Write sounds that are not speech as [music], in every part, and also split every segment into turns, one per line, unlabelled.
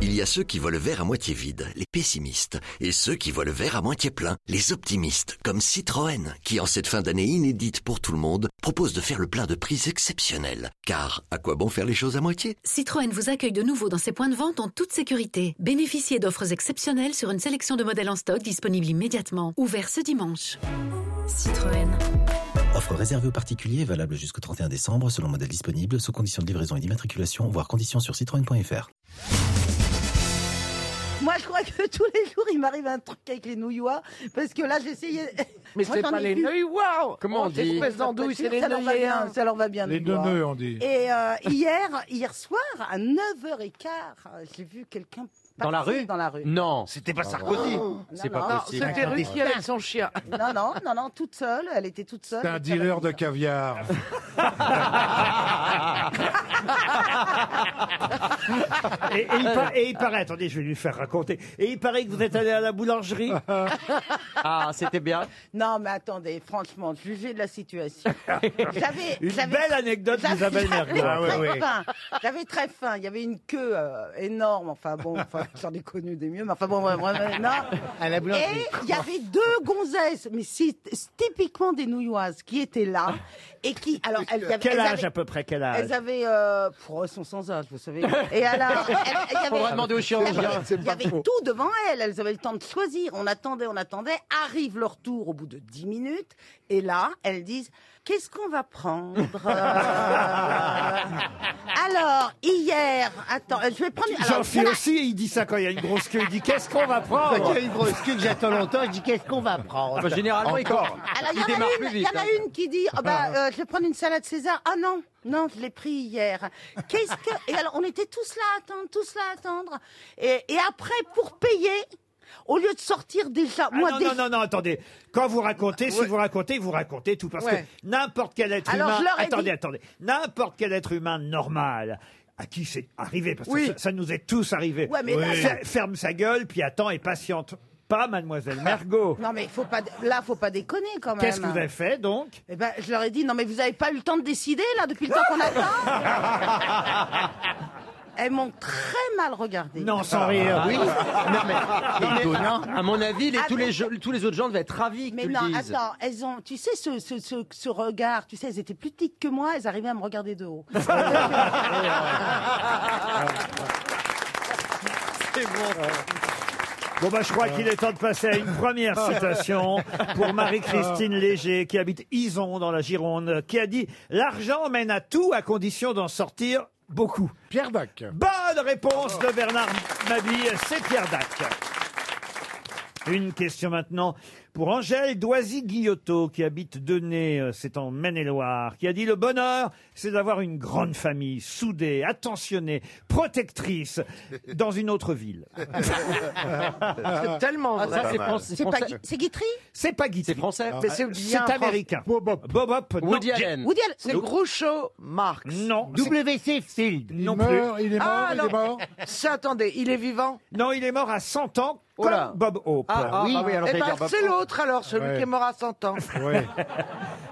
Il y a ceux qui voient le verre à moitié vide, les pessimistes, et ceux qui voient le verre à moitié plein, les optimistes, comme Citroën, qui en cette fin d'année inédite pour tout le monde, propose de faire le plein de prix exceptionnel. Car à quoi bon faire les choses à moitié
Citroën vous accueille de nouveau dans ses points de vente en toute sécurité. Bénéficiez d'offres exceptionnelles sur une sélection de modèles en stock disponibles immédiatement. Ouvert ce dimanche. Citroën.
Offre réservée aux particuliers, valable jusqu'au 31 décembre, selon modèle disponible, sous conditions de livraison et d'immatriculation, voire conditions sur citroën.fr.
Moi, je crois que [laughs] tous les jours, il m'arrive un truc avec les nouillois, parce que là, j'ai essayé.
[laughs] Mais
Moi,
c'est
j'en
pas
ai
les
vu.
neuils, waouh
Comment on dit
Espèce d'andouille, c'est les
ça leur va
neuillés, hein.
bien, ça leur va bien.
Les deux
nouillois.
nœuds, on dit.
Et euh, hier, hier soir, à 9h15, j'ai vu quelqu'un
Dans la
passer
rue
Dans la rue. Oh.
Non,
C'était pas Sarkozy.
c'est
non,
pas
Non,
possible.
c'était Ruki avec son chien.
Non, non, non, non, toute seule, elle était toute seule.
C'est un dealer de caviar.
Et, et il par- et il paraît, attendez, je vais lui faire raconter. Et il paraît que vous êtes allé à la boulangerie.
Ah, c'était bien.
Non, mais attendez, franchement, jugez de la
[laughs]
situation. J'avais,
Une
j'avais-
belle anecdote
j'avais-
d'Isabelle
j'avais
Mergo.
très
Ah ouais, ouais.
faim. J'avais très faim. Il y avait une queue euh, énorme. Enfin bon, enfin, [laughs] j'en ai connu des mieux, mais enfin bon, vraiment, non.
À la
Et il y avait deux gonzesses, mais c'est typiquement des nouilloises, qui étaient là et qui, alors, elles, avaient-
Quel
elles
âge
avaient-
à peu près Quel âge
Elles avaient, euh, pff, oh, elles sont sans âge, vous savez. Et [laughs] alors, elles- il y avait-
Faudra demander au
il y avait-
chirurgien.
il y avait tout devant elles. Elles avaient le temps de choisir. On attendait, on attendait. Arrive leur tour au bout de 10 minutes. Et là, elles disent Qu'est-ce qu'on va prendre Euh, Alors, hier, attends, euh, je vais prendre. alors,
J'en suis
voilà.
aussi, il dit ça quand il y a une grosse queue. Il dit qu'est-ce qu'on va prendre
une grosse queue que j'attends longtemps, je dis qu'est-ce qu'on va prendre
Bah, généralement, il court.
Alors, il y,
Il
en
démarre
a une-
plus
il y
vite.
en a
hein.
une qui dit Ah
[laughs]
bah, euh, Je vais prendre une salade César. Ah non, non, je l'ai pris hier. Qu'est-ce que. Et alors, on était tous là à attendre, tous là à attendre. Et, et après, pour payer, au lieu de sortir déjà.
Ah
moi,
non,
des- Ah,
non, non, non, attendez. Quand vous racontez, si vous racontez, vous racontez tout. Parce
Ouais.
que n'importe quel être
Alors,
humain.
je leur ai
attendez,
dit-
attendez. N'importe quel être humain normal à qui c'est arrivé, parce que
Oui.
ça, ça nous est tous arrivé,
Ouais, mais là, Oui. ça-
ferme sa gueule, puis attend et patiente. Pas mademoiselle Mergot.
Non mais faut pas là faut pas déconner quand même.
Qu'est-ce que vous avez fait donc
Eh ben je leur ai dit non mais vous avez pas eu le temps de décider là depuis le temps qu'on attend.
[laughs]
Elles m'ont très mal Ah, regardé.
Non, Oh, sans rire.
ah
[laughs]
Oui, non, mais, à mon avis, les-
Ah,
tous,
mais-
les, gens- tous les autres gens devaient être ravis que
Mais
tu
non,
le dises.
attends, elles ont, tu sais, ce, ce, ce, ce regard, tu sais, elles étaient plus petites que moi, elles arrivaient à me regarder de haut.
Bon bah je crois qu'il est temps de passer à une première
Ah.
citation pour Marie-Christine Léger qui habite Ison dans la Gironde qui a dit l'argent mène à tout à condition d'en sortir beaucoup.
Pierre Dac.
Bonne réponse de Bernard Mabille, c'est Pierre Dac. Une question maintenant pour Angèle Doisy-Guillotot, qui habite Denay, euh, c'est en Maine-et-Loire, qui a dit « Le bonheur, c'est d'avoir une grande famille, soudée, attentionnée, protectrice, dans une autre ville.
C'est tellement
Ah,
vrai.
ça,
c'est français.
C'est pas Gui- c'est Guitry »
C'est pas Guy,
C'est français.
Mais c'est
c'est
bien
américain.
Bob Hop.
Bob Hop, non.
Woody
J'ai-
Allen.
Woody Allen.
C'est Groucho Marx.
Non, c'est-
W.C. Field.
non
il
plus.
meurt, il est mort,
Ah,
il
non.
est mort.
Ça, attendez, il est vivant
Non, il est mort à 100 ans,
Oh là.
comme Bob Hope.
Ah, ah,
oui.
bah oui, alors
Eh ben,
c'est l'autre alors, celui
Ouais.
qui est mort à 100 [laughs] ans.
Ouais.
[laughs]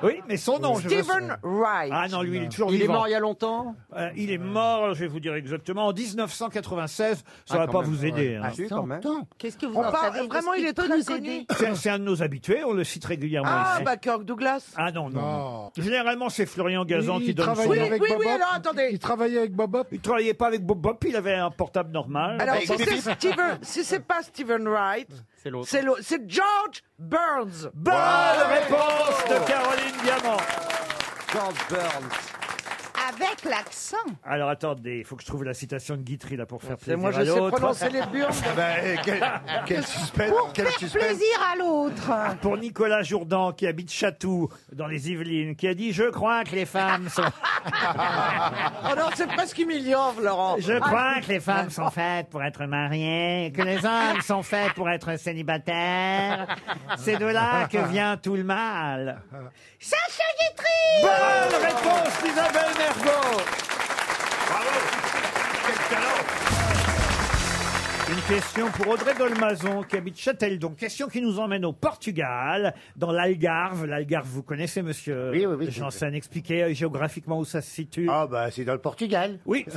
Oui, mais son nom, je veux-
Stephen Wright.
Ah non, lui, il est toujours
Il est
vivant.
mort il y a longtemps.
Euh, il est mort, je vais vous dire exactement, en 1996. Ça
Ah,
va
quand
pas
même,
vous aider. hein.
si, quand même.
Qu'est-ce que vous
On
en
parle-
savez de
vraiment,
ce
il
qui
est
peut
très
nous
connu.
aider
C'est c'est un de nos habitués, on le cite régulièrement
Ah,
ici.
bah Kirk Douglas.
Ah non, non,
Non.
non. Généralement, c'est Florian Gazan
Il-
qui
il
donne son
travaillait
nom.
Oui,
avec
oui,
Bob
oui,
Hop
alors attendez.
Il travaillait avec Bob Hop.
Il travaillait pas avec Bob Bob, il avait un portable normal.
Alors, si
bah,
c'est Steven, si c'est pas Steven Wright,
C'est l'autre.
c'est l'autre- c'est George Burns.
Bonne réponse de Caroline Diamant.
George Burns.
Avec l'accent.
Alors attendez, il faut que je trouve la citation de Guitry là pour faire
C'est
plaisir
moi, je
à
sais
l'autre. Ben,
prononcer les
[laughs]
burnes.
Quel suspect.
Pour faire plaisir à l'autre.
Ah, Pour Nicolas Jourdan qui habite Chatou dans les Yvelines, qui a dit je crois que les femmes sont
[laughs] Oh non, c'est presque humiliant, Laurent.
je crois que les femmes sont faites pour être mariées, que les hommes sont faits pour être célibataires.
Euh,
C'est de là que vient tout le mal.
Sacha Guitry
Bonne réponse d'Isabelle Mergo. Bravo. Quel talent. Une question pour Audrey Golmazon qui habite Châteldon. Question qui nous emmène au Portugal, dans l'Algarve. L'Algarve, vous connaissez, monsieur
Oui, oui, oui.
Janssen. Expliquez euh, géographiquement où ça se situe.
Ah bah c'est dans le Portugal.
Oui. [laughs]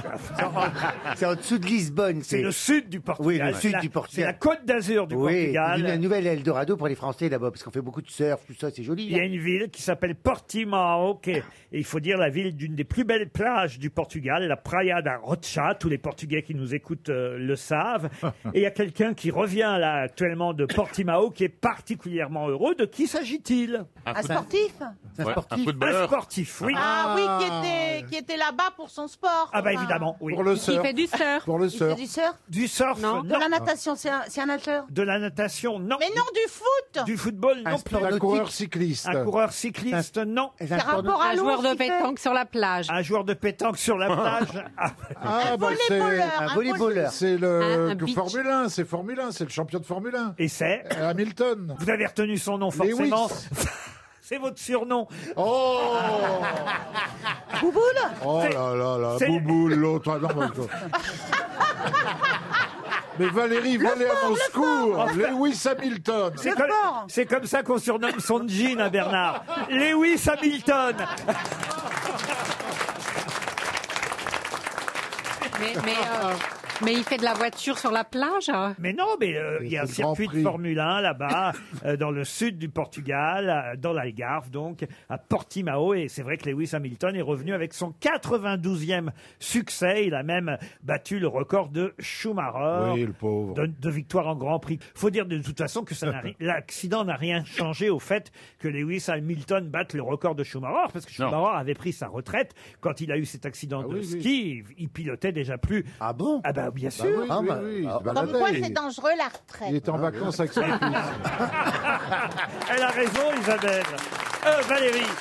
c'est en dessous de Lisbonne.
C'est le sud du Portugal.
Oui, le
C'est
sud
la-
du Portugal.
C'est la côte d'Azur du
oui,
Portugal.
une nouvelle Eldorado pour les
[laughs]
Français là-bas, parce qu'on fait beaucoup de surf, tout ça, c'est joli.
Il y a une ville qui s'appelle Portimao, qui est, et il faut dire, la ville d'une des plus belles plages du Portugal, la Praia da Rocha. Tous les Portugais qui nous écoutent euh, le savent. Et il y a quelqu'un qui revient là actuellement de Portimao, qui est particulièrement heureux. De qui s'agit-il
Un sportif
Un
Ouais, un
sportif.
footballeur.
sportif, oui.
Ah oui, qui était, qui était là-bas pour son sport.
Ah bah
enfin.
évidemment, oui.
Il fait du surf.
Pour le
Il
surf.
fait du surf
Du surf, non.
De la natation, c'est un, c'est un nateur.
De la natation, non.
Mais non, du foot
Du football, non plus.
Un coureur cycliste.
Un coureur cycliste, non.
un sport rapport à Un joueur l'eau, de c'est- pétanque
sur la plage. Un joueur de pétanque sur la plage. Ah,
Ah, bah, c'est-
volleyballeur, un volleyballeur.
C'est
Un-
le
un beach.
Formule 1, c'est Formule 1, c'est le champion de Formule 1.
Et c'est
Euh, Hamilton.
Vous avez retenu son nom, forcément. C'est [laughs] votre surnom. [laughs]
Oh
Bouboule
Oh
C'est-
là là là,
c'est-
Bouboule, l'autre. ah non, mais
[laughs]
quoi. Mais Valérie, venez à mon secours Lewis Hamilton
C'est comme, c'est comme ça qu'on surnomme son jean à Bernard. Lewis Hamilton.
Mais, mais, euh, mais il fait de la voiture sur la plage hein.
Mais non, mais euh, il y a un
C'est le Grand
circuit de
Prix.
Formule
[laughs]
1 là-bas, euh, dans le sud du Portugal, euh, dans l'Algarve, donc, à Portimao. Et c'est vrai que Lewis Hamilton est revenu avec son 92e succès. Il a même battu le record de Schumacher.
Oui, le pauvre.
De, de victoire en Grand Prix. Faut dire de toute façon que ça
[laughs]
n'a ri- l'accident n'a rien changé au fait que Lewis Hamilton batte le record de Schumacher, parce que Schumacher avait pris sa retraite quand il a eu cet accident de
Ah oui, oui.
ski. Il pilotait déjà plus.
Ah bon
Ah bah bien sûr. Ah bah,
oui, oui, oui, il se
Comme
baladait,
quoi,
il-
c'est dangereux la retraite.
Bah, Il était en vacances avec son fils.
Elle a raison, Isabelle. Euh, Valérie.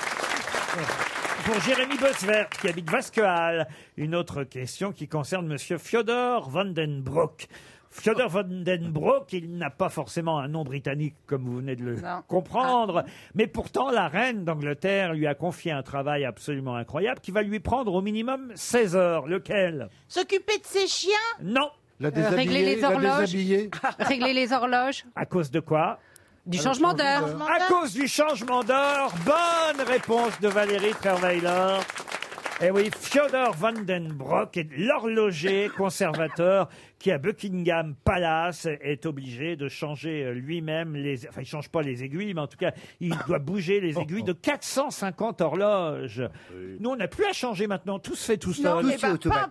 Pour Jérémy Bosvert, qui habite Vasquehal, une autre question qui concerne Monsieur Fyodor Vandenbroek. Fyodor Vandenbroek, il n'a pas forcément un nom britannique, comme vous venez de le
Non.
comprendre, mais pourtant la reine d'Angleterre lui a confié un travail absolument incroyable qui va lui prendre au minimum 16 heures. Lequel
[laughs] S'occuper de ses chiens
Non.
La
Euh, régler les horloges, régler les horloges,
À cause de quoi
du changement d'heure.
À cause du changement d'heure. Bonne réponse de Valérie Trierweiler. Et oui, Fyodor Vandenbroek est
[laughs]
l'horloger conservateur qui à Buckingham Palace est obligé de changer euh, lui-même les... Enfin, il change pas les aiguilles, mais en tout cas, il doit bouger les
Oh,
aiguilles de 450 horloges. Nous, on n'a plus à changer maintenant. Tout se fait tout seul.
Non, mais bah, pas,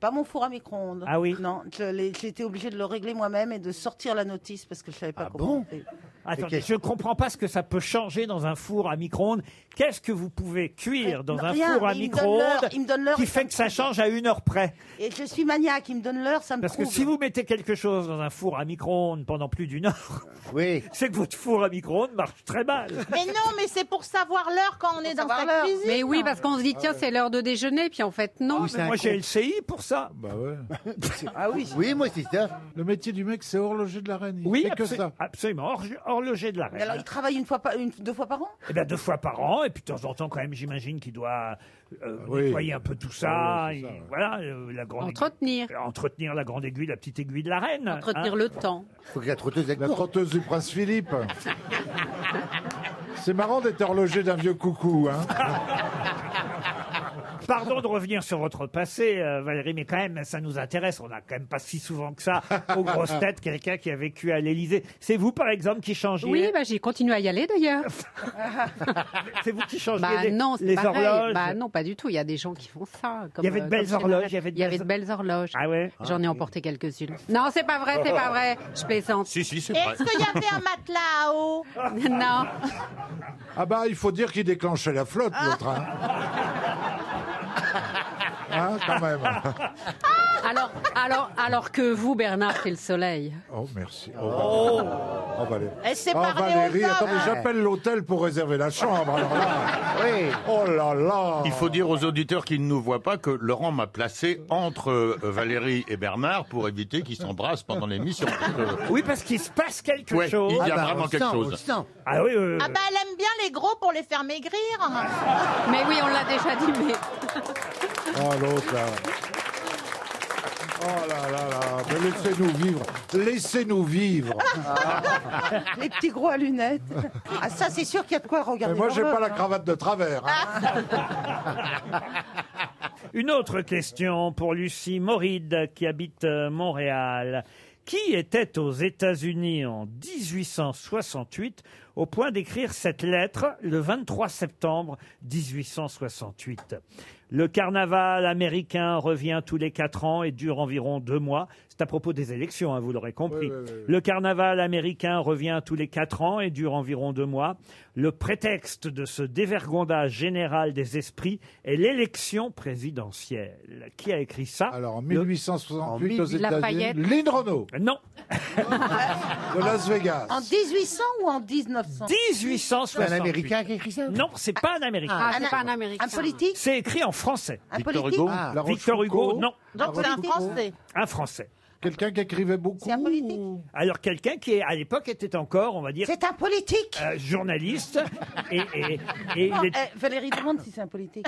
pas mon four à micro-ondes.
Ah oui
Non, je l'ai- j'étais obligée de le régler moi-même et de sortir la notice parce que je savais pas
Ah
comment. on fait.
Attendez, je ne comprends pas ce que ça peut changer dans un four à micro-ondes. Qu'est-ce que vous pouvez cuire dans un
rien,
four à
mais il me donne l'heure,
micro-ondes
il me donne l'heure
qui
et ça
fait que ça change à une heure près
Et je suis maniaque, il me donne l'heure, ça me
Parce que
trouble.
si vous mettez quelque chose dans un four à micro-ondes pendant plus d'une heure,
Euh,
[laughs] c'est que votre four à micro-ondes marche très mal.
Mais non, mais c'est pour savoir l'heure quand on est dans sa cuisine.
Mais oui, parce qu'on se dit
Ah
tiens c'est l'heure de déjeuner, puis en fait non.
Ah, Mais moi j'ai LCI pour ça.
Bah
[laughs]
ouais.
Ah oui.
Oui, moi c'est ça.
Le métier du mec, c'est horloger de la reine. Il
Oui,
fait que
abso-
ça.
absolument. Hor- horloger de la
Mais alors, il
reine.
travaille une fois, par- une, deux fois par an
Eh bien, deux fois par an, et puis de temps en temps, quand même, j'imagine qu'il doit euh,
Ah Oui.
nettoyer un peu tout ça.
Ah oui, c'est ça,
et
ouais.
Voilà, euh, la grande
Entretenir,
aiguille- entretenir la grande aiguille, la petite aiguille de la reine.
entretenir
hein.
le temps.
Faut que la trotteuse elle
La
court.
trotteuse du prince Philippe. C'est marrant d'être horloger d'un vieux coucou, hein.
Pardon de revenir sur votre passé, euh, Valérie, mais quand même, ça nous intéresse. On n'a quand même pas si souvent que ça
[laughs]
aux grosses têtes quelqu'un qui a vécu à l'Élysée. C'est vous, par exemple, qui changez
Oui, bah j'ai continué à y aller d'ailleurs.
[laughs] C'est vous qui changez
Bah
les,
non, c'est
les
pareil.
horloges
Bah non, pas du tout. Il y a des gens qui font ça. comme,
Il y avait de
euh, comme
belles
chez ma
horloges,
mère.
il y avait de
Il y avait
belles-
de belles horloges.
Ah ouais
J'en ai emporté quelques-unes. Non, c'est pas vrai, c'est pas vrai. Je plaisante.
Si, si, c'est
Et
vrai.
Est-ce qu'il y avait un matelas à eau
non.
Ah bah, il faut dire qu'il déclenchait la flotte, l'autre, hein. Hein, quand même.
Alors, alors, alors que vous, Bernard, c'est le soleil.
Oh, merci. Oh, Valérie. Oh, Valérie.
Elle s'est
Oh,
parlée
Valérie,
aux hommes.
attendez, j'appelle l'hôtel pour réserver la chambre, alors là.
Oui.
Oh là là.
Il faut dire aux auditeurs qui ne nous voient pas que Laurent m'a placé entre euh, Valérie et Bernard pour éviter qu'ils s'embrassent pendant l'émission. parce que-
Oui, parce qu'il se passe quelque
Ouais,
chose.
il y a
Ah bah, on
vraiment
le
quelque
sent, on le
chose.
sent.
Ah oui, oui, oui.
Ah bah elle aime bien les gros pour les faire maigrir.
Ah
Mais oui, on l'a déjà dit. Mais
Oh, l'autre, là. Oh là là là. Mais Laissez-nous vivre. Laissez-nous
[laughs]
vivre. Ah.
[laughs] Les petits gros à lunettes. Ah, ça, c'est sûr qu'il y a de quoi
Mais
regarder.
moi, j'ai
l'horloge,
pas la
hein.
cravate de travers. hein.
Une autre question pour Lucie Moride qui habite euh, Montréal. Qui était aux États-Unis en 1868 au point d'écrire cette lettre le 23 septembre 1868 Le carnaval américain revient tous les quatre ans et dure environ deux mois. C'est à propos des élections, hein, vous l'aurez compris.
Ouais, ouais, ouais, ouais.
Le carnaval américain revient tous les quatre ans et dure environ deux mois. Le prétexte de ce dévergondage général des esprits est l'élection présidentielle. Qui a écrit ça Alors en
1868 aux États-Unis. Lynn Renault.
Non.
De Las Vegas.
En 1800 ou en 1900
1868.
qui écrit ça
Non, c'est pas un Américain.
Ah, c'est pas un Américain. Un politique
C'est écrit en français.
Un Victor politique Hugo Ah. La
Victor Hugo,
Rochefoucauld
non.
Donc c'est un Français.
Un Français. Quelqu'un qui écrivait beaucoup. C'est un politique. Alors quelqu'un qui à l'époque était encore, on va dire. euh,
C'est un politique. [laughs]
journaliste. et, et- et
Non,
il est-
eh, Valérie demande si c'est un politique.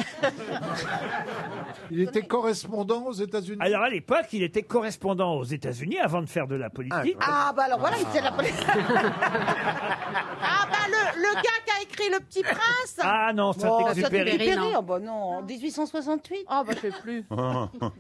Il était correspondant aux États-Unis. Alors à l'époque, il était correspondant aux États-Unis avant de faire de la politique.
Ah, bah alors voilà, il faisait de la
[laughs]
politique. ah, bah le, le gars qui a écrit Le Petit Prince.
Ah non, Saint-Exupéry.
Saint-Exupéry, oh, bah non, en 1868. Ah, bah je sais plus.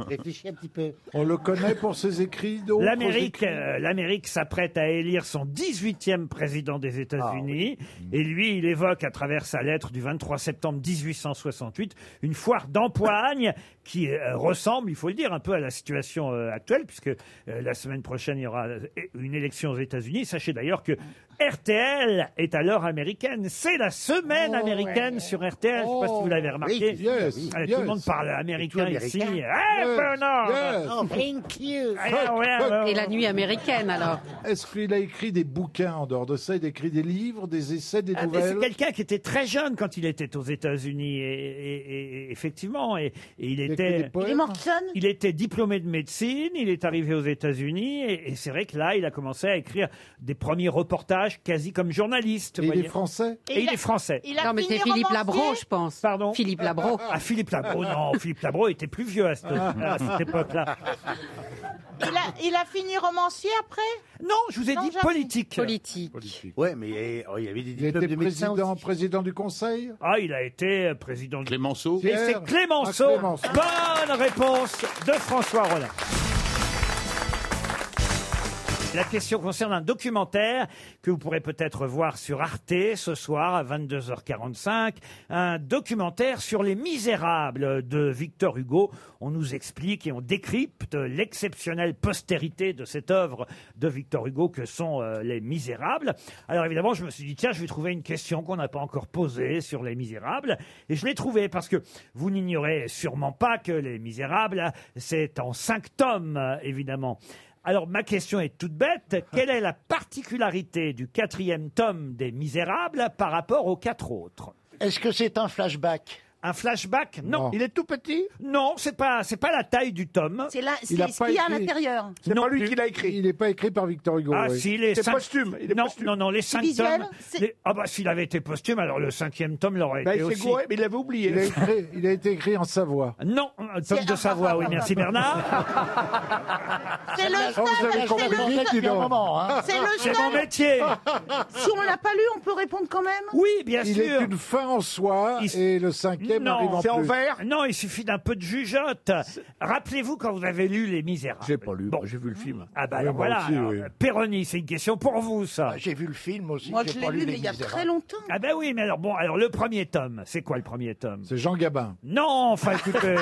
Réfléchis un petit peu.
On le connaît pour ses écrits. d'autres
L'Amérique,
écrits.
euh, l'Amérique s'apprête à élire son 18e président des États-Unis.
Ah
Et lui, il évoque à travers sa lettre du 23 septembre 1868 une foire d'empoigne [laughs] qui euh, ressemble, il faut le dire, un peu à la situation euh, actuelle, puisque euh, la semaine prochaine, il y aura euh, une élection aux États-Unis. Sachez d'ailleurs que RTL est à l'heure américaine. C'est la semaine
Oh,
américaine sur RTL. Je ne sais pas si vous l'avez remarqué.
yes,
Euh, Tout
yes.
le monde parle américain, ici. Eh,
Yes,
Bernard
yes.
Oh,
thank you.
Ah, ouais, alors.
Et la nuit américaine, alors.
Est-ce qu'il a écrit des bouquins en dehors de ça Il a écrit des livres, des essais, des
Ah, mais
nouvelles
c'est quelqu'un qui était très jeune quand il était aux États-Unis, et, et- et- effectivement, et, et il était.
Il est mort jeune
Il était diplômé de médecine, il est arrivé aux États-Unis, et, et c'est vrai que là, il a commencé à écrire des premiers reportages quasi comme journaliste. vous
il est
voyez.
français
Et, il est français.
il a Non, mais fini c'est Philippe romancier Labro, je pense.
Pardon
Philippe Labro.
Ah, Philippe Labro, non, Philippe Labro était plus vieux à cette, Ah, à cette
[laughs]
époque-là.
Il a, il a fini romancier après
Non, je vous ai dit politique.
Politique.
Ouais, mais il y a- oh, il y avait des
Il était
diplômes de médecins.
président, président du conseil
Ah, il a été euh, président du...
Clémenceau.
Et c'est Clémenceau.
Ah, Clémenceau.
Bonne réponse de François Rollin. La question concerne un documentaire que vous pourrez peut-être voir sur Arte ce soir à 22h45. Un documentaire sur les misérables de Victor Hugo. On nous explique et on décrypte l'exceptionnelle postérité de cette œuvre de Victor Hugo que sont euh, les misérables. Alors évidemment, je me suis dit, tiens, je vais trouver une question qu'on n'a pas encore posée sur les misérables. Et je l'ai trouvée parce que vous n'ignorez sûrement pas que les misérables, c'est en cinq tomes, euh, évidemment. Alors, ma question est toute bête. Quelle est la particularité du quatrième tome des Misérables par rapport aux quatre autres Est-ce que c'est un flashback Un flashback non. Il est tout petit Non, c'est pas, c'est pas la taille du tome.
C'est là- Il c'est a ce pas qu'il y a à écrit- l'intérieur.
C'est
Non
pas lui
plus.
qui l'a écrit. Il n'est pas écrit par Victor Hugo.
Ah
oui.
si, les
C'est
cinq...
posthume. Il est
non,
posthume.
non, non, les cinq
visuel,
tomes...
c'est-
les- Ah bah, s'il avait été posthume, alors le cinquième tome l'aurait
Bah,
été
il s'est
aussi. Ah,
gouré, mais il l'avait oublié. Il a écrit- il a été écrit en Savoie.
Non, un tome de
[laughs]
Savoie, oui, merci Bernard.
C'est le
Oh, vous avez
seul.
compris, dis
C'est
donc.
le, c'est le
C'est
seul.
mon métier.
Si on l'a pas lu, on peut répondre quand même
Oui, bien
il
sûr.
est une fin en soi et le cinquième arrive en plus.
Non, il suffit d'un peu de jugeote. Rappelez-vous quand vous avez lu Les Misérables. J'ai pas lu, j'ai vu le film. Ah bah
Oui,
alors
moi
voilà.
aussi,
alors,
oui. Ah,
Perroni, c'est une question pour vous, ça.
J'ai vu le film aussi.
Moi,
j'ai
je
pas
l'ai lu,
Les
mais il y a
Misérables.
très longtemps.
Ah ben oui, mais alors bon, alors le premier tome, c'est quoi le premier tome
C'est Jean Gabin.
Non,
[laughs]
enfin écoutez.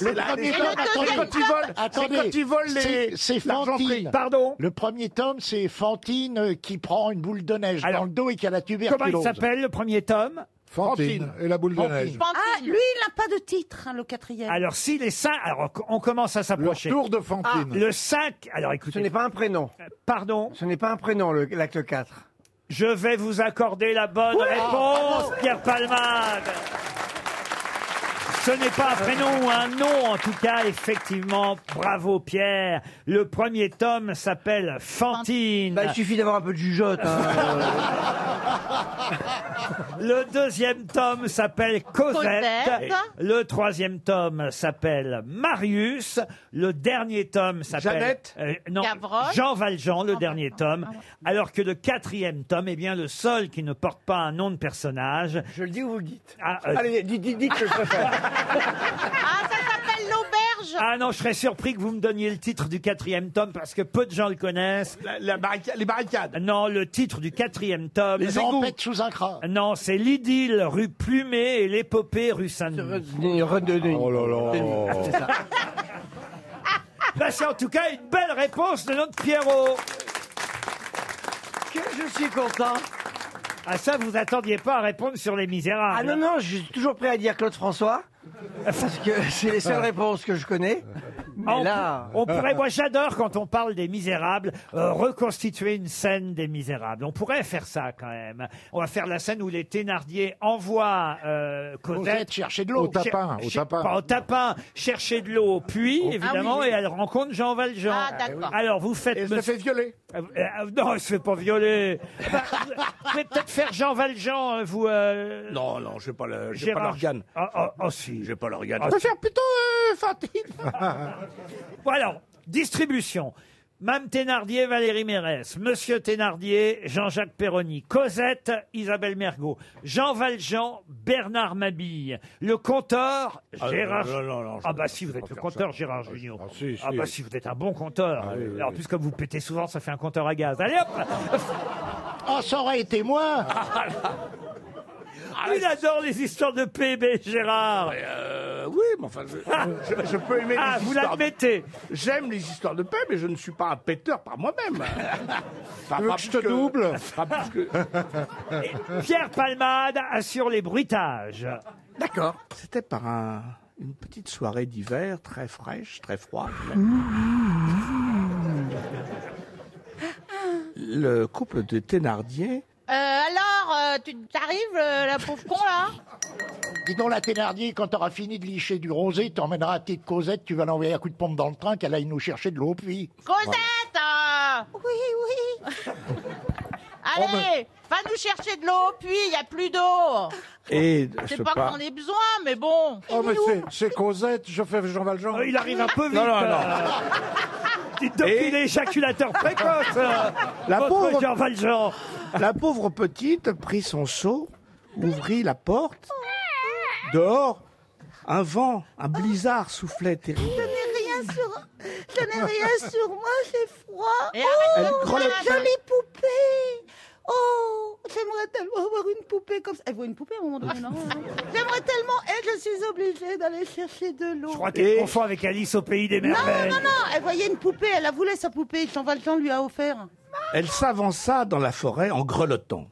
Le premier tome, attendez, attendez,
quand ils volent les-
c'est- c'est
l'argenterie.
Fantine.
Pardon
Le premier tome, c'est Fantine euh, qui
Oh,
prend une boule de neige dans le dos et qui a la tuberculose.
Comment il s'appelle le premier tome
Fantine, et la boule de
Fantine.
neige.
Ah, lui, il n'a pas de titre, hein, le quatrième.
Alors si les cinq, alors on commence à s'approcher.
tour de Fantine.
le 5, alors écoutez. Euh,
Ce n'est pas un prénom.
Pardon
Ce n'est pas un prénom, le- l'acte 4.
Je vais
Ah.
vous accorder la bonne réponse, Pierre Palmade. Ce n'est pas un prénom ou un nom, en tout cas, effectivement. Bravo, Pierre. Le premier tome s'appelle Fantine.
Bah, il suffit d'avoir un peu de jugeote. hein, euh.
[laughs] Le deuxième tome s'appelle Cosette.
Cosette.
Le troisième tome s'appelle Marius. Le dernier tome s'appelle
Jeannette.
Euh, non,
Gavroche.
Jean Valjean, le dernier tome. Alors que le quatrième tome est bien le seul qui ne porte pas un nom de personnage. Ah, euh, Je le dis ou vous le dites
Allez, dis, dis, dis que je préfère.
Ah, ça s'appelle l'auberge.
Ah non, je serais surpris que vous me donniez le titre du quatrième tome parce que peu de gens le connaissent. les barricades. Non, le titre du quatrième tome.
Les tempêtes sous un crâne.
Non, c'est l'idylle rue Plumet et l'épopée rue Saint-Denis.
Oh là là.
Bah, c'est en tout cas une belle réponse de notre Pierrot.
Que je suis content.
À Ah, ça, vous attendiez pas à répondre sur les misérables.
Ah non, non, je suis toujours prêt à dire Claude François. Parce que c'est les seules réponses que je connais.
Ah,
Mais
on,
là.
pour- on pourrait, moi j'adore quand on parle des misérables, euh, reconstituer une scène des misérables. On pourrait faire ça quand même. On va faire la scène où les Thénardier envoient euh, Cosette,
Cosette chercher de l'eau. Au tapin,
Cher-
au
cher-
tapin.
pas au tapin, chercher de l'eau au puits, évidemment,
Ah oui.
et elle rencontre Jean Valjean.
Ah, d'accord.
Alors vous faites.
Et elle se fait violer.
Euh, euh, non, elle se fait pas violer. Bah, vous- vous pouvez peut-être faire Jean Valjean, euh, vous. euh,
Non, non, je n'ai pas le- j'ai pas
Gérard-
l'organe.
Ah, ah, ah, si.
J'ai pas l'organe.
Ah,
Je peux
si.
faire
Plutôt euh, Fantine.
[laughs] Bon alors, distribution. Mme Thénardier, Valérie Mérès, Monsieur Thénardier, Jean-Jacques Perroni, Cosette, Isabelle Mergot, Jean Valjean, Bernard Mabille, le compteur,
Ah,
Gérard...
non, non, non, je
Ah
peux
bah
pas
si, vous êtes le
faire
compteur,
ça.
Gérard Junior. Ah,
si, si,
bah
oui.
si, vous êtes un bon compteur.
Ah, oui, oui,
alors,
oui.
plus comme vous pétez souvent, ça fait un compteur à gaz. Allez
[laughs]
hop Ah,
Oh, ça aurait été moi.
Il adore les histoires de PB, Gérard
Euh, oui, mais enfin, je, je- je peux aimer
Ah,
les
vous
histoires.
l'admettez
J'aime les histoires de paix, mais je ne suis pas un péteur par
[laughs]
moi-même.
Tu veux que je te double
Pierre Palmade assure les bruitages.
D'accord. C'était par un- une petite soirée d'hiver, très fraîche, très froide. Le couple de Thénardier
Euh, alors, euh, tu t'arrives, euh, la pauvre con, là
Dis donc, la Thénardier, quand t'auras fini de licher du rosé, t'emmèneras tes Cosette, tu vas l'envoyer un coup de pompe dans le train qu'elle aille nous chercher de l'eau au puits.
Cosette euh, Oui, oui. Allez, va nous chercher de l'eau, puis il n'y a plus d'eau.
et
Je sais
ce
pas
par-
qu'on en ait besoin, mais bon.
Oh, mais c'est- c'est Cosette, je fais Jean Valjean.
Euh, il arrive un peu vite.
Non, non, non.
euh, Dites donc qu'il est éjaculateur précoce. euh,
[laughs] La
votre
pauvre,
Jean Valjean.
la pauvre petite prit son seau, ouvrit la porte. Dehors, un vent, un blizzard soufflait terrible.
Je n'ai rien sur, je n'ai
[laughs]
rien sur moi, j'ai froid.
Et
arrête de
oh,
Elle grelotte.
ma jolie poupée. Oh, j'aimerais tellement avoir une poupée comme ça. Elle voit une poupée à un moment donné, non non. J'aimerais tellement. Et je suis obligée d'aller chercher de l'eau.
Je crois qu'elle confond avec Alice
[laughs]
au pays des
Non,
merveilles.
non, non, non. Elle voyait une poupée. Elle la voulait sa poupée. Jean Valjean lui a
[laughs]
offert.
Elle s'avança dans la forêt en grelottant.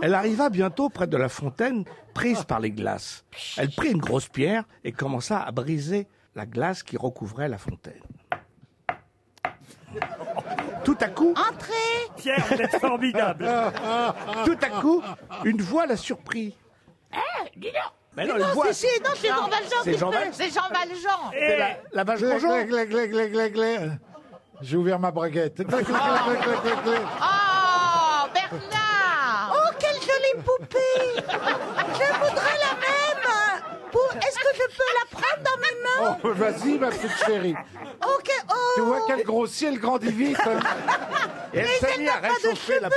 Elle arriva bientôt près de la fontaine, prise par les glaces. Elle prit une grosse pierre et commença à briser la glace qui recouvrait la fontaine. Tout à coup,
Entrez.
Pierre, vous êtes formidable.
[laughs]
tout à coup, une voix la surprit.
Eh, dis donc.
Mais
non,
non, elle voit-
si, si, non, c'est
Non,
Jean Valjean
c'est
qui
Jean
fait.
Val-
C'est Jean Valjean.
C'est la, la vache
Glé,
Bonjour.
glé, glé, glé, glé, glé, glé. J'ai ouvert ma braguette. Glé, glé, glé, glé, glé, glé, glé.
Oh, Bernard
Oh, quelle jolie poupée. je voudrais la même. Pour- Est-ce que je peux la prendre dans mes mains
Oh, vas-y, ma petite chérie.
Ok. Oh.
Tu vois qu'elle grossit, elle grandit vite. hein.
Et elle
Mais
s'est
elle
mise à
n'a pas de
réchauffer la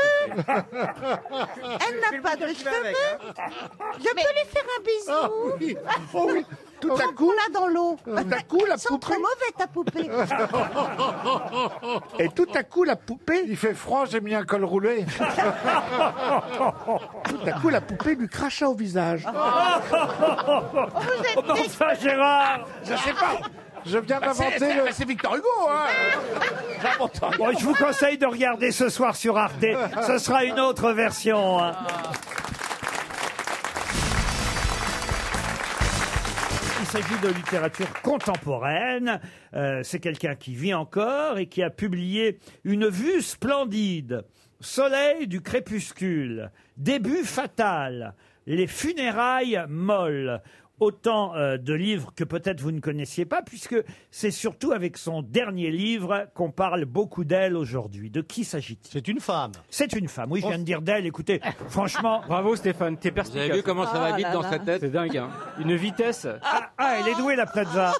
Elle n'a pas de cheveux. Je peux lui faire un bisou.
Oh oui, oh oui. Tout à coup, Euh,
là dans l'eau.
Tout à coup, la
Ils sont trop mauvais ta poupée.
[laughs] Et tout à coup, la poupée.
Il fait froid, j'ai mis un col roulé.
[laughs] Tout à coup, la poupée lui cracha au visage.
Oh, mais enfin, Gérard
Je sais pas.
Je viens
Bah, c'est-
d'inventer
c'est-
le.
bah, C'est Victor Hugo, hein J'invente rien.
Bon, je vous conseille de regarder ce soir sur Arte. Ce sera une autre version. hein.
Ah,
Il s'agit de littérature contemporaine. Euh, C'est quelqu'un qui vit encore et qui a publié une vue splendide. Soleil du crépuscule. Début fatal. Les funérailles molles. Autant euh, de livres que peut-être vous ne connaissiez pas, puisque c'est surtout avec son dernier livre qu'on parle beaucoup d'elle aujourd'hui. De qui s'agit-il C'est une femme. C'est une femme, oui, je viens de dire d'elle. Écoutez, franchement. Bravo Stéphane, t'es
Vous avez vu comment ça va vite dans sa tête C'est dingue. Une vitesse.
Ah, ah, elle est douée la plaza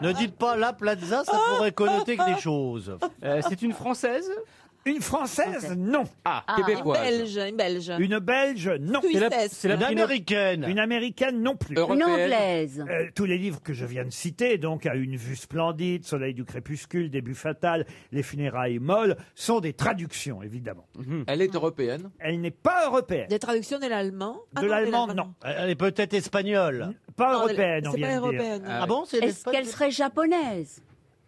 Ne dites pas la plaza, ça pourrait connoter que des choses.
c'est une Française
Une Française Non.
Ah,
Ah,
québécoise.
Une belge, une belge.
Une Belge, non.
Suissesse. C'est la- c'est la-
Une Américaine. Une Américaine, non plus.
Européenne. Une Anglaise.
Euh, tous les livres que je viens de citer, donc à une vue splendide, Soleil du crépuscule, Début fatal, Les funérailles molles, sont des traductions, évidemment.
Elle est européenne
Elle n'est pas européenne.
Des traductions de l'allemand Ah
de
non,
l'allemand, non. Elle est peut-être espagnole. Pas
Non, elle-
européenne, on
c'est
vient
pas
de dire.
européenne. Ah
bon, c'est
Est-ce qu'elle serait japonaise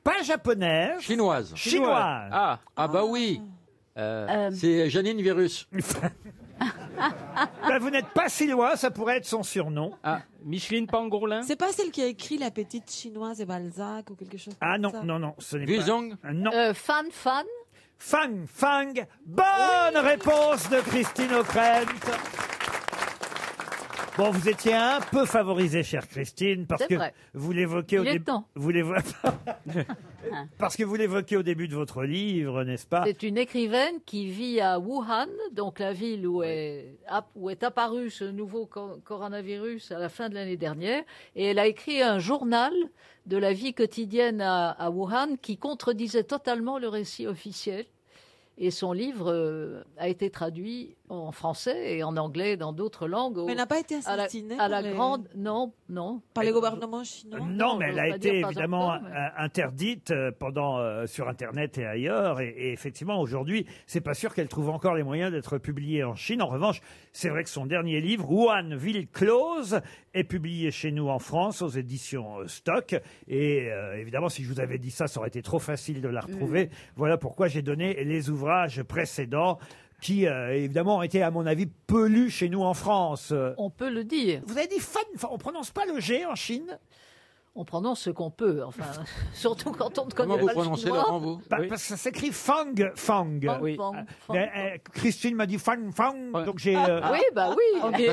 Pas japonaise.
Chinoise.
Chinoise.
Ah, ah bah oui. Euh, C'est Janine
[laughs]
[laughs]
Virus.
Ben, vous n'êtes pas si loin, ça pourrait être son surnom.
Ah, Micheline Pangolin
C'est pas celle qui a écrit La petite chinoise et Balzac ou quelque chose
Ah
comme
non,
ça.
non, non, ce n'est pas.
Guzhong
Non.
Euh,
Fan, fan.
Fang Fang. Bonne réponse de Christine O'Krent. Bon, vous étiez un peu favorisée, chère Christine, parce
C'est
que
vrai.
vous l'évoquez au
Il est
début.
temps.
Vous l'évo- [laughs]
Ah.
parce que vous l'évoquez au début de votre livre, n'est-ce pas
C'est une écrivaine qui vit à Wuhan, donc la ville où, est, app- où est apparu ce nouveau co- coronavirus à la fin de l'année dernière. Et elle a écrit un journal de la vie quotidienne à, à Wuhan qui contredisait totalement le récit officiel. Et son livre euh, a été traduit en français et en anglais dans d'autres langues. au-
Mais elle n'a pas été
à la-
assassinée
à la,
par les-
grande. Non, non.
Par les gouvernements chinois
Non, mais elle a
on va dire
été
pas
évidemment
encore, mais-
euh, interdite euh, pendant euh, sur Internet et ailleurs. Et, et effectivement, aujourd'hui, c'est pas sûr qu'elle trouve encore les moyens d'être publiée en Chine. En revanche, c'est vrai que son dernier livre, Wuhan, ville close, est publié chez nous en France aux éditions euh, Stock. Et euh, évidemment, si je vous avais dit ça, ça aurait été trop facile de la retrouver.
Mm.
Voilà pourquoi j'ai donné les ouvrages précédents qui, euh, évidemment, ont été, à mon avis, peu lus chez nous en France.
On peut le dire.
Vous avez dit fan, on prononce pas le G en Chine
On prononce ce qu'on peut, enfin, [laughs] surtout quand on ne connaît
Comment vous
pas
prononcez,
le chinois.
Laurent, vous
Bah, Parce que ça s'écrit Fang. Fang.
Fang, Oui. Fang,
Euh,
Fang.
euh, euh, Christine m'a dit Fang, Fang. Donc j'ai. euh,
Oui, bah oui.
On dit,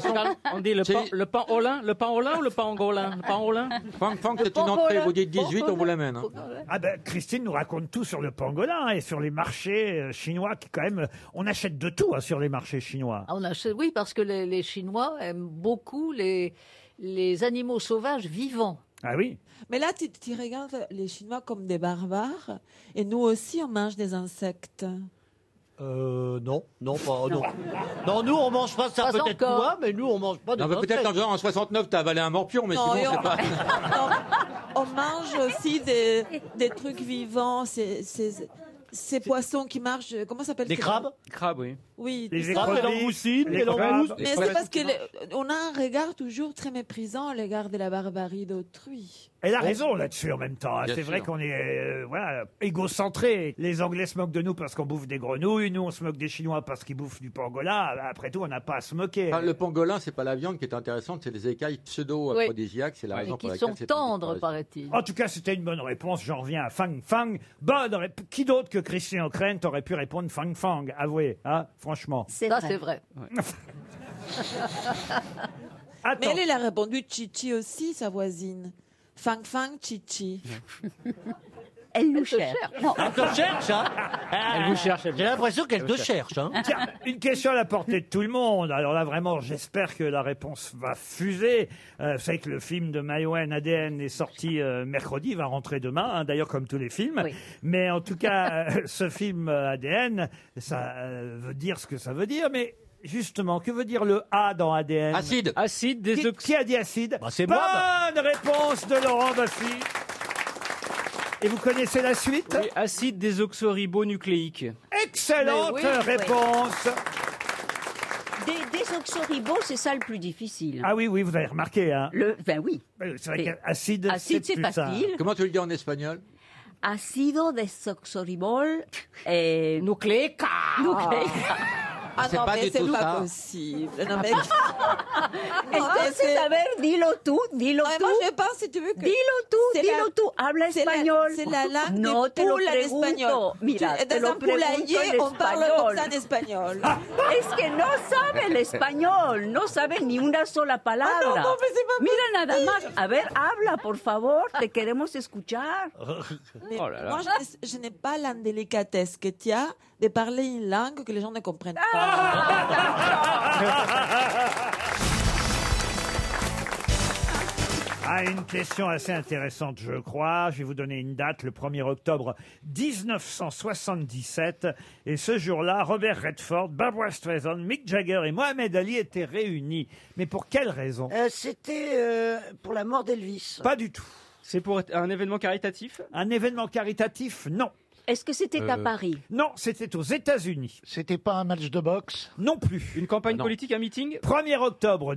on dit le, pan, le panolin, le panolin ou le pangolin Le panolin Fang Fang, c'est une entrée, vous dites 18, on vous hein. l'amène.
Ah ben, Christine nous raconte tout sur le pangolin et sur les marchés euh, chinois qui quand même euh, on achète de tout hein, sur les marchés chinois.
Ah, on achète- oui, parce que les, les Chinois aiment beaucoup les, les animaux sauvages vivants.
Ah oui.
Mais là, tu, tu regardes les Chinois comme des barbares et nous aussi, on mange des insectes.
Euh, non, non, pas, non. Non, nous, on mange pas ça,
Pas
peut-être
encore.
toi, mais nous, on mange pas de
Non, mais peut-être en,
insectes.
genre, en 69, t'as avalé un morpion, mais
Non, et
sinon,
on-
c'est pas.
[laughs] On mange aussi des, des trucs vivants, ces, ces, ces poissons qui marchent. Comment s'appelle ces-
Crabes, oui.
Oui,
Les
des crabes.
écrevisses, Les langoustines, les les crabes. langoustes.
Mais
Les
c'est parce que
crabes.
les- on a un regard toujours très méprisant à l'égard de la barbarie d'autrui.
Elle a raison là-dessus en même temps. hein.
Bien
C'est vrai
sûr.
qu'on est euh, voilà, égocentré. Les Anglais se moquent de nous parce qu'on bouffe des grenouilles, nous on se moque des Chinois parce qu'ils bouffent du pangolin. Après tout, on n'a pas à se moquer.
Euh,
Enfin, Ah, le pangolin, c'est pas la viande qui est intéressante, c'est les écailles pseudo-aphrodisiaques, c'est la
Et
raison pour
qui
laquelle
sont
c'est
tendres, paraît-il.
En tout cas, c'était une bonne réponse. J'en reviens à Fang Fang. Bonne rép- Qui d'autre que Christian O'Krent aurait pu répondre Fang Fang Avouez, hein, franchement.
Ça, c'est vrai.
[laughs]
Mais elle, elle a répondu Chichi aussi, sa voisine. Fang Fang Chichi.
Elle nous cherche.
Elle te cherche, hein Elle vous cherche. J'ai l'impression qu'elle
Elle
te
vous
cherche, hein
Tiens, une question à la portée de tout le monde. Alors là, vraiment, j'espère que la réponse va fuser. Euh, vous savez que le film de Mayouen ADN est sorti euh, mercredi, il va rentrer demain, hein, d'ailleurs comme tous les films. Mais en
[laughs]
tout cas, euh, ce film euh, ADN, ça euh, veut dire ce que ça veut dire, mais... Justement, que veut dire le A dans ADN
Acide.
Acide, des qui, qui a dit acide
Bah, c'est
Bonne
moi,
réponse de Laurent Baffy. Et vous connaissez la suite
Acide désoxyribonucléique.
Excellente
Mais oui, oui.
réponse.
Des, des oxoribos, c'est ça le plus difficile.
Ah oui, oui, vous avez remarqué. Hein.
Le, ben oui.
Euh, C'est vrai qu'acide,
Acide, c'est
plus ça.
facile.
Comment tu le dis en espagnol
Acido de soxoribol. Nucléica.
Ah
C'est
non,
pas
mais
du
c'est
tout
pas
ça.
possible. Non, mais...
Ah, Entonces, a ver, dilo tú, dilo
Ouais,
tú.
moi, je pense, si tu veux que...
Dilo tú,
C'est la-
dilo tú. Habla
c'est la-
español.
C'est la langue
No
des
te lo
poules en
pregunto.
espagnol.
Mira,
Tu-
te
dans
lo
un poulailler,
pregunto en
on parle comme
espagnol.
ça en espagnol.
Es que no sabe el español, no sabe ni una sola palabra.
Ah, no, no, pues, sí,
Mira nada más, a ver, habla, por favor, te queremos escuchar.
Mais
Oh là là.
Moi, je n'ai- je n'ai pas l'indélicatesse que tu as de parler une langue que les gens ne comprennent
[laughs]
pas.
Ah, une question assez intéressante, je crois. Je vais vous donner une date, le 1er octobre 1977. Et ce jour-là, Robert Redford, Barbara Streisand, Mick Jagger et Mohamed Ali étaient réunis. Mais pour quelle raison
C'était euh, pour la mort d'Elvis.
Pas du tout.
C'est pour un événement caritatif
Un événement caritatif, non.
Est-ce que c'était à Euh. Paris
Non, c'était aux États-Unis.
C'était pas un match de boxe
Non plus.
Une campagne
Non.
politique, un meeting
1er octobre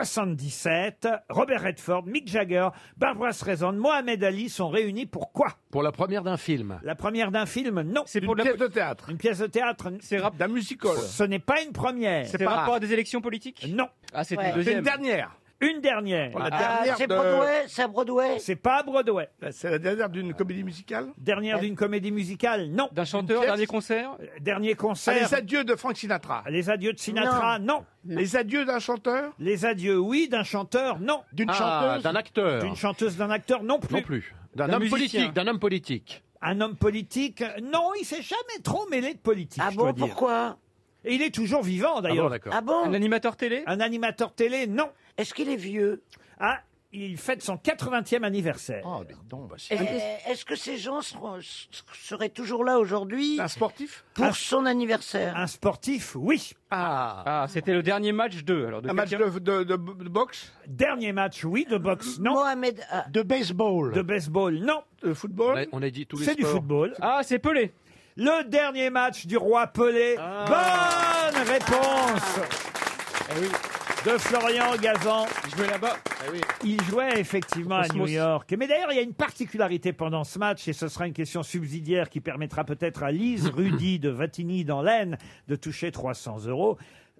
1977, Robert Redford, Mick Jagger, Barbara Streisand, Mohamed Ali sont réunis pour quoi
Pour la première d'un film.
La première d'un film, non. C'est
pour Une la- pièce
de théâtre. Une pièce de théâtre. C'est rap d'un musical. Ce n'est pas une première.
Eh, C'est par rapport à des élections politiques
Non.
Ah, c'est
Ouais.
une
C'est
deuxième.
une dernière. Une dernière.
La dernière Ah, c'est de- Broadway,
c'est Broadway.
C'est pas à Broadway.
Bah, C'est la dernière d'une comédie musicale
Dernière
Bah.
d'une comédie musicale, non. Euh,
D'un chanteur, dernier concert
Dernier concert. Ah,
Ah, les adieux de Frank Sinatra.
Les adieux de Sinatra, non.
Les adieux d'un chanteur
Les adieux, oui, d'un chanteur, non.
D'une Ah, chanteuse
d'un acteur.
D'une chanteuse, d'un acteur, non plus.
Non plus. D'un homme politique, d'un homme politique.
Un homme politique, euh, non, il s'est jamais trop mêlé de politique. Ah
bon, pourquoi
Et il est toujours vivant
Ah
d'ailleurs.
bon, d'accord.
Ah bon Un
animateur télé Un animateur télé, non.
Est-ce qu'il est vieux
Ah, il fête son 80e anniversaire.
Ah, bah,
Ah,
Est-ce que- est-ce que ces gens seront- seraient toujours là aujourd'hui Un
sportif
Pour
Un-
son anniversaire.
Un sportif, oui.
Ah,
c'était le dernier match 2. Alors de
Un match de,
quelqu'un
de- de- de boxe
Dernier match, oui, de boxe, non.
Mohamed.
De baseball
De baseball, non.
De football
On a dit tous les
C'est du
sports.
football.
Ah, c'est Pelé.
Le dernier match du roi Pelé.
Ah.
Bonne réponse
Eh
de Florian Gazan.
Je vais là-bas.
Il jouait effectivement à New
Osmos.
York. Mais d'ailleurs, il y a une particularité pendant ce match, et ce sera une question subsidiaire qui permettra peut-être à
[coughs]
Lise Rudy de Vatigny dans l'Aisne de toucher 300 euros.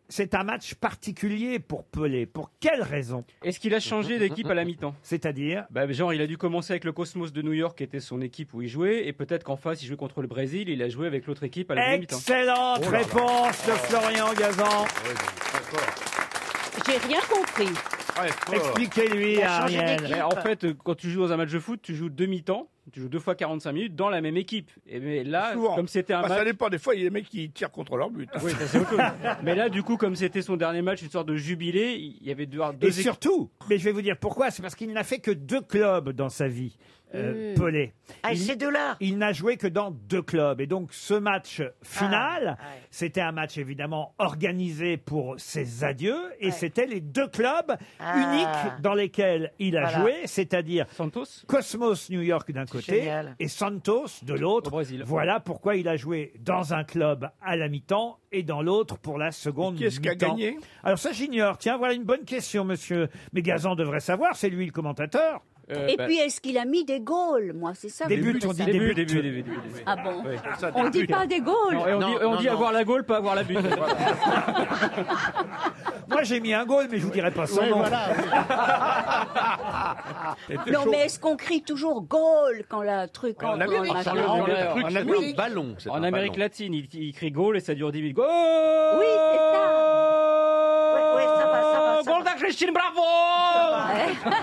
C'est un match particulier pour Pelé. Pour quelle raison
Est-ce qu'il a changé d'équipe à la mi-temps
C'est-à-dire
Bah, genre, il a dû commencer avec le Cosmos de New York, qui était son équipe où il jouait, et peut-être qu'en face, il jouait contre le Brésil, il a joué avec l'autre équipe à la même mi-temps.
Excellente
Oh là là.
réponse de Florian Gazan.
Ah
J'ai rien compris.
Expliquez-lui,
Il a changé
Ariel.
d'équipe.
Mais En fait, euh, quand tu joues dans un match de foot, tu joues demi-temps, tu joues deux fois 45 minutes dans la même équipe. Et mais là,
Souvent.
comme c'était un
Bah, Ça
match.
dépend, des fois, il y a des mecs qui tirent contre leur but.
Oui, ça, c'est autre chose. mais là, du coup, comme c'était son dernier match, une sorte de jubilé, il y avait deux, deux
Et
équipes.
surtout, mais je vais vous dire pourquoi, c'est parce qu'il n'a fait que deux clubs dans sa vie,
Mm.
euh, Pelé.
Ah, et
Il-
ces deux-là
Il n'a joué que dans deux clubs. Et donc, ce match final,
Ah,
c'était un match évidemment organisé pour ses adieux, et c'était les deux clubs
Ah.
uniques dans lesquels il a
Voilà.
joué, c'est-à-dire
Santos
Cosmos New York d'un côté
génial.
et Santos de l'autre. Voilà pourquoi il a joué dans un club à la mi-temps et dans l'autre pour la seconde
qui est-ce qui a
mi-temps.
gagné
Alors ça j'ignore. Tiens, voilà une bonne question, monsieur. Mais Gazan devrait savoir, c'est lui le commentateur.
Et puis, est-ce qu'il a mis des goals Moi, c'est ça.
Des
vous
buts,
voulez
on dit
savoir.
des buts.
Euh, bah, Début, début, début, début.
Ah bon
Oui.
On dit pas des goals.
Non, et on dit, et on dit avoir la gaule, pas avoir la butte.
[laughs] Moi j'ai mis un goal, mais je vous dirai pas son
Ouais,
nom.
Non, mais est-ce qu'on crie toujours goal quand la truc
En Amérique,
quand- Oui.
ballon. En Amérique latine, il, il crie goal et ça dure 10 minutes. Oh Goal
Oui, c'est ça.
Goal de Christine
[laughs]
Bravo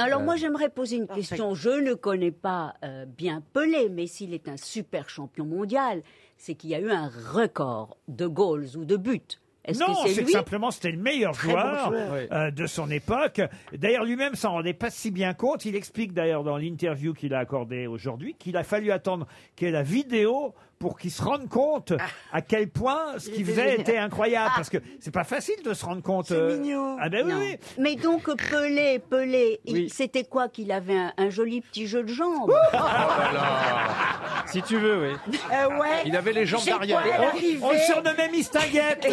Alors
Euh,
moi j'aimerais poser une question. Je ne connais pas euh, bien Pelé, mais s'il est un super champion mondial, c'est qu'il y a eu un record de goals ou de buts. Est-ce que
Non,
c'est
c'est que
lui
simplement c'était le meilleur
Très bon
joueur,
joueur. Oui.
euh, de son époque. D'ailleurs, lui-même s'en rendait pas si bien compte. Il explique d'ailleurs dans l'interview qu'il a accordée aujourd'hui qu'il a fallu attendre qu'il y ait la vidéo pour qu'il se rende compte à quel point ce qu'il
Ah. était
faisait
génial. Ah.
était incroyable. Parce que c'est pas facile de se rendre compte. euh, Ah ben oui,
Non.
oui.
Mais donc Pelé, Pelé, il- c'était quoi qu'il avait un, un joli petit jeu de jambes Oh.
Ah, [laughs] Si tu veux, oui.
Il avait les jambes J'ai d'arrière. quoi, elle arrivait
On, on le
surnommait Mistinguette.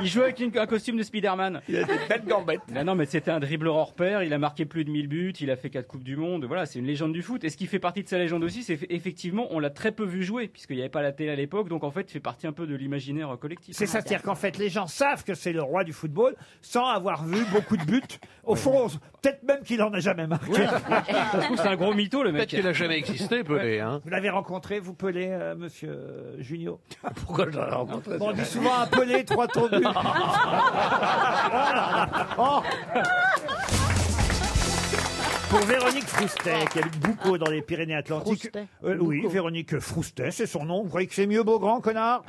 Il jouait avec une- un costume de Spider-Man. Il a des belles gambettes. non, mais c'était un dribbleur hors pair. Il a marqué plus de 1000 buts. Il a fait 4 Coupes du Monde. Voilà, c'est une légende du foot. Et ce qui fait partie de sa légende aussi, c'est eff- effectivement, on l'a très peu vu jouer. jouer, puisqu'il n'y avait pas la télé à l'époque, donc en fait, il fait partie un peu de l'imaginaire collectif.
C'est ça, c'est-à-dire qu'en fait, les gens savent que c'est le roi du football sans avoir vu beaucoup de buts. Au fond, peut-être même qu'il en a jamais marqué.
Je trouve que c'est un gros mytho, le mec. Peut-être qu'il a jamais existé, Pelé, hein.
Vous l'avez rencontré, vous, Pelé, euh, monsieur euh, Junio
[laughs] Pourquoi je l'ai rencontré
Bon, On dit souvent un Pelé,
[laughs]
trois Oh, tendus. Oh, Pour Véronique Froustet, qui habite Boucau dans les Pyrénées-Atlantiques. Euh, oui, Véronique Froustet, c'est son nom. Vous croyez que c'est mieux Beaugrand, connard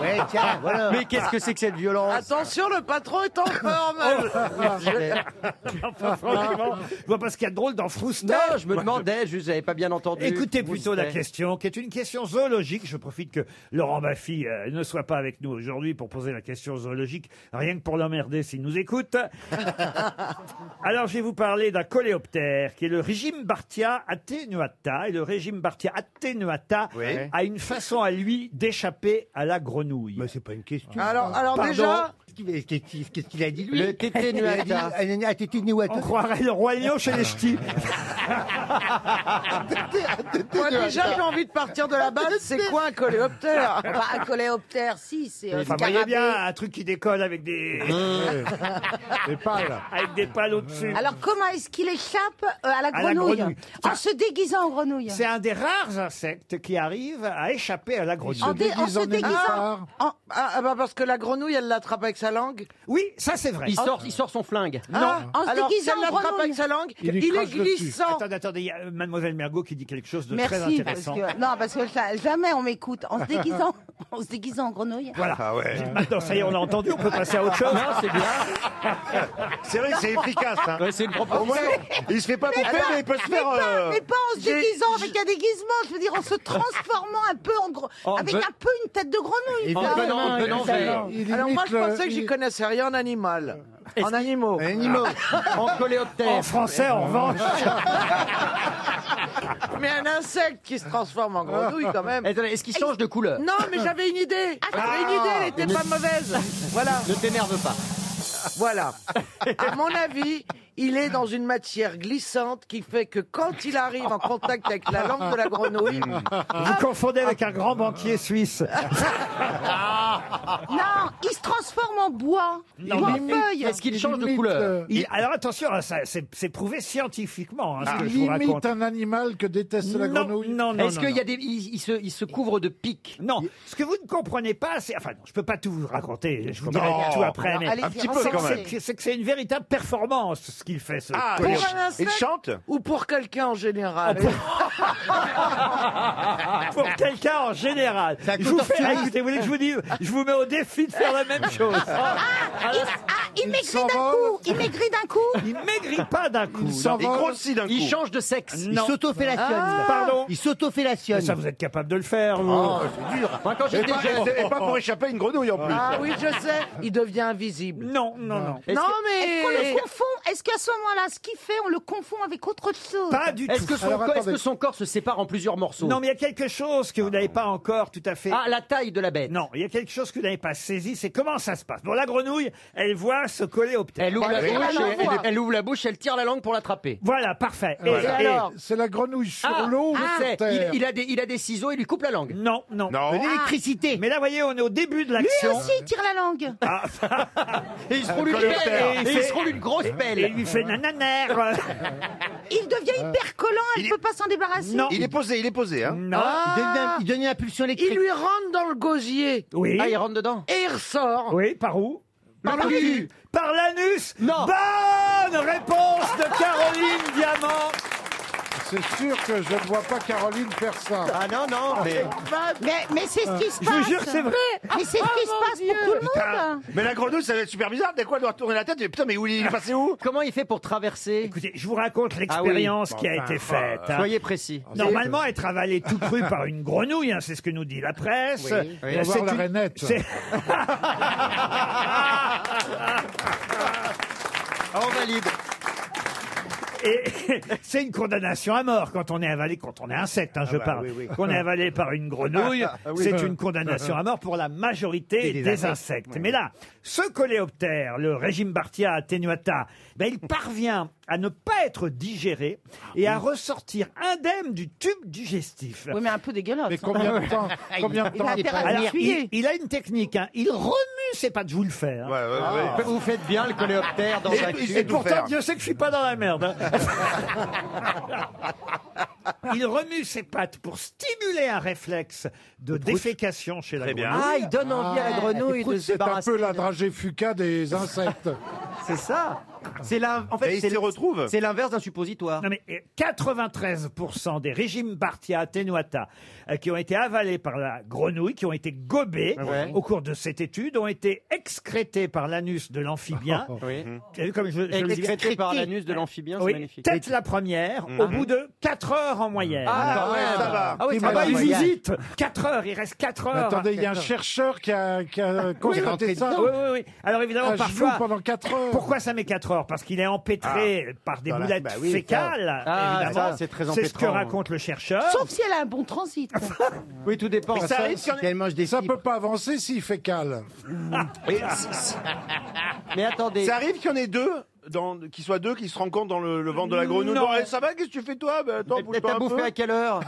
Ouais, tiens, voilà.
Mais qu'est-ce que c'est que cette violence
Attention, le patron est en forme.
Oh.
[laughs]
Ah,
Enfin, franchement, je vois pas ce qu'il y a de drôle dans Froustet.
Non, je me demandais, juste, j'avais pas bien entendu.
Écoutez plutôt la
Froustet.
question, qui est une question zoologique. Je profite que Laurent Baffy euh, ne soit pas avec nous aujourd'hui pour poser la question zoologique, rien que pour l'emmerder s'il
[laughs]
nous écoute. Alors, je vais vous parler d'un coléoptère qui est le régime Bartia attenuata. Et le régime Bartia attenuata
Oui.
a une façon à lui d'échapper à la grenouille. Mais c'est pas une question.
Alors- alors déjà-
Qu'est-ce qu'il a dit
lui
[laughs]
Le téténuata.
ah,
Un téténuata.
On croirait le roi lion chez les ch'tis.
Moi, déjà, j'ai envie de partir de la base. C'est quoi un coléoptère
Bah, un coléoptère, si, c'est un
Euh,
Enfin, vous voyez bien un truc qui décolle avec [laughs] des. des pales. [laughs] Avec des pales au-dessus.
[laughs] Alors, comment est-ce qu'il échappe euh, à la
À la
grenouille,
grenouille.
En se déguisant en grenouille.
C'est un des rares insectes qui arrive à échapper à la grenouille.
En, dé- en se déguisant. En- ah, ah, bah, parce que la grenouille, elle l'attrape avec sa langue.
Oui, ça c'est vrai.
Il sort, il sort son flingue.
Non. En se
Alors,
déguisant
si elle
en
l'attrape
grenouille.
avec sa langue,
Il lui crache dessus.
Attendez, attendez, il y a Mademoiselle Mergot qui dit quelque chose de très
Merci, parce
intéressant.
que, non, parce que ja- jamais on m'écoute. En se
[laughs]
déguisant, en se déguisant en grenouille.
[laughs] Voilà. Maintenant, ça y est, on a entendu, on peut passer à autre chose.
Non, c'est
C'est vrai que c'est efficace, hein. Ouais, c'est une proposition.
Au moins, il se fait pas pomper, mais il peut se faire.
Mais pas,
euh,
mais pas en se
j'ai-
déguisant avec un déguisement, je veux dire en se transformant un peu en gros,
En
avec
ve-
un peu une tête de grenouille.
En
quoi.
venant- en venant vers-
Il Alors moi, je
imite le-
pensais que j'y
il-
connaissais rien en animal. En animaux. En
animaux.
en coléoptère.
En français, en revanche.
Ah, mais un insecte qui se transforme en grenouille, quand même.
Attendez, Est-ce qu'il change de couleur Ah.
Non, mais j'avais une idée. J'avais une idée, elle
Mais-
n'était pas mauvaise. Voilà.
Ne t'énerve pas.
[laughs]
Voilà. À mon avis, il est dans une matière glissante qui fait que quand il arrive en contact
[laughs]
avec la langue de la grenouille,
Vous confondez avec un grand banquier suisse.
[laughs] Non, il se transforme en bois.
Non,
ou en
mais-
feuille.
Est-ce qu'il change de couleur Il- Alors attention, hein, ça, c'est c'est prouvé scientifiquement hein, ce que je vous
Il
raconte.
imite un animal que déteste la
Non,
grenouille.
non, non,
Est-ce
non,
qu'il y a
non.
des. Il, il se, il se couvre de pics
Non, ce que vous ne comprenez pas, c'est. Enfin, non, je peux pas tout vous raconter, je vous dirai
Non.
tout après.
Non,
mais
allez-y, Un petit peu,
c'est-
quand même.
c'est- C'est que c'est une véritable performance, ce qu'il fait, ce
Ah, pour
coléoptère.
un insecte ou pour quelqu'un en général.
pour quelqu'un en général.
C'est un
Je vous, fais, ah,
contorsionniste.
écoutez, vous voulez que je vous dise, je vous mets au défi de faire la même
[laughs]
chose.
Ah, il, ah, il maigrit d'un coup. Il maigrit d'un coup.
Il maigrit pas d'un coup.
s'envole.
non,
Il change de sexe.
Non.
Il
s'autofellationne.
Ah. Pardon.
Il s'autofellationne.
Mais ça, vous êtes capable de le faire. Vous.
Oh,
Ah,
c'est dur.
Moi, quand
Et
j'étais
pas-
jeune-
et- et pas pour
échapper à une grenouille en
Ah oui, je sais, il devient invisible.
Non, non, non.
Non,
Est-ce qu'on
mais
le confond Est-ce qu'à ce moment-là, ce qu'il fait, on le confond avec autre chose
Pas du
Est-ce
tout.
que, son
Alors,
corps- est-ce
attendez.
que son corps se sépare en plusieurs morceaux
Non, mais il y a quelque chose que vous n'avez pas encore tout à fait.
Ah, la taille de la bête.
Non, il y a quelque chose que vous n'avez pas saisi, c'est comment ça se passe. Bon, la grenouille, elle voit se coller au petit.
Ah, Elle ouvre, la
Oui.
bouche,
Alors,
et- elle, elle ouvre la bouche, elle tire la langue pour l'attraper.
Voilà, parfait. Et-
Voilà.
et-
Alors
C'est la grenouille sur
Ah,
l'eau ou
je
sur
sais,
terre
il, il a des, il a des ciseaux, il lui coupe la langue.
Non, non.
De
l'électricité. Mais là, vous voyez, on est au début de
Lui
l'action.
aussi, il tire la langue.
Ah.
Et il se roule une pelle. Et il se roule une grosse pelle.
Et il lui
[laughs]
fait nananère.
Il devient hyper collant. Elle ne peut pas s'en débarrasser.
Il est posé, il est posé. Hein.
Non.
Il donne un- Il donne une impulsion électrique.
il lui rentre dans le gosier.
Oui.
Ah, il rentre dedans.
Et il ressort.
Oui, par où
Par le cul.
Par l'anus
Non.
Bonne réponse de Caroline Diamant.
C'est sûr que je ne vois pas Caroline faire ça.
Ah non, non, mais.
Mais, mais c'est ce qui se
Je
passe.
vous jure que c'est vrai. Ah,
Mais c'est ce qui
Ah,
se passe pour tout le monde.
Mais la grenouille, ça va être super bizarre. Dès quoi elle doit tourner la tête et, Putain, mais où il est passé où
Comment il fait pour traverser
Écoutez, je vous raconte
Ah oui.
l'expérience qui a
Enfin,
été faite. hein.
Soyez précis.
Normalement, être avalé tout cru par une grenouille, hein, c'est ce que nous dit la presse.
Oui.
Euh,
Faut voir la rainette.
c'est-
Ah, on valide.
Et [laughs] c'est une condamnation à mort quand on est avalé, quand on est insecte, hein, je
bah
parle,
oui, oui.
qu'on est avalé par une
[laughs]
grenouille,
Ah oui,
c'est
bah.
une condamnation à mort pour la majorité
Et
des,
des
insectes.
insectes, oui.
Mais là, ce coléoptère, le régime Bartia attenuata, ben, il parvient à ne pas être digéré
Ah
et à ressortir indemne du tube digestif.
Oui, mais un peu dégueulasse. hein.
Mais combien de
[laughs]
temps- combien de temps il est pas-
Alors, il,
essuyé.
il a une technique, hein. il remue ses pattes, je vous le fais. hein.
ouais. Ah. Vous faites bien le coléoptère dans
et,
un cul.
Et pourtant, Dieu sait que je suis pas dans la merde.
[laughs]
hein. il remue ses pattes pour stimuler un réflexe de défécation chez la grenouille.
Ah, il donne envie à la grenouille de se
C'est un
débarrasser.
peu la dragée fuca des insectes.
[laughs] C'est ça. C'est la... En
Et
fait,
il
c'est
s'y
le-
retrouve.
C'est l'inverse d'un suppositoire.
Non mais euh, 93% des régimes Bartia attenuata euh, qui ont été avalés par la grenouille, qui ont été gobés
Ah Ouais.
au cours de cette étude, ont été excrétés par l'anus de l'amphibien.
Oui.
T'as vu comme je, je le dis-
Excrétés par l'anus de l'amphibien, c'est
Oui,
magnifique.
Tête la première,
Mhm.
au bout de 4 heures en moyenne.
Ah, Ah, quand ouais, même. ça va.
Ah, oui,
Ah bah,
une
il voyage.
visite 4 heures, il reste 4 heures.
Attendez, il y a un chercheur qui a, qui a constaté ça.
Oui, oui, oui. Alors évidemment,
À genoux
parfois.
pendant 4 heures.
Pourquoi ça met 4 heures Parce qu'il est empêtré par des
Voilà.
boulettes
Bah oui, ça.
fécales.
Ah,
évidemment.
ça, c'est très
C'est ce que
empêtrant.
raconte le chercheur.
Sauf si elle a un bon transit.
Oui, tout dépend.
ça ça peut pas avancer s'il
[laughs]
fécale.
Ah. Mais attendez.
Ça arrive qu'il y en ait deux dans, qu'ils soient deux qui se rencontrent dans le, le ventre de la grenouille.
Non.
Bon, eh, ça va, qu'est-ce que tu fais toi Ben, attends, bouge
Mais
pas
t'as
un
bouffé
peu.
à quelle
[laughs]
heure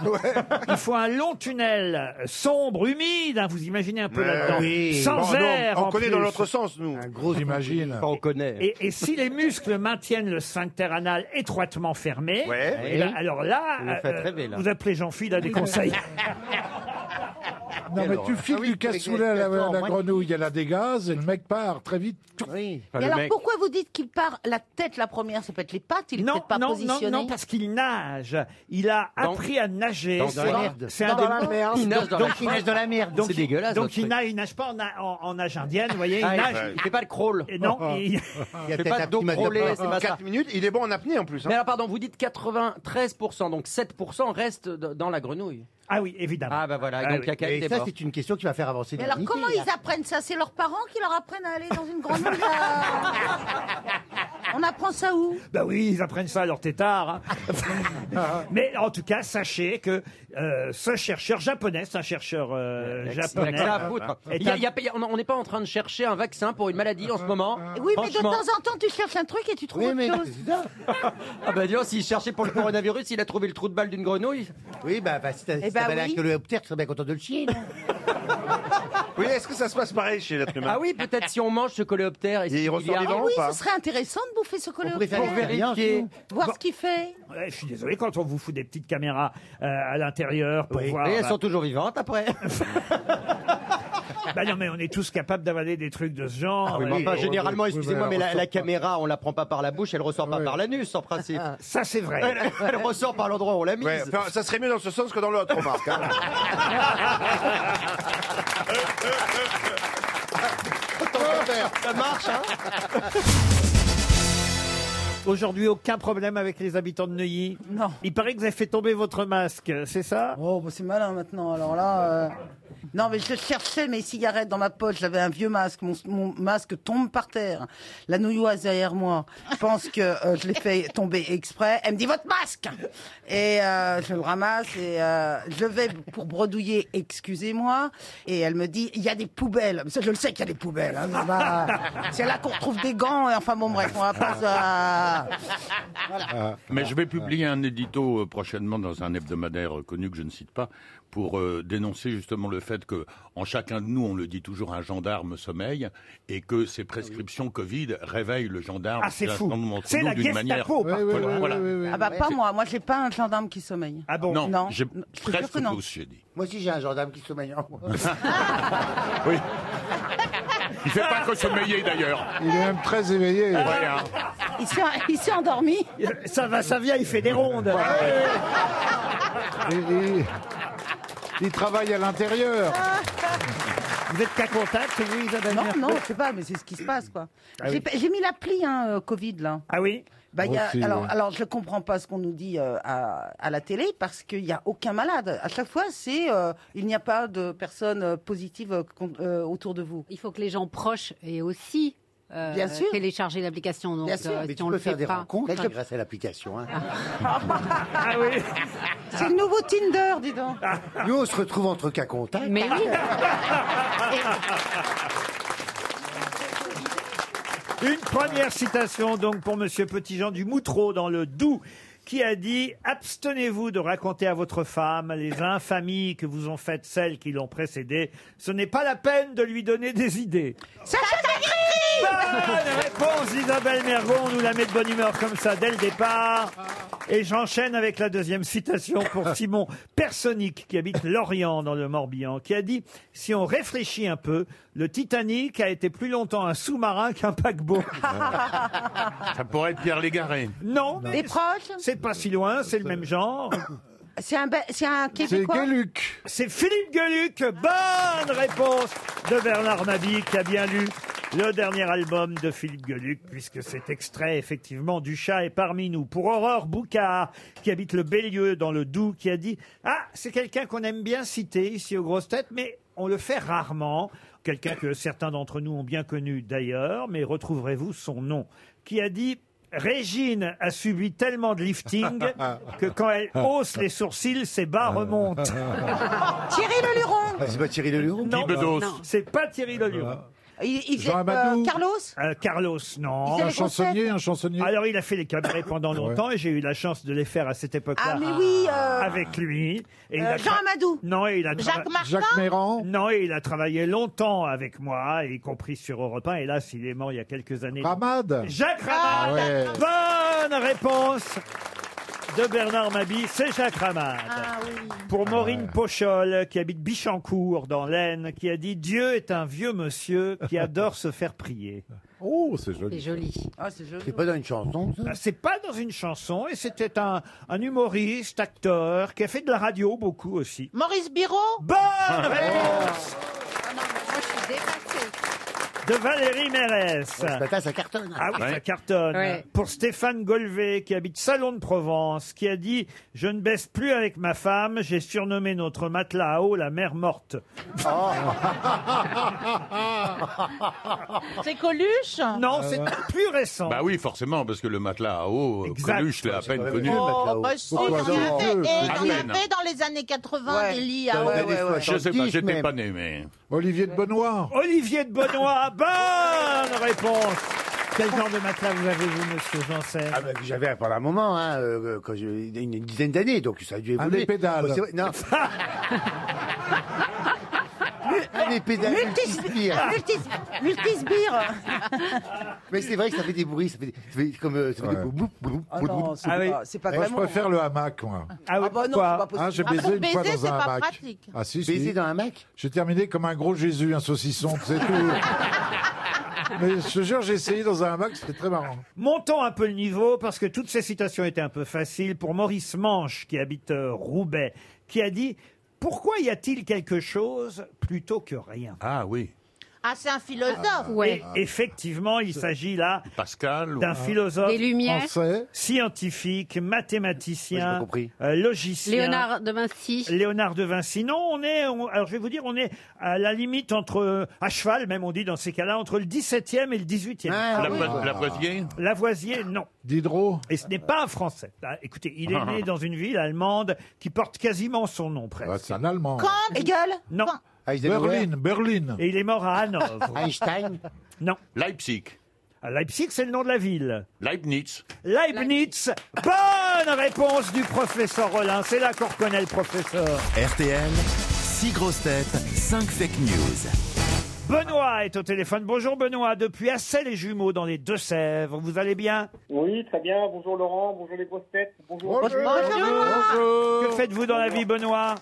Il faut un long tunnel euh, sombre, humide. hein, vous imaginez un peu
Euh,
Ouais,
Eh
là-dedans.
oui.
Sans
Bon, non,
air.
on
en
connaît
plus.
dans l'autre sens, nous. Un
gros, j'imagine.
Enfin, on connaît.
Et, et si les muscles maintiennent le sphincter anal étroitement fermé,
Ouais.
eh ben, alors là, euh,
Vous me faites rêver, là.
vous appelez Jean-Phil à des conseils.
Non, mais tu files
Ah oui,
du cassoulet à la, à la grenouille, elle a des gaz, et le mec part très vite.
Oui. Et alors pourquoi vous dites qu'il part la tête la première Ça peut être les pattes, il est
Non,
peut-être pas
non,
positionné.
non, non, parce qu'il nage. Il a
Dans-
appris à nager.
dans
C'est-
la merde.
C'est
Dans
un des-
la merde. Il nage dans la- il nage dans la merde.
Donc
C'est
il-
dégueulasse,
Donc
votre
il
truc.
nage, il nage pas en, a- en- en nage indienne, vous voyez.
Ah,
il
il
nage.
fait- il fait pas le crawl.
Et non,
Oh.
il,
Il fait pas de dos crawlé, c'est pas ça.
Quatre minutes, il est bon en apnée en plus. hein.
Mais alors, pardon, vous dites 93%, donc 7% reste de- dans la grenouille.
Ah oui, évidemment.
Ah bah voilà,
Ah oui.
donc il y a quand même
Et
des
ça,
morts.
c'est une question qui va faire avancer
Mais
la
alors
vie.
comment ils apprennent ça C'est leurs parents qui leur apprennent à aller dans une grenouille à- On apprend ça où
Bah oui, ils apprennent ça à leur tétard.
[laughs]
hein. Mais en tout cas, sachez que euh, ce chercheur japonais, c'est un chercheur euh,
Il y a que
japonais.
ça à foutre.
est
Il y a-
un-
il y a pas- On n'est pas en train de chercher un vaccin pour une maladie en ce moment.
Ah, Oui, mais de
Franchement.
temps en temps, tu cherches un truc et tu trouves
Oui,
autre
mais-
chose.
[laughs] Ah bah dis donc, s'il cherchait pour le coronavirus, il a trouvé le trou de balle d'une grenouille.
Oui, bah, bah si t'as-
Eh
si t'as
bah
avalé
oui.
un coléoptère, tu serais bien content de le chier.
[laughs]
non
Oui, est-ce que ça se passe pareil chez l'être humain
Ah oui, peut-être si on mange ce coléoptère.
Et il ressort
y a-
Eh oui, ce serait intéressant de bouffer ce coléoptère.
pourrait faire l'expérience, nous.
Voir ce qu'il fait.
Ouais, je suis désolé quand on vous fout des petites caméras euh, à l'intérieur pour voir.
Et elles
bah-
sont toujours vivantes après.
[laughs] bah non, mais on est tous capables d'avaler des trucs de ce genre.
Ah oui, mais
Euh,
enfin,
oui,
généralement,
oui,
excusez-moi,
oui,
mais
elle
la, la
ressort pas.
caméra, on la prend pas par la bouche, elle ressort pas par l'anus, en principe.
Ça, c'est vrai.
Elle, elle ressort par l'endroit où [laughs] on l'a mise.
Ouais, enfin, ça serait mieux dans ce sens que dans l'autre, remarque. hein.
Ça
[laughs]
marche, hein
Aujourd'hui, aucun problème avec les habitants de Neuilly Non. Il paraît que vous avez fait tomber votre [laughs] masque, euh, c'est ça
Oh, bah, c'est malin maintenant. Alors là. euh, Non, mais je cherchais mes cigarettes dans ma poche. J'avais un vieux masque. Mon, mon masque tombe par terre. La nouilloise derrière moi pense que euh, je l'ai fait tomber exprès. Elle me dit Votre masque Et euh, je le ramasse et euh, je vais pour bredouiller Excusez-moi. Et elle me dit Il y a des poubelles. Mais ça, je le sais qu'il y a des poubelles. hein. C'est pas- C'est là qu'on retrouve des gants. Et enfin, bon, bref, on va pas. euh, se- Voilà.
Ah,
Mais je vais publier un édito euh, prochainement dans un hebdomadaire euh, connu que je ne cite pas pour euh, dénoncer justement le fait que en chacun de nous, on le dit toujours, un gendarme sommeille et que ces prescriptions Covid réveillent le gendarme.
Ah, c'est
d'un
fou.
certain moment
C'est
nous
la
d'une
Gestapo,
manière-
par
Voilà,
contre.
voilà.
Ah bah pas moi, moi j'ai pas un gendarme qui sommeille.
Ah
Non,
Non.
j'ai
je te jure
presque
que non.
tous, j'ai dit.
Moi aussi, j'ai un gendarme qui sommeille en moi.
Ah. Il fait pas que sommeiller d'ailleurs.
Il est même très éveillé.
Ouais, hein.
Il s'est, il s'est endormi.
Ça va, ça vient, il fait des rondes.
Ah
Et- et-
[laughs]
[laughs]
il travaille à l'intérieur.
Vous êtes qu'à contact, vous, Isabelle
Non,
Mercou
non, je sais pas, mais c'est ce qui se passe quoi.
Ah
j'ai,
oui.
pas- j'ai mis l'appli hein, euh, Covid là.
Ah oui
Bah, il y a-
Aussi,
alors,
ouais.
alors, je comprends pas ce qu'on nous dit euh, à, à la télé parce qu'il n'y a aucun malade. À chaque fois, c'est euh, il n'y a pas de personnes euh, positives euh, con- euh, autour de vous.
Il faut que les gens proches aient aussi
euh,
Bien sûr.
[laughs]
télécharger l'application. Donc, euh,
Mais
si
tu
on
peux
le
faire
fait
des
pas-
rencontres hein, grâce à l'application. hein.
Ah [laughs] oui
C'est le nouveau Tinder, dis donc.
Nous, on se retrouve entre cas contacts.
Mais oui.
Une première citation donc pour Monsieur Petitjean du Moutreau dans le Doubs qui a dit « Abstenez-vous de raconter à votre femme les infamies que vous ont faites celles qui l'ont précédée. Ce n'est pas la peine de lui donner des idées. »
Ça
Bonne réponse Isabelle Mergon, on nous la met de bonne humeur comme ça dès le départ. Et j'enchaîne avec la deuxième citation pour Simon Personic qui habite Lorient dans le Morbihan qui a dit « Si on réfléchit un peu, le Titanic a été plus longtemps un sous-marin qu'un paquebot. »
Ça pourrait être Pierre Légaré.
Non,
Des proches
C'est pas si loin, c'est le même genre.
C'est un, Be- c'est un Québécois.
Gueluc. C'est Philippe Gueluc. Bonne réponse de Bernard Mabie qui a bien lu le dernier album de Philippe Gueluc puisque c'est extrait effectivement du chat est parmi nous. Pour Aurore Boucard qui habite le Bélieu dans le Doubs qui a dit Ah, c'est quelqu'un qu'on aime bien citer ici aux grosses têtes mais on le fait rarement. Quelqu'un que certains d'entre nous ont bien connu d'ailleurs mais retrouverez-vous son nom qui a dit Régine a subi tellement de lifting que quand elle hausse les sourcils, ses bas remontent.
Thierry Leluron.
Ah, C'est pas Thierry Leluron
Non, non, c'est pas Thierry Leluron.
Ah.
Il, il faisait,
Jean Amadou.
euh, Carlos
Euh, Carlos,
Il
non.
fait Un les chansonnier, recettes. un
chansonnier. Alors, il a fait les
[laughs]
cabarets pendant longtemps et j'ai eu la chance de les faire à cette époque-là.
Ah, mais oui, euh,
Avec lui. Et il
euh,
a
Jean
tra-
Amadou.
Non, et il a trava-
Jacques Martin Jacques Méran.
Non, et il a travaillé longtemps avec moi, y compris sur Europe 1. Hélas, il est mort il y a quelques années.
Ramad
Jacques
Ah,
Ramad.
ouais.
Bonne réponse de Bernard Mabie, c'est Jacques Ramad.
Ah
Pour Maureen Pochol, qui habite Bichancourt dans l'Aisne, qui a dit Dieu est un vieux monsieur
[laughs]
qui adore se faire prier.
Oh, c'est joli.
Ah, c'est joli.
C'est
[laughs]
pas dans une chanson, ça
Ah, C'est pas dans une chanson, et c'était un, un humoriste, acteur, qui a fait de la radio beaucoup aussi.
Maurice Biro
Bonne réponse de Valérie Mérès.
Ouais, ce matin, ça cartonne.
Ah oui, ça cartonne.
Ouais.
Pour Stéphane Golvé, qui habite Salon de Provence, qui a dit « Je ne baisse plus avec ma femme, j'ai surnommé notre matelas à eau la mère morte
C'est Coluche
Non, c'est plus récent.
Bah oui, forcément, parce que le matelas à eau, euh,
Exact.
Coluche l'a à peine connu.
Oh, bah, si, il y en avait, eh, il y
À
en
peine.
avait dans les années 80
Ouais.
des lits à
Dans
eau.
les années 70,
ouais.
Je sais pas, j'étais
même.
pas né, mais...
Olivier de Benoît.
Olivier de Benoît, [laughs] bonne réponse Quel genre de matelas vous avez, vous, monsieur Janssen
Ah ben, J'avais pendant un moment, hein, euh, quand j'ai- une, une dizaine d'années, donc ça a dû
Un
évoluer.
des Ah, pédales.
Oh, c'est vrai,
[laughs]
non. un des pédales multispire.
Multis- Multisbire.
Mais c'est vrai que ça fait des bruits, ça fait, des- ça fait comme euh, ça fait des
Ouais.
boup, boup, boup,
Ah
boup,
non,
boup.
c'est Ah oui. pas- c'est pas
Moi,
vraiment,
Je préfère le hamac, moi.
Ah,
bah non, c'est pas possible.
Ah, j'ai
Ah,
baisé
pour
une fois
baiser,
dans
c'est
un
pas
hamac.
pratique.
Ah si, si.
Baiser dans un hamac
J'ai terminé comme un gros Jésus, un saucisson,
[laughs]
c'est tout. Mais je te jure, j'ai essayé dans un hamac, c'était très marrant.
Montons un peu le niveau parce que toutes ces citations étaient un peu faciles pour Maurice Manche qui habite euh, Roubaix qui a dit pourquoi y a-t-il quelque chose plutôt que rien
Ah oui.
Ah, c'est un philosophe.
Et effectivement, il s'agit là
Pascal ou-
hein.
d'un
Ah.
philosophe
Des Lumières. Français.
scientifique,
Oui, j'ai pas
mathématicien,
compris.
euh, logicien.
Léonard de Vinci.
Léonard de Vinci. Non, on est, on- alors je vais vous dire, on est à la limite entre, euh, à cheval même, on dit dans ces cas-là, entre le 17e et le 18e.
Lavo- Lavoisier
Lavoisier, non.
Diderot
Et ce n'est pas un Français. Ah, écoutez, il est né dans une ville allemande qui porte quasiment son nom, presque.
C'est un Allemand.
Kant
Hegel
Non.
Berlin, Berlin.
Et il est mort à Hanovre.
Einstein
Non.
Leipzig.
À Leipzig, c'est le nom de la ville.
Leibniz.
Leibniz. Bonne réponse du professeur Rollin. C'est là qu'on reconnaît le professeur.
RTL, 6 grosses têtes, 5 fake news.
Benoît est au téléphone. Bonjour Benoît, depuis Assel les Jumeaux dans les Deux-Sèvres. Vous allez bien
Oui, très bien. Bonjour Laurent, bonjour les grosses têtes. Bonjour.
Que faites-vous dans la vie Benoît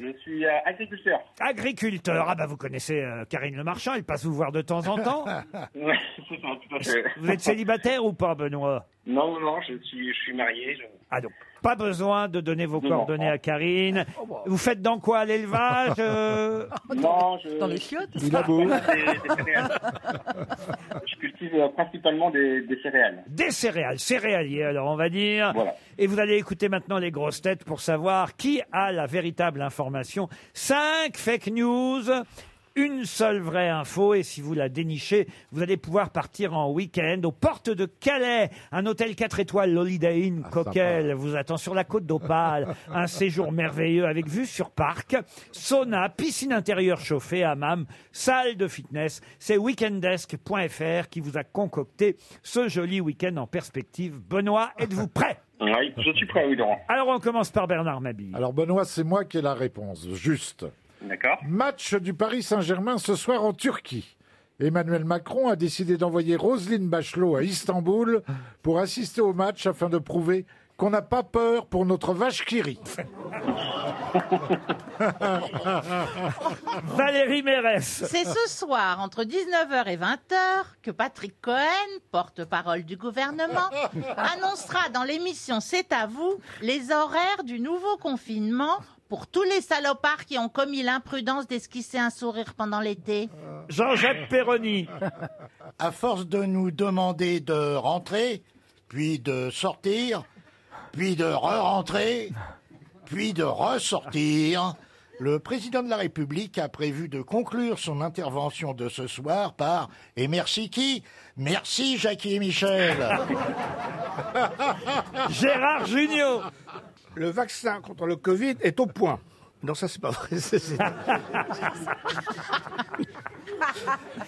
Je suis euh,
[laughs]
agriculteur.
Agriculteur. Ah bah vous connaissez euh, Karine Le Marchand, elle passe vous voir de temps en
[laughs]
temps.
Ouais, c'est ça, tout à fait.
Vous êtes célibataire ou pas Benoît
Non, non, non, je suis, je suis marié. je-
Ah donc, pas besoin de donner vos
Non. Oh, bah.
coordonnées à Karine. Vous faites dans quoi à l'élevage euh
[laughs] Non, je.
Dans les chiottes
Je cultive des- des céréales. Je cultive euh, principalement des, des céréales.
[laughs] Des céréales, céréaliers alors on va dire. Et vous allez écouter maintenant les grosses têtes pour savoir qui a la véritable information. Cinq fake news. une seule vraie info et si vous la dénichez, vous allez pouvoir partir en week-end aux portes de Calais. Un hôtel 4 étoiles, l'Holiday Inn Coquel vous attend sur la côte d'Opale. un séjour merveilleux avec vue sur parc, sauna, piscine intérieure chauffée, hammam, salle de fitness. C'est weekendesk.fr qui vous a concocté ce joli week-end en perspective. Benoît, êtes-vous prêt
Oui, je suis prêt, oui, Laurent.
Alors on commence par Bernard Mabille.
Alors Benoît, c'est moi qui ai la réponse, juste.
D'accord.
Match du Paris Saint-Germain ce soir en Turquie. Emmanuel Macron a décidé d'envoyer Roselyne Bachelot à Istanbul pour assister au match afin de prouver qu'on n'a pas peur pour notre vache qui rit.
Valérie
[laughs]
Mérès.
C'est ce soir, entre 19h et 20h, que Patrick Cohen, porte-parole du [laughs] gouvernement, annoncera dans l'émission C'est à vous les horaires du nouveau confinement pour tous les salopards qui ont commis l'imprudence d'esquisser un sourire pendant l'été.
Jean-Jacques Perroni.
[laughs] À force de nous demander de rentrer, puis de sortir, puis de re-rentrer, puis de ressortir, le président de la République a prévu de conclure son intervention de ce soir par Et merci qui Merci Jackie et Michel
[laughs] Gérard Junior
Le vaccin contre le Covid est au point. Non, ça c'est pas vrai. [laughs] c'est- c'est-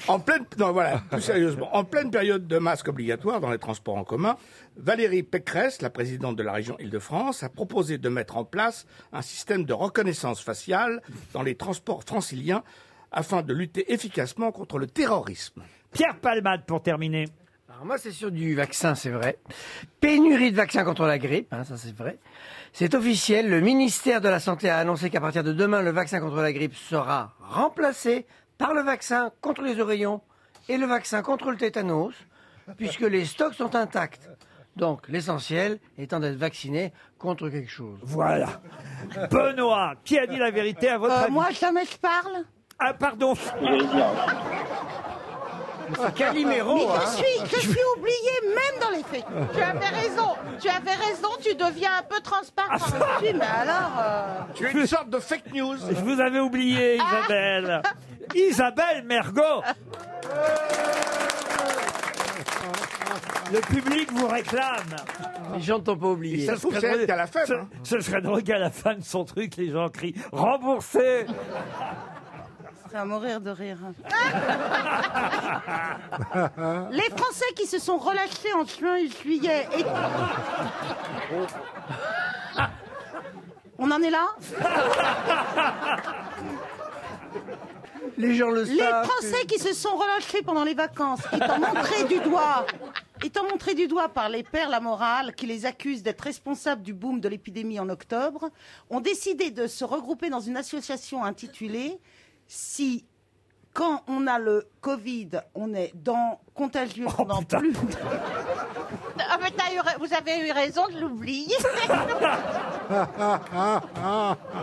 en pleine, non, voilà, plus sérieusement, en pleine période de masque obligatoire dans les transports en commun, Valérie Pécresse, la présidente de la région Île-de-France, a proposé de mettre en place un système de reconnaissance faciale dans les transports franciliens afin de lutter efficacement contre le terrorisme.
Pierre Palmade pour terminer.
Alors moi, c'est sûr du vaccin, c'est vrai. Pénurie de vaccins contre la grippe, hein, ça c'est vrai. C'est officiel, le ministère de la Santé a annoncé qu'à partir de demain, le vaccin contre la grippe sera remplacé par le vaccin contre les oreillons et le vaccin contre le tétanos, puisque les stocks sont intacts. Donc l'essentiel étant d'être vacciné contre quelque chose.
Voilà. Benoît, qui a dit la vérité à votre
Euh,
avis
moi, jamais je parle.
Ah, pardon.
C'est Ah,
[laughs]
Calimero,
Mais
hein.
je suis, je suis oubliée même dans les faits.
Tu avais raison, tu avais raison, tu deviens un peu transparent.
Ah, Oui, mais alors. euh,
Tu es une sorte de fake news. Ah.
Je vous avais oublié,
[laughs]
Isabelle. Isabelle Mergot. Le public vous réclame.
Les gens t'ont pas oublié.
Ce serait drôle- ce-
hein.
hein.
Ce serait drôle qu'à la fin de son truc, les gens crient remboursé.
C'est à mourir de rire. Les Français qui se sont relâchés en juin et juillet. et- On en est là
Les gens le
Les
savent.
Français qui se sont relâchés pendant les vacances, étant montrés du doigt, étant montrés du doigt par les pères la morale qui les accusent d'être responsables du boom de l'épidémie en octobre, ont décidé de se regrouper dans une association intitulée Si quand on a le Covid, on est dans contagieux
Oh,
pendant plus.
Ah, mais t'as eu ra- vous avez eu raison de l'oublier. [laughs]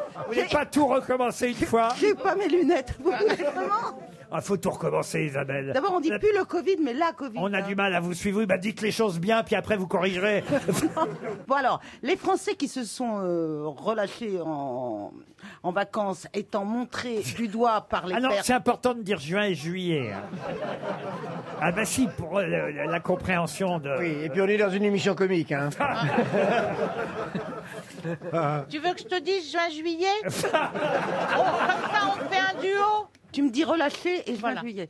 [laughs]
Vous voulez pas tout recommencer une fois
J'ai [laughs] pas mes lunettes. Vous voulez vraiment
Ah, faut tout recommencer, Isabelle.
D'abord, on dit plus le Covid, mais la Covid.
On a
hein.
du mal à vous suivre. Oui, Bah, dites les choses bien, puis après vous corrigerez.
Bon alors, les Français qui se sont euh, relâchés en, en vacances étant montrés du doigt par [laughs] les
Ah non,
pères-
c'est important de dire juin et juillet. hein. Ah bah si, pour euh, le- la, la compréhension de...
Oui, et puis on est dans une émission comique.
[laughs]
Hein. [laughs]
Ah.
tu veux que je te dise juin-juillet [laughs] Comme ça, on fait un duo.
Tu me dis relâchés et je
Voilà.
m'appuyais.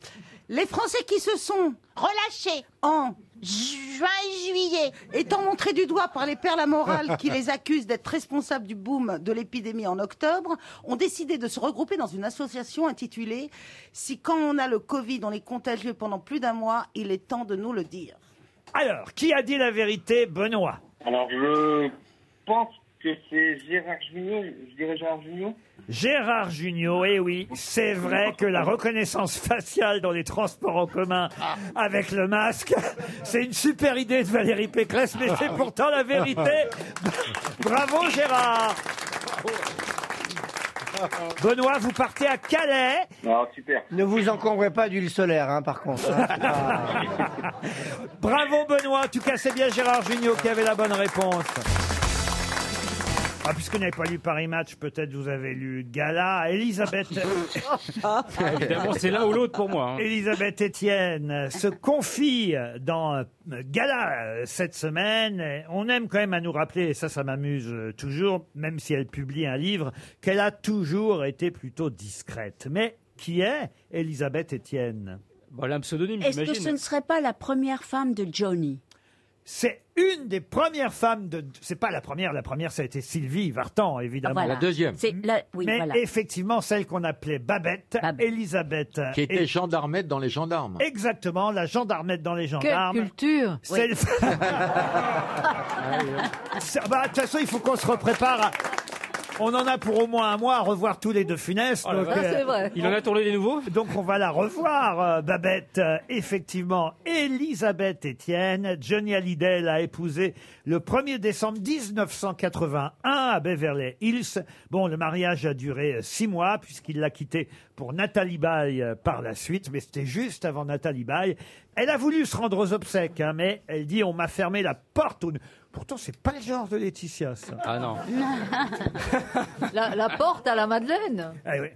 Les Français qui se sont
Relâché,
en
juin-juillet.
étant montrés du doigt par les pères la morale qui les accusent d'être responsables du boom de l'épidémie en octobre, ont décidé de se regrouper dans une association intitulée Si quand on a le Covid, on est contagieux pendant plus d'un mois, il est temps de nous le dire.
Alors, qui a dit la vérité Benoît.
Alors, je pense que c'est Gérard Junior, je dirais Gérard Junior.
Gérard Junior, eh oui, c'est vrai que la reconnaissance faciale dans les transports en commun avec le masque, [laughs] c'est une super idée de Valérie Pécresse, mais c'est pourtant la vérité. Bravo Gérard Benoît, vous partez à Calais.
Ah, super.
Ne vous encombrez pas d'huile solaire, hein, par contre. hein.
[laughs] Bravo Benoît, en tout cas c'est bien Gérard Junior qui avait la bonne réponse. Ah, puisque vous n'avez pas lu Paris Match, peut-être vous avez lu
[laughs]
Gala. Elisabeth.
Ah, Évidemment, c'est l'un ou l'autre pour moi, hein.
Elisabeth Etienne se confie dans euh, Gala euh, cette semaine. Et On aime quand même à nous rappeler, et ça, ça m'amuse euh, toujours, même si elle publie un livre, qu'elle a toujours été plutôt discrète. Mais qui est Elisabeth Etienne
Voilà un pseudonyme,
Est-ce que ce ne serait pas la première femme de Johnny
C'est une des premières femmes de. C'est pas la première, la première, ça a été Sylvie Vartan, évidemment.
Ah, Voilà. C'est la- oui,
Mais
voilà.
effectivement, celle qu'on appelait Babette, Elisabeth.
Qui était
Et-
gendarmette dans les gendarmes.
Exactement, la gendarmette dans les gendarmes.
culture
[laughs] Celle- Ça- bah, De toute façon, il faut qu'on se reprépare. à- On en a pour au moins un mois à revoir tous les deux funestes.
Oh la vache. Ah, c'est vrai. Il en a
tourné des nouveaux Donc on va la revoir, euh, Babette. Euh, effectivement, Elisabeth Etienne. Johnny Hallyday l'a épousée le 1er décembre 1981 à Beverly Hills. Bon, le mariage a duré euh, six mois puisqu'il l'a quittée pour Nathalie Baye euh, par la suite, mais c'était juste avant Nathalie Baye. Elle a voulu se rendre aux obsèques, hein, mais elle dit on m'a fermé la porte. au- Pourtant, c'est pas le genre de Laetitia, ça.
Ah non.
[laughs] la, la porte à la Madeleine.
Eh oui.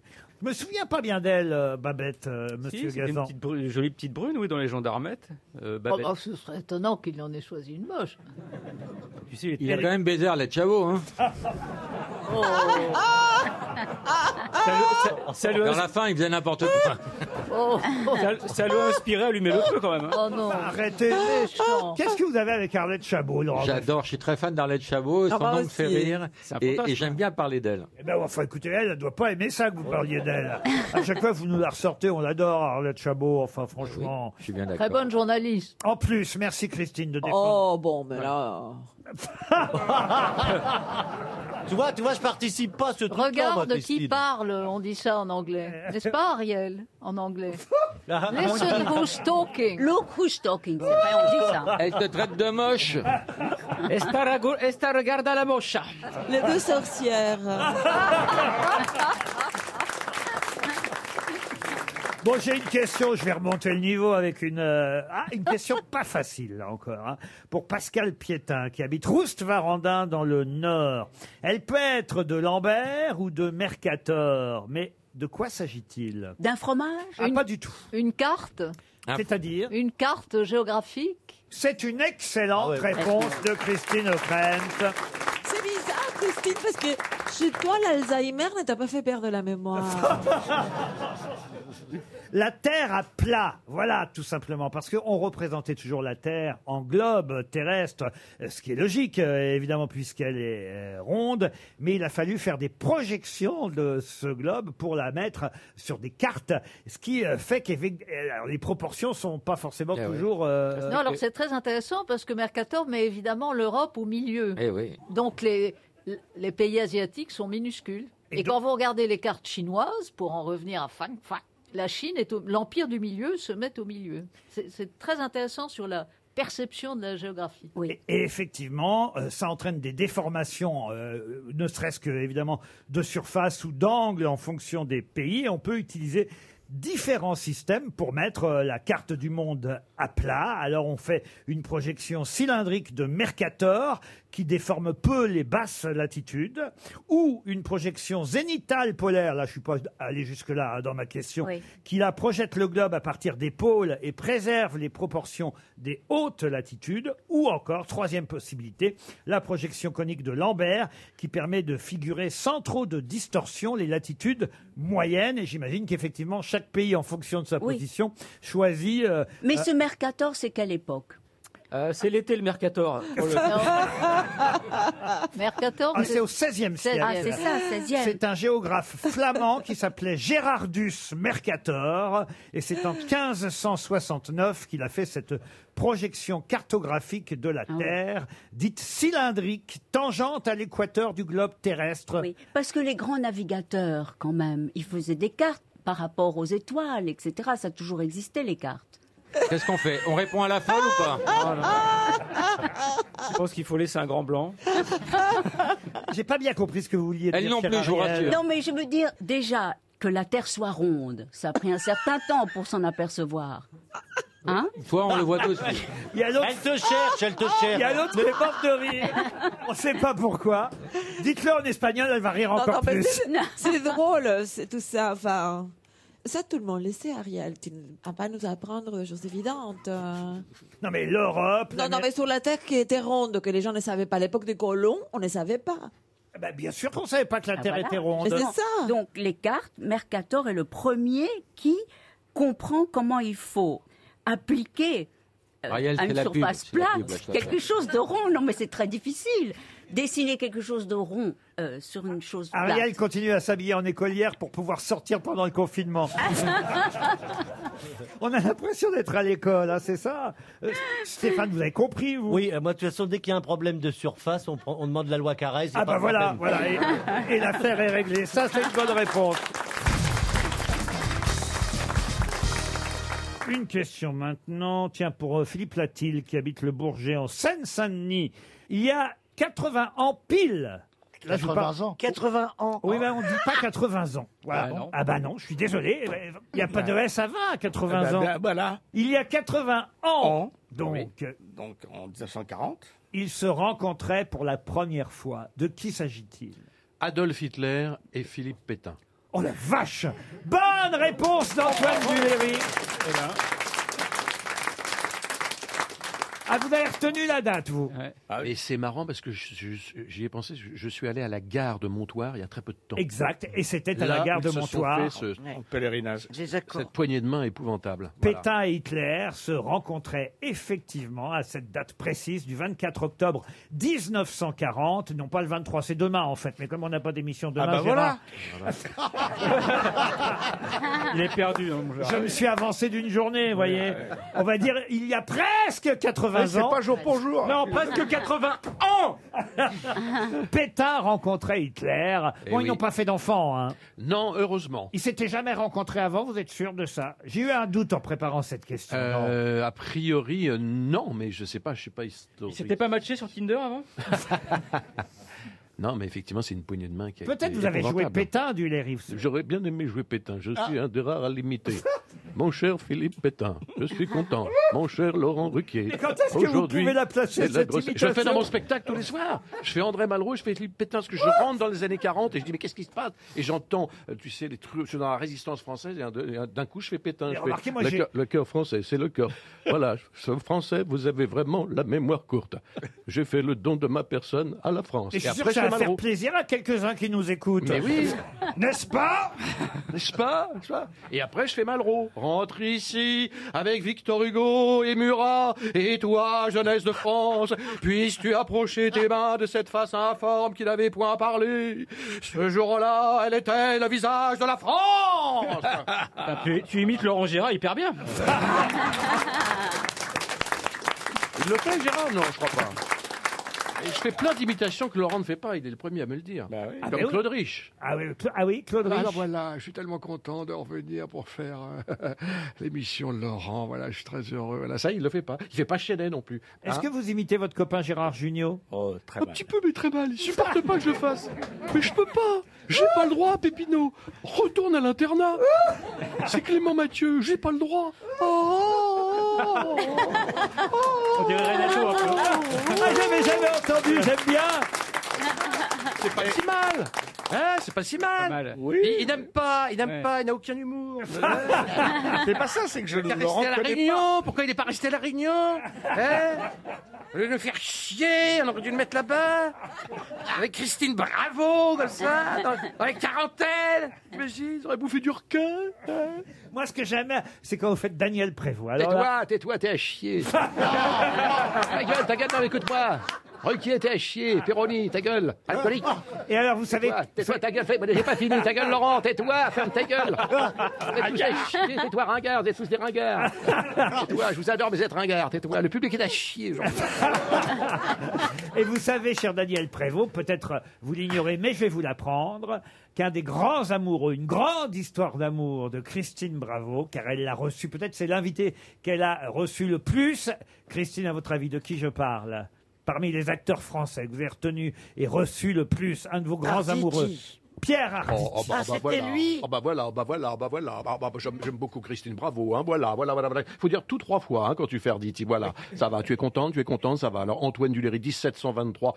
Je me souviens pas bien d'elle, euh, Babette, euh, monsieur
c'était une
Gazan.
petite bru- jolie petite brune, oui, dans les gendarmettes. Euh,
Oh,
Babette.
bah, ce serait étonnant qu'il en ait choisi une moche.
Tu sais,
Il a
était-
quand même baisé la Chavo, hein.
Ah,
Vers Ah la fin, il faisait n'importe quoi.
Oh,
[laughs] Ça, ça lui a inspiré à allumer le feu quand même. hein.
Oh non.
Arrêtez. Bah, Qu'est-ce que vous avez avec Arlette Chabot, Laurent
J'adore, je suis très fan d'Arlette Chabot,
Ah
son
bah
nom me
aussi.
fait rire,
C'est un
et,
fantasme.
et j'aime bien parler d'elle.
Eh ben, enfin, écoutez, elle, elle doit pas aimer ça que vous parliez d'elle. À chaque fois, vous nous la ressortez, on l'adore, Arlette Chabot, enfin, franchement.
je suis bien
Très bonne journaliste.
En plus, merci Christine de défendre.
Oh bon, mais là.
[laughs]
Tu vois, tu vois, je participe pas à ce truc-là. moi,
Regarde qui
Christine.
parle, on dit ça en
[laughs]
anglais. N'est-ce pas, Ariel En anglais.
Ah.
Listen who's talking.
Look who's talking, c'est vrai, on dit
[laughs]
ça.
Elle te traite de moche.
Esta, rago- esta regarda la mocha.
Les deux sorcières.
Bon, j'ai une question, je vais remonter le niveau avec une, euh, ah, une question pas facile, là encore, hein, pour Pascal Piétin, qui habite Roust-Varandin dans le Nord. Elle peut être de Lambert ou de Mercator, mais de quoi s'agit-il
D'un fromage
Ah, Pas du tout.
Une carte
C'est-à-dire
Une carte géographique
C'est une excellente
Ah ouais.
réponse de Christine O'Krent.
C'est bizarre, Christine, parce que chez toi, l'Alzheimer ne t'a pas fait perdre la mémoire.
La Terre à plat, voilà tout simplement, parce qu'on représentait toujours la Terre en globe terrestre, euh, ce qui est logique euh, évidemment puisqu'elle est euh, ronde, mais il a fallu faire des projections de ce globe pour la mettre sur des cartes, ce qui euh, fait que les proportions sont pas forcément
Eh
toujours...
[laughs]
euh,
Non, alors c'est très intéressant parce que Mercator met évidemment l'Europe au milieu.
Eh oui.
Donc les, les pays asiatiques sont minuscules. Et, quand vous regardez les cartes chinoises, pour en revenir à Fang Fang, la Chine est au- l'empire du milieu se met au milieu. C'est c'est très intéressant sur la perception de la géographie.
Et,
[laughs]
et effectivement, euh, ça entraîne des déformations, euh, ne serait-ce que évidemment de surface ou d'angle en fonction des pays. On peut utiliser différents systèmes pour mettre euh, la carte du monde à plat. Alors on fait une projection cylindrique de Mercator qui déforme peu les basses latitudes ou une projection zénitale polaire, là je suis pas allé jusque-là hein, dans ma question,
Oui.
qui la projette le globe à partir des pôles et préserve les proportions des hautes latitudes, ou encore, troisième possibilité, la projection conique de Lambert, qui permet de figurer sans trop de distorsion les latitudes moyennes, et j'imagine qu'effectivement, chaque pays, en fonction de sa
Oui.
position, choisit... euh,
Mais
euh,
ce Mercator, c'est quelle époque
Euh, c'est l'été, le Mercator.
[laughs]
Mercator,
Ah, c'est au XVIe siècle.
Ah, c'est ça, 16e.
C'est
[laughs]
un géographe flamand qui s'appelait Gérardus Mercator. Et c'est
Ah.
en 1569 qu'il a fait cette projection cartographique de
Ah
la Terre, dite cylindrique, tangente à l'équateur du globe terrestre.
Oui, parce que les grands navigateurs, quand même, ils faisaient des cartes par rapport aux étoiles, etc. Ça a toujours existé, les cartes.
Qu'est-ce qu'on fait On répond à la folle ou pas
Je pense qu'il faut laisser un grand blanc.
J'ai pas bien compris ce que vous vouliez
Elle
dire.
non
cher
plus, je vous
Ariel.
Non, mais je veux dire, déjà, que la Terre soit ronde, ça a pris un certain temps pour s'en apercevoir. Hein
Toi, on le voit tous.
Il y a l'autre- Oh,
Elle te cherche, elle te cherche.
Il y a l'autre qui est mort de rire. On ne sait pas pourquoi. Dites-le en espagnol, elle va rire
Non,
encore
non, mais
plus.
c'est- C'est drôle, c'est tout ça. Enfin, ça, tout le monde le sait, Ariel. Tu ne vas pas nous apprendre chose évidente. euh.
Non, mais l'Europe.
Non, non, mais sur la terre qui était ronde, que les gens ne savaient pas. À l'époque des colons, on ne savait pas.
Bah, bien sûr qu'on ne savait pas que la
Ah,
Terre
voilà.
était ronde.
Mais c'est ça. Donc les cartes, Mercator est le premier qui comprend comment il faut appliquer euh,
Ariel,
à
c'est
une
la pub,
surface
c'est la
plate
pub, à chaque
quelque
fois.
chose de rond. Non, mais c'est très difficile. Dessiner quelque chose de rond euh, sur une chose
Ariel continue à s'habiller en écolière pour pouvoir sortir pendant
[laughs]
le confinement. On a l'impression d'être à l'école, hein, c'est ça Euh, Stéphane, vous avez compris, vous
Oui, euh, moi, de toute façon, dès qu'il y a un problème de surface, on, prend- on demande la loi Carrez.
Ah bah voilà, voilà. Et, et l'affaire est réglée. Ça, c'est une bonne réponse. Une question maintenant, tiens, pour euh, Philippe Latil, qui habite le Bourget en Seine-Saint-Denis. Il y a 80 ans pile. Là, je vous
80
parle-
ans.
80 ans. Oui, mais on dit pas 80 ans. Voilà.
Ah, non.
Ah bah non, je suis désolé. Il n'y a pas de S à 20 à
Eh
80
ben,
ans.
bah,
ben, voilà.
Il y a 80 ans. Donc, euh,
Donc en 1940.
ils se rencontraient pour la première fois. De qui s'agit-il
Adolf Hitler et Philippe Pétain.
Oh la vache Bonne réponse d'Antoine
Eh
Duléry
ben,
Ah, vous avez retenu la date, vous
Et c'est marrant parce que je- je- j'y ai pensé, je, je suis allé à la gare de Montoire il y a très peu de temps.
Exact, et c'était à la
Là
gare
où
de
se sont
Montoire.
fait ce-
Ouais.
Pèlerinage.
Cette poignée de main épouvantable. Voilà.
Pétain et Hitler se rencontraient effectivement à cette date précise du 24 octobre 1940, non pas le 23, c'est demain en fait, mais comme on n'a pas d'émission demain,
Ah bah
Gérard,
Il est perdu. hein, mon
je
Gérard.
me suis avancé d'une journée, vous voyez. On va dire, il y a presque 80
Mais
ans.
c'est pas jour pour jour.
Non, presque 80 ans
[laughs]
Pétain rencontrait Hitler.
Eh
Bon, ils
oui.
n'ont pas fait d'enfant, hein.
Non, heureusement.
Ils s'étaient jamais rencontrés avant, vous êtes sûr de ça J'ai eu un doute en préparant cette question. non.
Euh, a priori, euh, non, mais je sais pas, je suis pas historique.
C'était pas matché sur Tinder avant
Non, mais effectivement, c'est une poignée de main qui a
Peut-être
été
vous avez joué
épouvantable.
Pétain du Léry.
J'aurais bien aimé jouer Pétain. Je
Ah.
suis un des rares à
[laughs]
l'imiter. Mon cher Philippe Pétain, je suis content. Mon cher Laurent Ruquier.
Mais quand est-ce que vous
aujourd'hui,
pouvez la placer,
c'est de la
cette
grosse- Je
imitation
le fais dans mon spectacle tous les soirs. Je fais André Malraux, je fais Philippe Pétain, parce que je rentre dans les années 40 et je dis, mais qu'est-ce qui se passe Et j'entends, euh, tu sais, les trucs, je suis dans la résistance française et un de- et un- d'un coup, je fais Pétain.
Mais
Je fais,
remarquez, moi,
le
j'ai-
cœur- le cœur français, c'est le
[laughs]
cœur. voilà, je- ce français, vous avez vraiment la mémoire courte. J'ai fait le don de ma personne à la France.
Et je suis sûr
après,
que ça
c'est
va
Malraux.
faire plaisir à quelques-uns qui nous écoutent.
Mais oui.
[laughs] N'est-ce pas
[laughs] N'est-ce pas, n'est-ce pas Et après, je fais Malraux. Rentre ici avec Victor Hugo et Murat. Et toi, jeunesse de France, puisses-tu approcher tes mains de cette face informe qui n'avait point parlé Ce jour-là, elle était le visage de la France
Ah, tu, tu imites Laurent Gérard hyper bien.
Il le fait, Gérard Non, je crois pas. Et je fais plein d'imitations que Laurent ne fait pas, il est le premier à me le dire.
Ah,
Comme
mais oui.
Claude Rich.
Ah oui, Cla- ah oui, Claude
Alors
Rich.
voilà, je suis tellement content de revenir pour faire euh, [laughs] l'émission de Laurent. Voilà, je suis très heureux. Voilà, ça, il le fait pas. Il fait pas Chenet non plus.
Est-ce
Hein
que vous imitez votre copain Gérard Junior
Oh,
très
Un petit peu, mais très mal. Il supporte pas que je le fasse. Mais je peux pas.
J'ai pas le droit, Pépino.
Retourne à l'internat. C'est Clément Mathieu. J'ai pas le droit. Oh
On dirait Renato un peu.
Ah,
Oh.
j'avais jamais entendu, j'aime bien
[laughs] C'est pas si mal Hein, c'est pas si mal, Il, il n'aime pas, il n'aime pas, il n'a aucun [laughs] humour.
C'est pas ça, c'est que je
Pourquoi il
le
est resté à la
reconnais
Réunion Pourquoi il n'est pas resté à la Réunion Hein Au lieu de le faire chier, on aurait dû le mettre là-bas. Avec Christine Bravo, comme ça, dans, dans les quarantaines. Imagine, ils auraient bouffé du requin.
hein. Moi, ce que j'aime, c'est quand vous faites Daniel Prévost. Alors là-
Tais-toi, tais-toi, t'es à
[laughs]
chier. ta gueule, ta gueule, non, écoute-moi. Ruquier, t'es à chier. Péroni, ta gueule. Alcoolique.
Et alors, vous savez.
Tais-toi, tais-toi, ta gueule. fais- J'ai pas fini, ta gueule, Laurent. Tais-toi, ferme ta gueule. Vous êtes tous à chier. Tais-toi, ringard. Vous êtes tous des ringards. Tais-toi, je vous adore, mais vous êtes ringard. Tais-toi. Le public est à chier aujourd'hui.
Et vous savez, cher Daniel Prévost, peut-être euh, vous l'ignorez, mais je vais vous l'apprendre, qu'un des grands amoureux, une grande histoire d'amour de Christine Bravo, car elle l'a reçue, peut-être c'est l'invité qu'elle a reçu le plus. Christine, à votre avis, de qui je parle Parmi les acteurs français que vous avez retenu et reçu le plus, un de vos grands
Arditi.
amoureux. Pierre Arditi.
Ah,
Oh, oh, bah, bah, voilà. Oh, bah voilà, oh, bah voilà, bah voilà. Bah, bah, bah, j'aime, j'aime beaucoup Christine Bravo. Hein, voilà, voilà, voilà. Il faut dire tout trois fois hein, quand tu fais Arditi. Voilà, ça va. Tu es contente, tu es contente, ça va. Alors Antoine Duléry, 1723,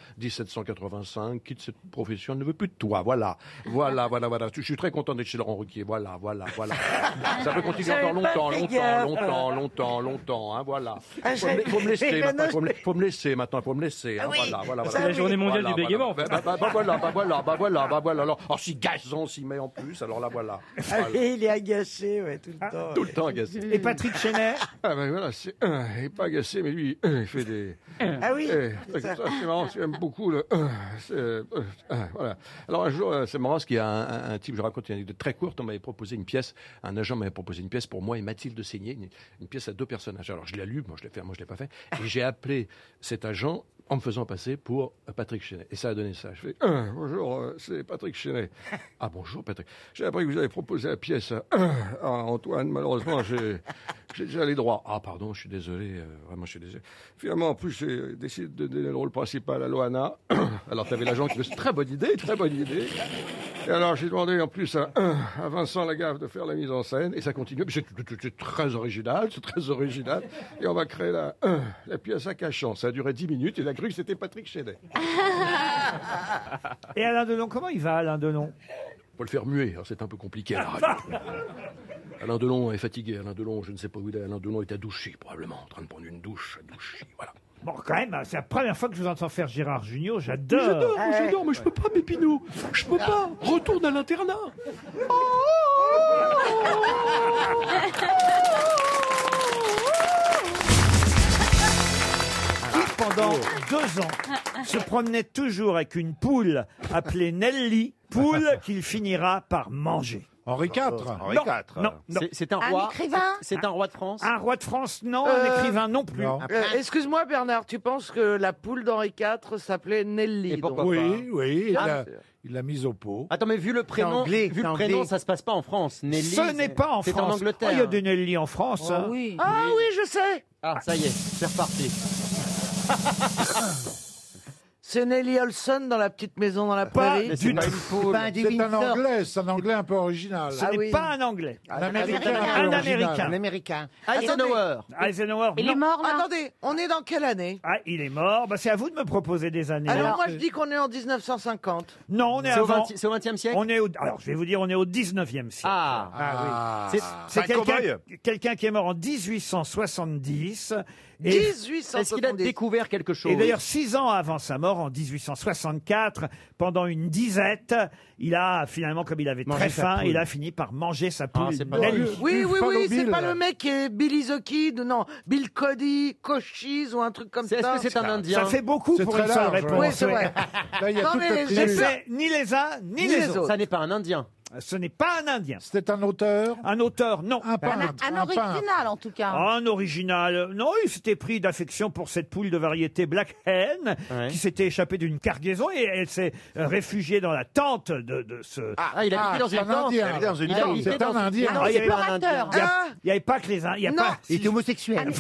1785. Quitte cette profession, elle ne veut plus de toi. Voilà, voilà, [laughs] voilà, voilà. Je suis très content d'être chez Laurent Ruquier. Voilà, voilà, voilà. ça peut continuer
J'avais
encore
pas
longtemps,
fait
longtemps,
gaffe.
longtemps, longtemps, longtemps. Hein, voilà.
Ah,
faut, me,
j'avais
faut me laisser
fait
maintenant.
le
Faut me, faut me laisser maintenant. Faut me laisser. hein,
Ah oui,
Voilà, voilà,
ça
voilà.
C'est la journée mondiale du bégaiement, en fait.
Bah, bah, bah, bah, voilà, bah voilà, bah voilà, bah voilà. Alors,
oh,
alors si Gazan s'y met en plus, alors là
[laughs]
voilà.
Ah,
Voilà.
il est agacé, ouais, tout le
Ah,
temps.
Tout le temps agacé.
Oh, Et Patrick
Chenet
[laughs] Ah ben voilà, c'est euh, il est pas agacé, mais lui, euh, il fait des.
Ah oui,
Euh,
c'est
c'est
ça.
ça, c'est marrant, j'aime beaucoup le. euh, c'est, euh, euh, voilà. Alors un jour, euh, c'est marrant, parce qu'il y a un, un- un type, je raconte une anecdote très courte. On m'avait proposé une pièce, un agent m'avait proposé une pièce pour moi et Mathilde Seigné, une, une pièce à deux personnages. Alors je l'ai lu, moi je l'ai fait, moi je l'ai pas fait, et j'ai appelé cet agent en me faisant passer pour euh, Patrick Chenet. Et ça a donné ça. Je fais Euh, bonjour, euh, c'est Patrick Chenet. Ah bonjour Patrick. J'ai appris que vous avez proposé la pièce [clears throat] à, à Antoine. Malheureusement, j'ai j'ai déjà les droits. Ah pardon, je suis désolé. euh, vraiment, je suis désolé. Finalement, en plus, j'ai décidé de donner le rôle principal à Loana. [clears throat] Alors, t'avais l'agent qui me dit, très bonne idée, très bonne idée. Et alors, j'ai demandé en plus à, [clears throat] à Vincent Lagaffe de faire la mise en scène. Et ça continue. Puis C'est c'est- c'est très original, c'est très original. Et on va créer la, [clears throat] la pièce à Cachan. Ça a duré 10 minutes. Il a cru que c'était Patrick Chenet.
[laughs] Et Alain Delon, comment il va, Alain Delon
Faut le faire muer, hein, c'est un peu compliqué à la radio. Alain Delon est fatigué, Alain Delon, je ne sais pas où il est, Alain Delon est à Douchy, probablement, en train de prendre une douche à Douchy, voilà.
Bon, quand même, c'est la première fois que je vous entends faire Gérard Junior, j'adore.
J'adore,
Ah ouais.
j'adore, mais je peux pas, Pépino, je peux pas, retourne à l'internat
Qui, pendant deux ans, se promenait toujours avec une poule appelée Nelly,
[laughs]
poule qu'il finira par manger.
Henri IV
Henri IV. Non, non.
C'est- c'est un Un roi. écrivain C'est un roi de France
Un roi de France, non.
Euh,
Un écrivain, non plus.
Euh, Excuse-moi Bernard, tu penses que la poule d'Henri IV s'appelait Nelly donc
Oui, oui, il
Ah,
l'a-
c'est-
il l'a mise au pot.
Attends, mais vu le
prénom- anglais,
vu
c'est
le
anglais.
prénom, ça se passe pas en France. Nelly,
Ce n'est pas en
c'est
France.
en Angleterre.
Oh, il y a des Nelly en France. hein.
Ah oui, je sais. Ah, ça y est, c'est reparti. [laughs] c'est Nelly Olson dans la petite maison dans la prairie.
C'est pas une poule. C'est un anglais, c'est un anglais un peu original.
Ce Ah n'est oui. pas un
anglais.
Un américain. un peu original.
américain.
Eisenhower. Eisenhower, Il non. est mort, là
Attendez, on est dans quelle année
Ah, il est mort. Bah, c'est à vous de me proposer des années.
Alors, moi, je dis qu'on est en 1950.
Non, on est
C'est au
avant.
20
C'est au 20e siècle on est au, Alors, je vais vous dire, on est au 19e siècle. Ah,
Ah.
oui.
Ah.
C'est
Un
quelqu'un
cow-boy
quelqu'un qui est mort en 1870. et-
1870. Est-ce qu'il a découvert quelque chose
Et d'ailleurs, six ans avant sa mort, en 1864, pendant une disette, il a finalement, comme il avait très
sa
faim,
poule. Ah,
il a fini par manger sa poule.
c'est
Nelly.
Oui, oui, oui, c'est pas le mec qui est Billy the Kid, non, Bill Cody, Cochise ou un truc comme ça.
Ah, Ça fait beaucoup pour une seule réponse.
Oui, c'est vrai. Ah, Non, mais j'ai
Je
peur.
sais ni les uns, ni,
Ni les
les
autres.
autres.
Ça
n'est pas un Indien. Ce n'est pas un Indien.
C'était un auteur
Un auteur, non. Un
Un, original, en tout cas.
Un original. Non, il s'était pris d'affection pour cette poule de variété Black Hen qui s'était échappée d'une cargaison et elle s'est euh, réfugiée dans la tente de, de ce.
Ah, il habitait dans
c'est
une
un
tente.
Indien.
Il habitait dans une
Il
tente.
habitait
C'est
dans
un
une-
Indien.
Non, il y avait pas
Explorateur.
d'Indien. Il y a-
Ah.
Il n'y avait pas que les Indiens.
Non. Il Ah,
était homosexuel.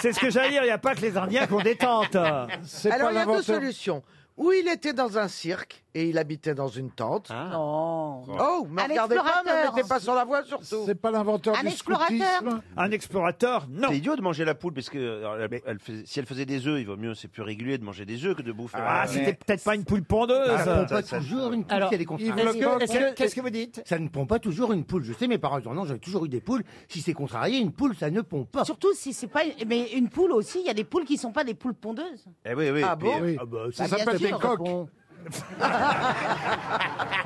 C'est ce que j'allais dire. Il n'y a pas que les Indiens qui ont des
[laughs]
tentes.
Alors, il y a deux solutions. Ou il était dans un cirque et il habitait dans une tente.
Ah.
Non.
Oh, mais
Un
regardez pas, mais
explorateur.
mettez pas sur la voie surtout.
C'est pas l'inventeur
Un du explorateur. scoutisme
Un explorateur, non.
C'est idiot de manger la poule parce que euh, elle- elle faisait- si elle faisait des œufs, il vaut mieux, c'est plus régulier de manger des œufs que de bouffer.
Ah, c'était peut-être pas une poule pondeuse.
Ah, ça,
pas
ça,
toujours une poule
Alors,
qui a des
Yves
contraintes.
Le Est-ce que- Coq, est-ce que- qu'est-ce que
vous dites Ça ne pond pas toujours une poule. Je sais, mes parents disent non, j'avais toujours eu des poules. Si c'est contrarié, une poule, ça ne pond pas.
Surtout si c'est pas. Mais une poule aussi, il y a des poules qui sont pas des poules pondeuses.
Eh oui, oui.
Ah
puis,
bon
euh,
Oui.
ah bah,
Ça s'appelle des coqs.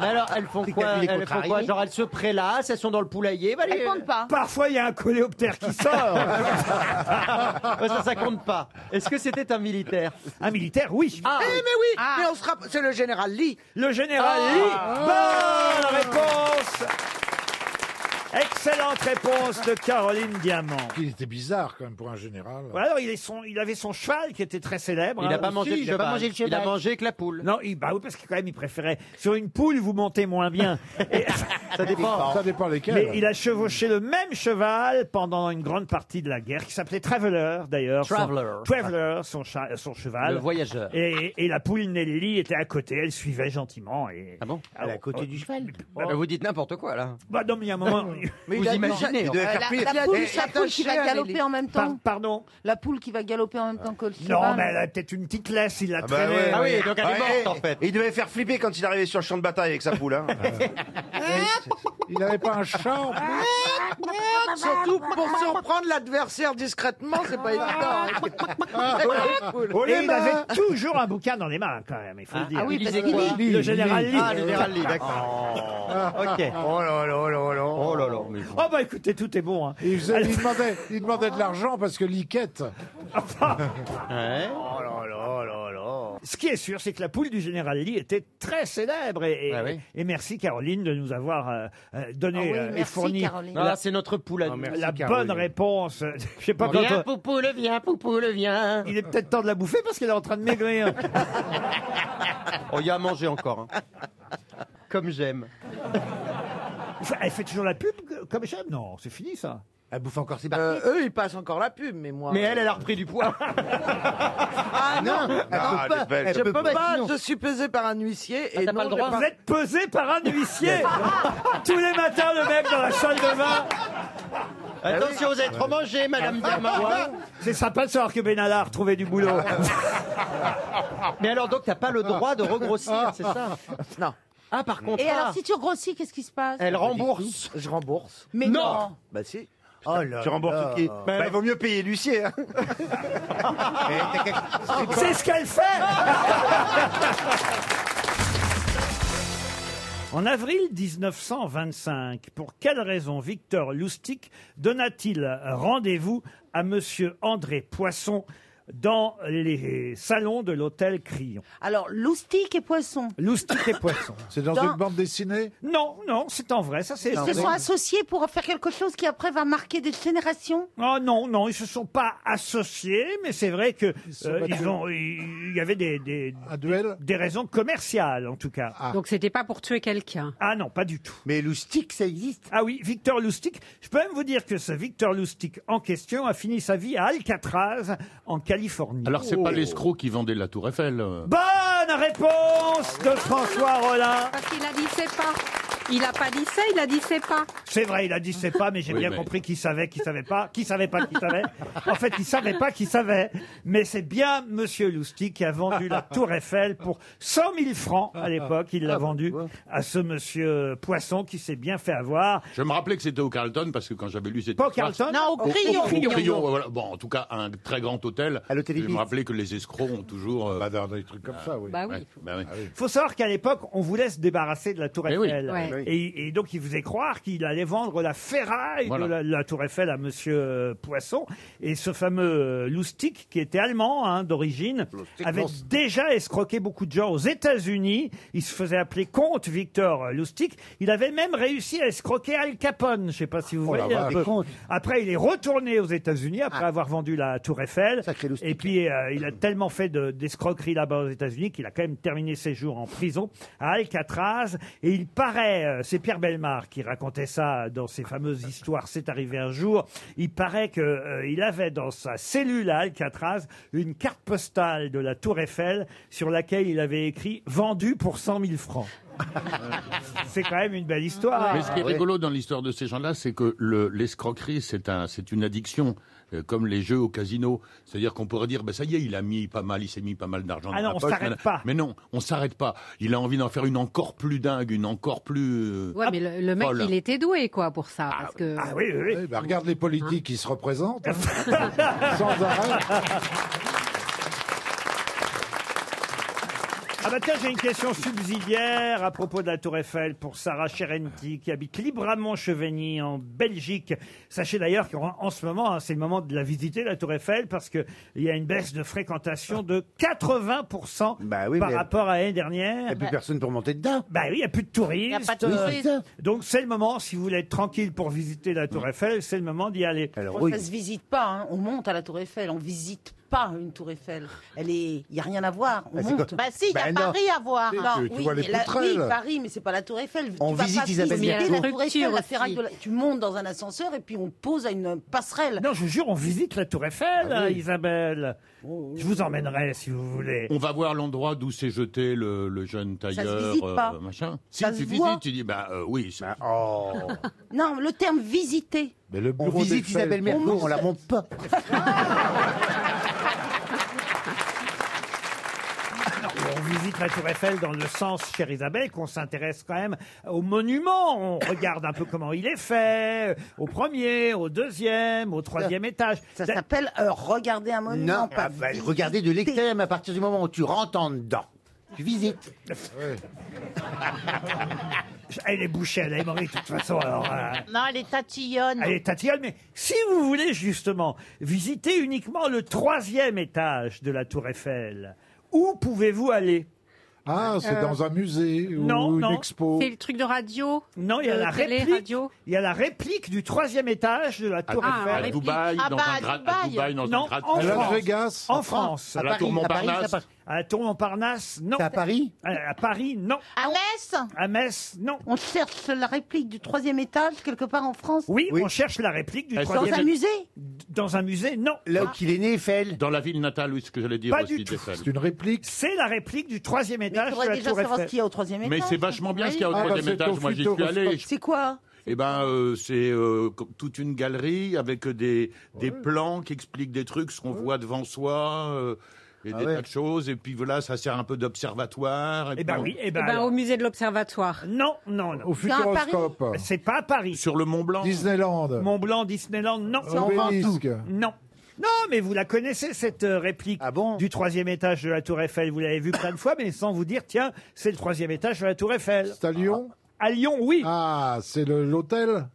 Mais alors, elles font quoi,
Capilé
elles font quoi
contrarié.
Genre, elles se prélassent, elles sont dans le poulailler. Bah, les-
pas.
Parfois, il y a un coléoptère qui sort.
[laughs] Ouais, ça, ça compte pas. Est-ce que c'était un militaire
Un militaire, oui.
Ah,
Eh, mais oui, mais on se rapp- C'est le
Ah.
Ah.
général Lee.
Le général Lee. Bonne réponse Excellente réponse de Caroline Diamant.
Il était bizarre quand même pour un général.
Voilà, alors il, est son- il avait son cheval qui était très célèbre.
Il a pas mangé Si, le il a pas cheval. mangé le cheval. Il a mangé
que la poule. Non, il, bah oui, parce que quand même il préférait. Sur une poule, vous montez
[laughs]
moins bien.
Ça dépend. Ça dépend lesquels.
Mais il a chevauché le même cheval pendant une grande partie de la guerre, qui s'appelait Traveler d'ailleurs. Son-
Traveler.
Traveler, son, cha- son cheval.
Le voyageur.
Et, et la poule Nelly était à côté, elle suivait gentiment. Et... Ah bon
Elle est à côté du
cheval
Bah, vous dites n'importe quoi là.
Bah non, mais il hein. y a un moment.
Mais Vous il a- imaginez, il devait
La,
faire
Euh, Ah, la
pire.
Eh,
poule,
eh,
Et-
la poule qui va
attachez-la,
galoper
Amélie.
en même temps.
Pardon
La poule qui va galoper en même temps que le
Non,
cheval.
mais elle a peut-être une petite laisse, il l'a
Ah
bah
traînée.
Ah
ouais, ouais. Ouais,
en fait.
Il devait faire flipper quand il arrivait sur le champ de bataille avec sa
[laughs]
poule. Hein.
Il n'avait pas un chat
Ah.
Surtout pour surprendre l'adversaire discrètement, c'est pas évident.
Ah,
ouais.
[laughs] ouais.
Oh,
[laughs]
Et
les
il
Eh,
mains.
bah.
avait toujours un bouquin dans les mains, quand même, il faut le
Ah,
dire.
ah oui,
Il
parce
lisait
qu'il
quoi
lit.
Le général
Il
Lee.
lit.
Ah.
Ah, le général Lee,
d'accord.
Ok.
Oh là là là là. Oh là là. mais bon.
Oh bah écoutez, tout est bon. hein.
Il, faisait- il demandait, il demandait de l'argent parce que l'IQUETTE.
Oh là là là là.
Ce qui est sûr, c'est que la poule du général Lee était très célèbre. Et, et-
Bah
et merci Caroline de nous avoir euh, euh, donné
Ah oui,
euh, et
merci,
fourni
Caroline.
la,
Ah, c'est notre poule à nous.
la
Merci,
bonne
Caroline.
réponse. [laughs] Je sais pas
Viens,
quand. on-
poupoule, viens, poupoule, viens.
Il est peut-être temps de la bouffer parce qu'elle est en train de maigrir.
Oh, il y a à manger encore. hein. Comme j'aime.
Elle fait- Elle fait toujours la pub que- comme j'aime Non, c'est fini ça.
Elle bouffe encore ses barquettes. Euh, eux, ils passent encore la pub, mais moi.
Mais elle, elle a repris du poids.
[laughs] Ah non, elle
Ah,
peut
elle est
pas.
belle,
je
elle
peux
peut
pas.
pas, sinon.
Je suis pesé par un huissier et
Ah, T'as
non,
pas le droit.
j'ai pas-
Vous êtes pesé par un
[laughs]
huissier Tous les matins, le Ah, mec dans la salle de bain.
Attention, vous êtes remangé, madame
Ah,
Ouais.
Diamant.
C'est sympa de savoir que Benalla a retrouvé du boulot.
[laughs] Mais alors, donc, t'as pas le droit de regrossir, c'est ça Non. Ah, par contre,
Et
ah,
alors, si tu grossis, qu'est-ce qui se passe
[laughs]
Eh.
elle rembourse.
Je rembourse.
Mais non.
Bah si.
Ah,
Oh là
Tu rembourses
là.
qui
Bah,
bah, Il vaut mieux payer
[laughs]
l'huissier. hein.
Eh,
C'est ce qu'elle fait En avril 1925, pour quelle raison Victor Loustic donna-t-il rendez-vous à Monsieur André Poisson dans les salons de l'hôtel Crillon
Alors, loustic et poisson. [laughs]
Loustic et Poisson.
C'est dans,
Dans-
une bande dessinée
Non, non, c'est en vrai, ça c'est...
Ils se sont associés pour faire quelque chose qui après va marquer des générations.
Oh non, non, ils se sont pas associés, mais c'est vrai que
sont
euh,
battus.
ils ont, il il y avait des, des,
duel
des raisons commerciales en tout cas.
Donc c'était pas pour tuer quelqu'un.
Ah non, pas du tout. Mais Loustic, ça existe Ah oui, Victor Loustic. Je peux même vous dire que ce Victor Loustic en question a fini sa vie à Alcatraz, en Californie.
Alors, c'est pas
Oh.
l'escroc qui vendait la Tour Eiffel. euh.
Bonne réponse de François Rollin.
Parce qu'il a dit c'est pas. Il a pas dit ça, il a dit c'est pas.
C'est vrai, il a dit c'est pas, mais j'ai
Oui,
bien
mais-
compris qu'il savait, qu'il savait pas, qu'il savait pas, qu'il savait. En fait, il savait pas, qu'il savait. Mais c'est bien Monsieur Loustic qui a vendu la Tour Eiffel pour 100 000 francs à l'époque. Il
Ah,
l'a vendu à ce Monsieur Poisson qui s'est bien fait avoir.
Je me rappelais que c'était au Carlton parce que quand j'avais lu cette
Pas au
histoire-
Carlton Non, au Crillon.
Au
Crillon.
Crillon, voilà. Bon, en tout cas, un très grand hôtel. je me
Ibis. Bah,
rappelais que les escrocs ont toujours. euh,
Des trucs comme ça, oui.
Bah oui. bah oui.
faut savoir qu'à l'époque, on voulait se débarrasser de la Tour
Eh oui.
Eiffel.
Ouais.
Et, et donc, il faisait croire qu'il allait vendre la ferraille
Voilà.
de la, la Tour Eiffel à Monsieur euh, Poisson. Et ce fameux euh, Loustic, qui était allemand hein, d'origine, avait
Loustic.
déjà escroqué beaucoup de gens aux États-Unis. Il se faisait appeler Comte Victor euh, Loustic. Il avait même réussi à escroquer Al Capone. Je sais pas si vous
Oh la
voyez. un
vache.
peu. Ah.
Des comptes.
Après, il est retourné aux États-Unis après avoir vendu la Tour Eiffel. Et puis, euh, il a tellement fait de- d'escroqueries là-bas aux États-Unis qu'il a quand même terminé ses jours en prison à Alcatraz. Et il paraît, euh, c'est Pierre Belmar qui racontait ça dans ses fameuses histoires. C'est arrivé un jour. Il paraît que euh, il avait dans sa cellule à Alcatraz une carte postale de la Tour Eiffel sur laquelle il avait écrit vendu pour 100 000 francs.
[laughs]
c'est quand même une belle histoire. Ah
Mais ce qui est rigolo dans l'histoire de ces gens-là, c'est que le- l'escroquerie, c'est un, c'est une addiction, euh, comme les jeux au casino. C'est-à-dire qu'on pourrait dire, ben ça y est, il a mis pas mal, il s'est mis pas mal d'argent.
Ah
dans
non,
la
on
poche,
s'arrête
mais-
pas.
Mais non, on s'arrête pas. Il a envie d'en faire une encore plus dingue, une encore plus. euh,
Ouais, mais le, le mec,
folle.
il était doué quoi pour ça. parce que...
ah
Ah
Eh ben, regarde les politiques qui se représentent. hein. Sans arrêt.
Ah bah tiens, j'ai une question subsidiaire à propos de la Tour Eiffel pour Sarah Cherenti qui habite Libramont-Chevigny en Belgique. Sachez d'ailleurs qu'en en ce moment, hein, c'est le moment de la visiter, la Tour Eiffel, parce qu'il y a une baisse de fréquentation de 80% par
Bah mais-
rapport à l'année dernière. Il n'y
a plus personne pour monter dedans.
Bah oui, il n'y a plus de touristes.
Il y a pas de touristes.
Donc c'est le moment, si vous voulez être tranquille pour visiter la Tour Eiffel, c'est le moment d'y aller.
Ça se visite pas. hein. On monte à la Tour Eiffel. On visite pas une Tour Eiffel. Elle est. Il y a rien à voir. On
Bah, c'est
monte.
quoi Bah, si, il y a Bah, non. Paris à voir. Tu- tu
oui,
vois les
mais la-
poutrelles.
oui, Paris, mais c'est pas la Tour Eiffel.
On
tu vas
visite
pas
Isabelle
visiter
Mergo.
la Tour Eiffel, la
Structure
ferraille de la- Tu montes dans un ascenseur et puis on pose à une passerelle.
Non, je vous jure, on visite la Tour Eiffel,
Ah oui.
euh, Isabelle.
Oh,
Je vous emmènerai si vous voulez.
On va voir l'endroit d'où s'est jeté le, le jeune
se
tailleur, euh,
visite pas.
machin. Si
Ça
tu
se voit.
visites, tu dis bah euh, oui. c'est- [laughs] oh.
Non, le terme visiter.
Mais le
On visite Isabelle Mergo, on la monte pas.
On visite la Tour Eiffel dans le sens, chère Isabelle, qu'on s'intéresse quand même
[laughs]
au monument. On regarde un peu comment il est fait, au premier, au deuxième, au troisième étage. Ah,
Ça s'appelle euh, regarder un monument.
Non,
pas
bah, regardez de l'extérieur, mais à partir du moment où tu rentres en dedans, tu visites.
Elle Ah, est bouchée, elle est morte de toute façon. Alors, euh,
Non, elle est tatillonne.
Elle est tatillonne, mais si vous voulez justement visiter uniquement le troisième étage de la Tour Eiffel, où pouvez-vous aller
Ah, c'est
Euh,
dans un musée ou
non,
une
non.
expo.
C'est le truc de radio
Non, il y a
de
la
télé,
réplique.
radio.
Il y a la réplique du troisième étage de la Tour
Ah,
Eiffel.
à réplique. Dubaï, Ah dans bah, un à gra- à Dubaï. Dubaï, dans un
non,
gratte-
en
À Las
France.
Vegas.
En France.
À la Tour Montparnasse.
À la Tour Montparnasse, non. À
Paris
À Paris, non.
À Metz
À Metz, [laughs] non.
On cherche la réplique du troisième étage quelque part en France.
Oui, on cherche la réplique du
Est-ce
troisième
que- Dans un
musée
Dans un musée, non.
Là où il est né, Eiffel.
Dans la ville natale, oui, ce que j'allais dire
Pas
aussi
du tout.
d'Eiffel.
C'est une réplique. C'est la réplique du troisième étage
faudrait
de la
déjà
Tour
savoir
Eiffel.
ce qu'il y a au troisième
Mais
étage.
c'est vachement bien ce qu'il y a au
Oui.
troisième étage. Moi, j'y suis allé.
C'est quoi
Eh ben, euh, c'est euh, co- toute une galerie avec des, des plans qui expliquent des trucs, ce qu'on voit devant soi. euh, et des tas de choses, et puis voilà, ça sert un peu d'observatoire. Et,
Eh ben
puis on-
oui, eh
Eh ben, au musée de l'Observatoire.
Non, non, non.
Au
C'est à Paris Futuroscope.
Bah, C'est pas à Paris.
Sur le Mont Blanc.
Disneyland.
Mont Blanc, Disneyland, non.
C'est en Obélisque. Ventoux.
Non. Non, mais vous la connaissez, cette euh, réplique
Ah
du troisième étage de la Tour Eiffel. Vous l'avez vue plein de fois, mais sans vous dire, tiens, c'est le troisième étage de la Tour Eiffel.
C'est à Lyon
À Lyon, oui.
Ah, c'est le- l'hôtel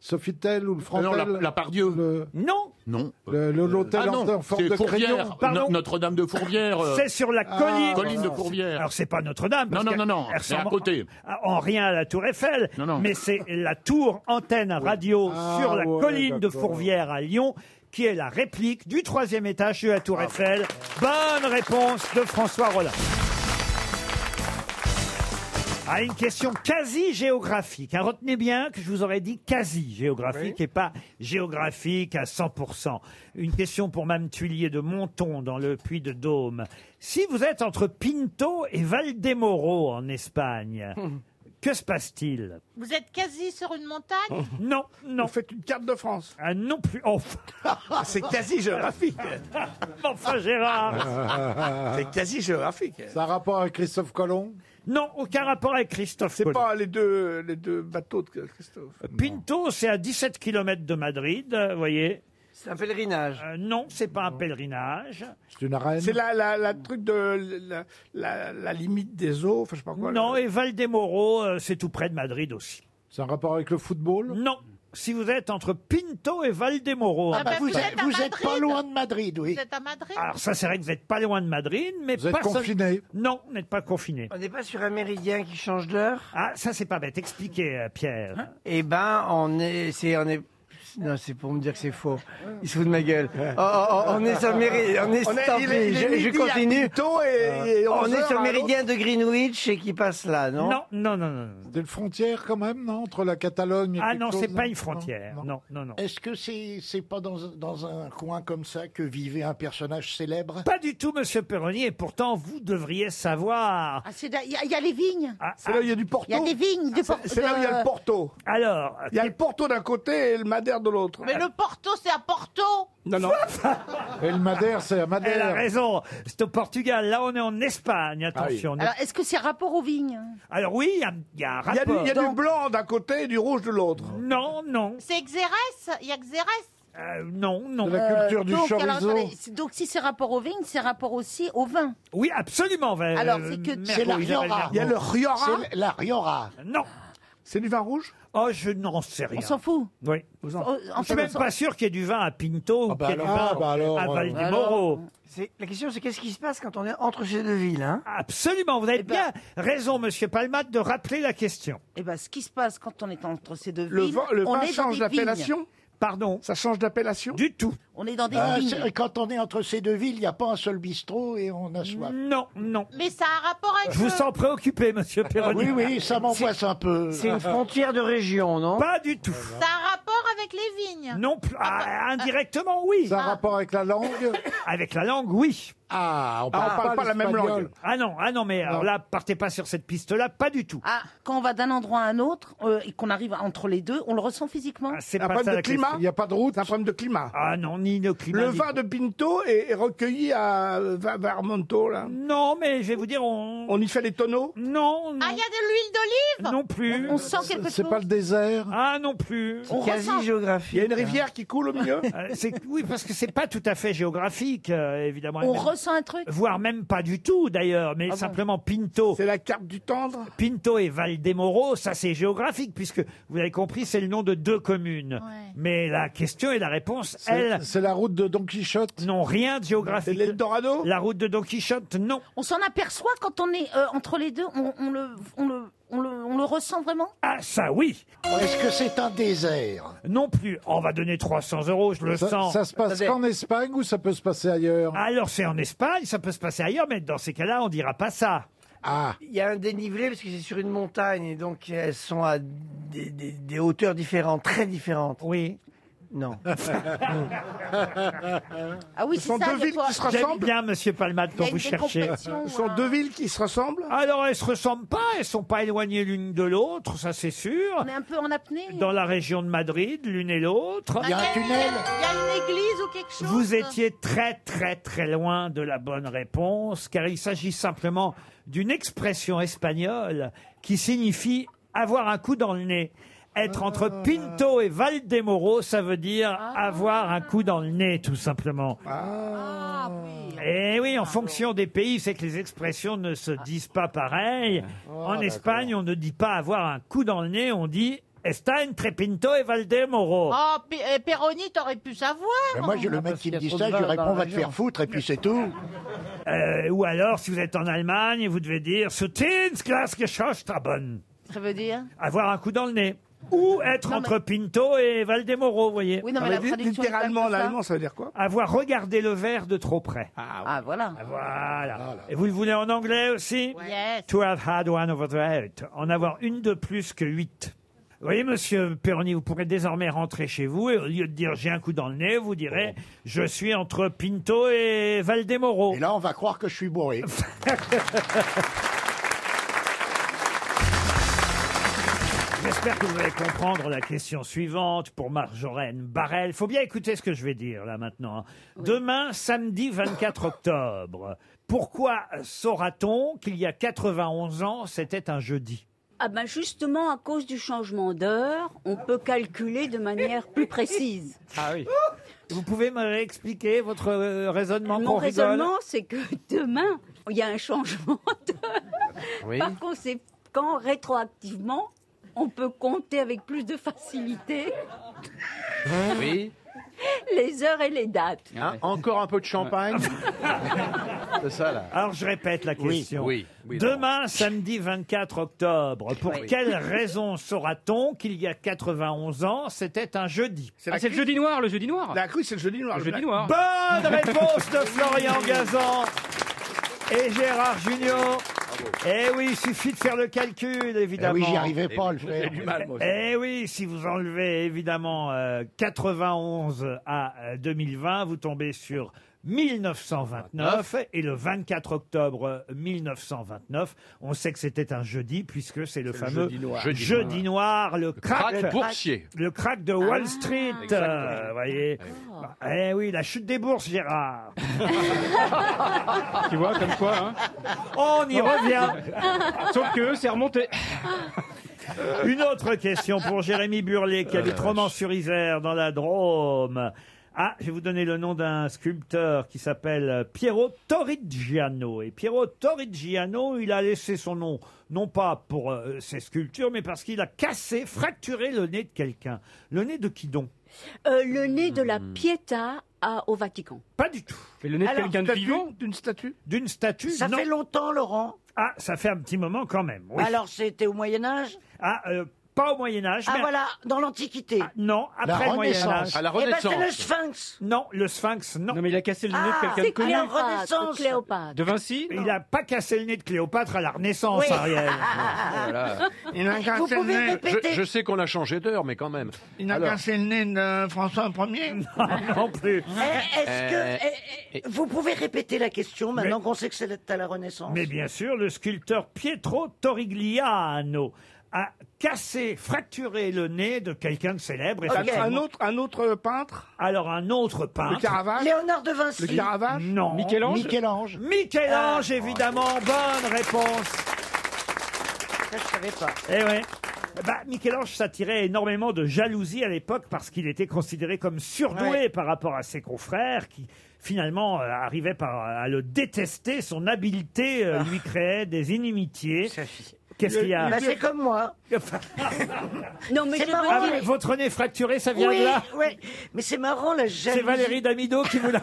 Sofitel ou le
Ah
Frantel
Ah non, la, la Pardieu.
Non.
Non.
Le- le- L'hôtel
Ah non,
en forme
c'est
de
Fourvière.
crayon.
No- Notre-Dame de
[laughs]
Fourvière. euh,
C'est sur la
Ah,
colline.
colline de Fourvière.
Alors c'est pas Notre-Dame.
Non,
parce
non,
qu'elle-
non, non,
elle
c'est à
ressemble
côté.
En, en rien à la Tour Eiffel. Mais c'est la tour antenne radio
Ah,
sur la
ouais,
colline de
d'accord.
Fourvière à Lyon qui est la réplique du troisième étage de la
Ah.
Tour Eiffel. Bonne réponse de François Rollin. Ah, une question quasi géographique. hein. Retenez bien que je vous aurais dit quasi géographique et pas géographique à 100%. Une question pour Mme Tuillier de Monton dans le Puy de Dôme. Si vous êtes entre Pinto et Valdemoro
[laughs]
en Espagne, que se passe-t-il
Vous êtes quasi sur une
Oh.
montagne
Non, non. Vous
faites une carte de France.
Ah non plus. Oh.
[laughs]
Ah,
C'est quasi géographique.
enfin, Gérard
[laughs] C'est quasi géographique.
Ça a rapport avec Christophe Colomb
Non, aucun rapport avec Christophe
C'est
Colomb.
pas les deux, les deux bateaux de Christophe.
Pinto, c'est à 17 km de Madrid, vous voyez.
C'est un pèlerinage.
Euh, non, c'est pas un pèlerinage.
C'est une arène
C'est la, la, la truc de la, la, la limite des eaux, enfin je sais pas quoi.
Non, et Valdemoro, euh, c'est tout près de Madrid aussi.
C'est un rapport avec le football
Non. Si vous êtes entre Pinto et Valdemoro.
Ah bah, vous êtes, vous êtes pas loin de Madrid, oui.
Vous êtes à Madrid
Alors ça, c'est vrai que vous n'êtes pas loin de Madrid, mais
Vous êtes
pas seul-
confiné.
Non, vous n'êtes pas confiné.
On n'est pas sur un méridien qui change d'heure
Ah, ça c'est pas bête. Expliquez, euh,
Hein
Pierre.
Eh ben, on est, c'est, on est. Non, c'est pour me dire que c'est faux. Il se fout de ma gueule. Oh, oh, oh, on est sur Méri- on est,
On est-
tant
il
pis,
est- il est
je, je
midi à
continue. Ah.
Quito et- et
on
11
est
Ah,
heures hein,
sur
à
méridien de Greenwich et qui passe là, non
Non, non, non, non.
C'est une frontière quand même, non Entre la Catalogne et
Ah
quelque
non,
chose,
c'est pas une frontière. Non, non, non.
Est-ce que c'est c'est pas dans, un- dans un coin comme ça que vivait un personnage célèbre
Pas du tout, Monsieur Perroni, et pourtant vous devriez savoir.
Ah, c'est da- Il y, a- il y a les vignes.
Ah,
C'est là où il y a du porto. Ah,
Il y a des vignes. du por-
C'est là où il y a le
de-
porto.
Alors,
Il y a le porto d'un côté et le madère de l'autre.
Mais le Porto, c'est à Porto
Non, non.
Et le Madère, c'est à Madère.
Elle a raison. Oh, C'est au Portugal. Là, on est en Espagne. Attention.
Alors, est-ce que c'est rapport aux vignes
Alors oui, il y a- il y, a un
Il y a du,
rapport.
il y a du blanc d'un côté et du rouge de l'autre.
Non, non.
C'est Xérès Il y a Xérès
Euh, non, non.
Euh, donc, alors, attendez, c'est- donc si c'est rapport au vin, c'est rapport aussi au vin.
Oui, absolument. Val-
Alors, c'est que-
Mergo,
c'est la
Isabelle
Riora.
Mergo.
Il y a le Riora
C'est la Riora.
Non.
C'est du vin rouge
Oh, je n'en sais rien.
On s'en fout.
Oui. Oh,
en-
je suis même pas sûr qu'il y ait du vin à Pinto
Ah bah
ou qu'il y ait du vin à Valdemoro.
euh,
La question, c'est qu'est-ce qui se passe quand on est entre ces deux villes hein
Absolument, vous avez
ben.
bien raison, Monsieur Palmat, de rappeler la question.
Eh ben, ce qui se passe quand on est entre ces deux
Le
villes,
vin- le
on
vin
est dans
change
des
d'appellation
vignes.
Pardon
Ça change d'appellation Ah,
Du tout.
On est dans des
Euh,
vignes.
c'est- quand on est entre ces deux villes, il n'y a pas un seul bistrot et on a soif.
Non, non.
Mais ça a un rapport avec.
Je vous
le-
sens préoccupé, Monsieur
oui,
Perroni.
oui, ça m'angoisse un peu.
C'est une frontière de région, non
Pas du tout.
Ça a un rapport avec les vignes.
Non, plus- ah, indirectement, oui. Ça a rapport avec la langue Avec la langue, oui.
Ah, on parle Ah, on parle pas pas la même l'espagnol. langue.
Ah non, ah non, mais alors là, partez pas sur cette piste-là, pas du tout.
Ah, quand on va d'un endroit à un autre euh, et qu'on arrive entre les deux, on le ressent physiquement.
Ah, c'est Un pas problème ça, de la climat question.
n'y a pas de route. C'est un problème de climat.
Ah non, ni de climat.
Le
ni
vin de Pinto est, est recueilli à euh, Va- Varmonto, là.
Non, mais je vais vous dire, on.
On y fait les tonneaux
Non,
Ah, il y a de l'huile d'olive
Non plus.
On sent quelque
C'est
chose.
pas le désert
Ah non plus.
C'est On quasi ressent. géographique,
Il y a une rivière qui coule au milieu
Euh, c'est- oui, parce que c'est pas tout à fait géographique, euh, évidemment.
On
Elle-
ressent un truc.
Voire même pas du tout, d'ailleurs, mais simplement Pinto.
C'est la carte du tendre
Pinto et Valdemoro, ça c'est géographique, puisque vous avez compris, c'est le nom de deux communes. Mais la question et la réponse,
C'est-
elle,
C'est la route de Don Quichotte
n'ont rien de géographique.
l'Eldorado
La route de Don Quichotte, non.
On s'en aperçoit quand on est euh, entre les deux, on, on le, on, le, on, le, on le ressent vraiment
Ah, ça oui
Est-ce que c'est un désert
Non plus. Oh, On va donner 300 euros, je le
ça,
sens.
ça se passe qu'en Espagne ou ça peut se passer ailleurs
Alors c'est en Espagne, ça peut se passer ailleurs, mais dans ces cas-là, on dira pas ça.
Ah
Il y a un dénivelé parce que c'est sur une montagne et donc euh, elles sont à des, des- des hauteurs différentes, très différentes.
Oui.
Non.
Ah oui,
Ce sont
c'est ça,
deux
il y a
villes
pas-
qui se ressemblent
Bien, monsieur Palmat,
Il y
quand
a une hein.
vous cherchez.
décompression,
Ce sont
voilà.
deux villes qui se ressemblent
Alors elles se ressemblent pas, elles sont pas éloignées l'une de l'autre, ça c'est sûr.
On est un peu en apnée. Ah,
Dans la région de Madrid, l'une et l'autre.
Il y a une église ou quelque chose
Vous étiez très très très loin de la bonne réponse, car il s'agit simplement d'une expression espagnole qui signifie avoir un coup dans le nez. Être entre Pinto et Valdemoro, ça veut dire avoir un coup dans le nez, tout simplement. Et oui, en fonction des pays, c'est que les expressions ne se disent pas pareil. En Espagne, on ne dit pas avoir un coup dans le nez, on dit Está entre Pinto et
Ah,
Valdemoro.
Oh, Pe- euh, Perroni, t'aurais pu savoir.
Ben Moi,
Ah,
j'ai le mec qui me dit ça, je lui
vin dans
réponds,
la
va te
région.
faire foutre, et puis c'est tout.
Euh, ou alors, si vous êtes en Allemagne, vous devez dire Sutinsglasgeschostraben.
Ça veut dire
Avoir un coup dans le nez. Ou être entre Pinto et Valdemoro, vous voyez.
Oui, non, mais
Ah,
la
mais
traduction exacte
Littéralement,
de ça-
l'allemand, ça veut dire quoi
Avoir regardé le verre de trop près.
Ah, voilà.
Ah,
Voilà. Et vous le voulez en anglais aussi
Yes.
To have had one of the eight. En avoir une de plus que huit. Vous voyez, monsieur Perroni, vous pourrez désormais rentrer chez vous et au lieu de dire j'ai un coup dans le nez, vous direz je suis entre Pinto et Valdemoro.
Et là, on va croire que je suis bourré.
[laughs] J'espère que vous allez comprendre la question suivante pour Marjolaine Barrel. Faut bien écouter ce que je vais dire là maintenant. hein. Demain, samedi 24 octobre. Pourquoi saura-t-on qu'il y a 91 ans, c'était un jeudi
Ah ben justement, à cause du changement d'heure, on peut calculer de manière plus précise.
Ah oui. Vous pouvez me expliquer votre euh, raisonnement qu'on
Mon
rigole
raisonnement, c'est que [laughs] demain, il y a un changement [laughs] d'heure.
Oui.
Par conséquent, rétroactivement, on peut compter avec plus de facilité [laughs]
Oui.
les heures et les dates.
Hein, encore un peu de champagne C'est ça, là.
Alors je répète la
Oui,
question.
oui, oui,
Demain, samedi 24
Oh,
octobre, pour
Oui.
quelle raison saura-t-on qu'il y a 91 ans, c'était un jeudi
Ah, c'est le jeudi noir, le jeudi noir.
La crue, c'est le jeudi noir.
Le jeudi noir.
hein. [laughs]
Bonne réponse de Florian Gazan et Gérard Junior. Eh oui, il suffit de faire le calcul, évidemment.
Eh oui, j'y arrivais pas à le faire.
Eh oui, si vous enlevez évidemment euh, 91 à euh, 2020, vous tombez sur 1929 et le 24 octobre euh, 1929, on sait que c'était un jeudi puisque c'est
C'est le
le fameux
jeudi noir.
jeudi, noir, le, crack,
crack boursier.
le crack de Wall Street,
Exactement.
euh, voyez. Eh oui, la chute des bourses, Gérard.
Tu vois, comme quoi. hein.
On y revient.
Sauf que c'est remonté.
Une autre question pour Jérémy Burlet, qui
Euh. Ah, la
habite
vache.
Romans-sur-Isère, dans la Drôme. Ah, je vais vous donner le nom d'un sculpteur qui s'appelle Piero Torrigiano. Et Piero Torrigiano, il a laissé son nom, non pas pour euh, ses sculptures, mais parce qu'il a cassé, fracturé le nez de quelqu'un. Le nez de qui donc
Euh, le nez de la Pietà à- au Vatican.
Pas du tout. Mais le
nez de Alors, quelqu'un de statue, vivant
D'une statue D'une statue,
Ça
non.
fait longtemps, Laurent.
Ah, ça fait un petit moment quand même, oui.
Alors, c'était au Moyen-Âge
Ah, euh, pas au Moyen-Âge. Ah,
Ah, voilà, dans l'Antiquité.
non, après le Moyen-Âge.
Ah,
Ah,
Eh ben, c'est le sphinx.
Non, le sphinx, non. Non,
mais il a cassé
le
nez de Ah, quelqu'un de c'est connu. Cléopâtre, Cléopâtre. De
Vinci Il n'a pas cassé le nez de Cléopâtre à la Renaissance,
Oui.
Ariel.
Voilà.
Vous pouvez répéter.
Je, je sais qu'on a changé d'heure, mais quand même.
Il a
cassé
le nez
euh,
de François Ier
Non
[laughs]
plus.
Est-ce
Euh,
que. eh, eh, Vous pouvez répéter la question maintenant qu'on sait que c'est à la Renaissance
Mais bien sûr, le sculpteur Pietro Torrigliano a cassé, fracturé le nez de quelqu'un de célèbre.
Ok.
effectivement.
Un autre- un autre peintre
Alors un autre peintre.
Caravage
Léonard de Vinci.
Le Caravage
Non.
Michel-Ange
Michel-Ange. Michel-Ange,
Ah.
évidemment. Bonne réponse.
Ça, je savais pas.
Eh ouais. Bah, Michel-Ange s'attirait énormément de jalousie à l'époque parce qu'il était considéré comme surdoué par rapport à ses confrères qui finalement euh, arrivaient par, à le détester. Son habileté euh, lui créait des inimitiés. Qu'est-ce qu'il y a
Bah, C'est comme moi.
Non, mais
C'est
je
marrant,
Ah,
mais-
Votre nez fracturé, ça vient de là
Oui, ouais. Mais c'est marrant la jalousie.
C'est Valérie Damido qui vous l'a.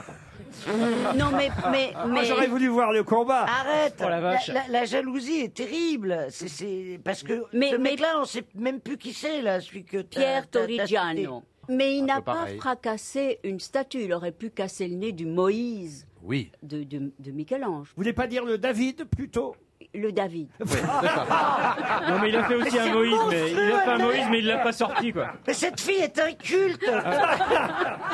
Non, mais- mais-
Ah,
Moi, J'aurais voulu voir le combat.
Arrête
Oh, la vache.
la, la jalousie est terrible. C'est- C'est parce que
Mais-
ce
mais-
mec-là, on sait même plus qui c'est là, celui que t'as-
Pierre
t'as- t'as cité.
Torrigiano. Mais il n'a
peu
pas
pareil.
fracassé une statue. Il aurait pu casser le nez du Moïse
oui.
de, de- de Michel-Ange.
Vous voulez pas dire le David plutôt
Le David.
[laughs]
Non, mais il a fait aussi
Mais c'est
un Moïse, mais il a fait un
monstrueux,
Moïse, mais il l'a
Adèle.
pas sorti, quoi.
Mais cette fille est inculte.
Ah,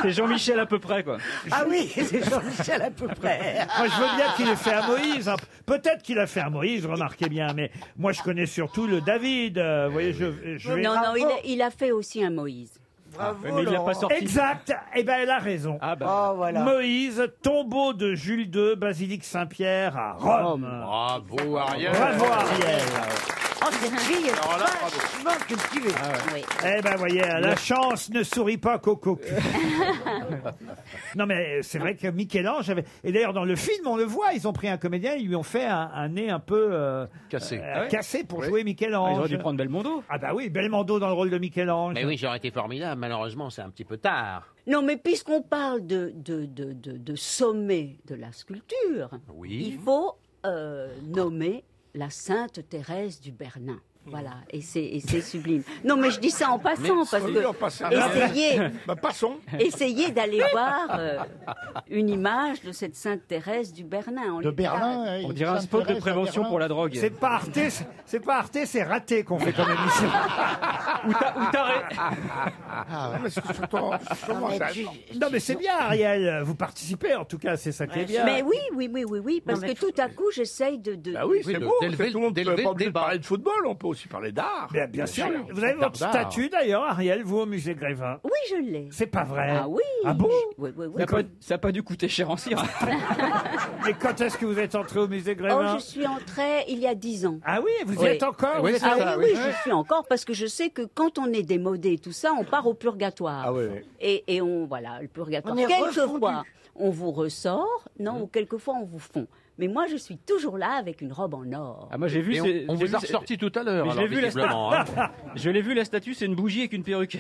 C'est Jean-Michel à peu près, quoi.
ah
[laughs]
oui, c'est Jean-Michel à peu près.
Moi, je veux bien qu'il ait fait un Moïse. hein. Peut-être qu'il a fait un Moïse, remarquez bien. Mais moi, je connais surtout le David. euh, vous voyez, je, je vais... Ah,
Non,
Ah,
non,
oh.
il a, il a fait aussi un Moïse.
Bravo, Laurent. Exact. Eh ben, elle a raison.
Ah,
bah. Oh, voilà.
Moïse, tombeau de Jules II, basilique Saint-Pierre à Rome.
Oh, Bravo, Ariel.
Bravo, Ariel.
Oh, cette fille est vachement cultivée.
Eh ben, voyez, la chance ne sourit pas qu'au cocu.
[laughs]
non, mais c'est vrai que Michel-Ange avait. Et d'ailleurs, dans le film, on le voit, ils ont pris un comédien, ils lui ont fait un, un nez un peu. euh,
Cassé.
euh,
Ah ouais
Cassé pour
Oui.
jouer Michel-Ange.
Ah, ils auraient dû prendre
Belmondo. Ah, bah oui, Belmondo dans le rôle de Michel-Ange.
Mais oui, j'aurais été formidable. Malheureusement, c'est un petit peu tard.
Non, mais puisqu'on parle de, de, de, de- de sommet de la sculpture, il faut euh, nommer la Sainte Thérèse du Bernin. Voilà, et c'est et c'est sublime. Non, mais je dis ça en passant, parce
Oui,
que
en passant. [laughs]
essayez,
Bah, passons.
essayez d'aller voir euh, une image de cette Sainte Thérèse du Bernin. On
De
les-
Berlin, hein,
Ah,
oui.
On dirait un spot de prévention pour la drogue. [laughs]
C'est pas Arte, c'est- c'est pas Arte, c'est raté qu'on fait comme émission. Ah,
Ou
[laughs]
taré.
Non, mais c'est surtout- comment ça-
Non mais c'est bien Ariel, vous participez en tout cas, c'est ça qui est bien.
Mais oui, oui, oui, oui, oui, parce
Non, mais
que tout à coup, j'essaye de, de-
Bah oui,
de-
c'est beau. c'est- Tout le monde peut pas obligé de parler de football, on peut aussi parler d'art.
Bien, bien sûr. Vous avez votre statue d'ailleurs, Ariel, vous au musée Grévin.
Oui, je l'ai.
C'est pas vrai.
Ah oui.
Ah bon
Oui, oui, oui.
Ça a pas- ça a pas dû coûter cher en cire.
[laughs] Mais quand est-ce que vous êtes entré au musée
Oh,
Grévin
je suis entrée il y a dix ans.
Ah oui, vous y
Oui.
êtes encore vous êtes-
ah oui, oui, je suis encore parce que je sais que quand on est démodé et tout ça, on part au purgatoire.
Ah
Et, et on, voilà, le purgatoire.
On est
Quelquefois, on vous ressort, non,
Hmm.
ou quelquefois, on vous fond. Mais moi, je suis toujours là avec une robe en or.
Ah, moi j'ai vu.
Et on-
c'est-
on
j'ai
vous
vu-
a ressorti tout à l'heure,
Mais je
alors,
l'ai vu la
visiblement, hein.
statue. [laughs] Je l'ai vu la statue, c'est une bougie avec une perruque.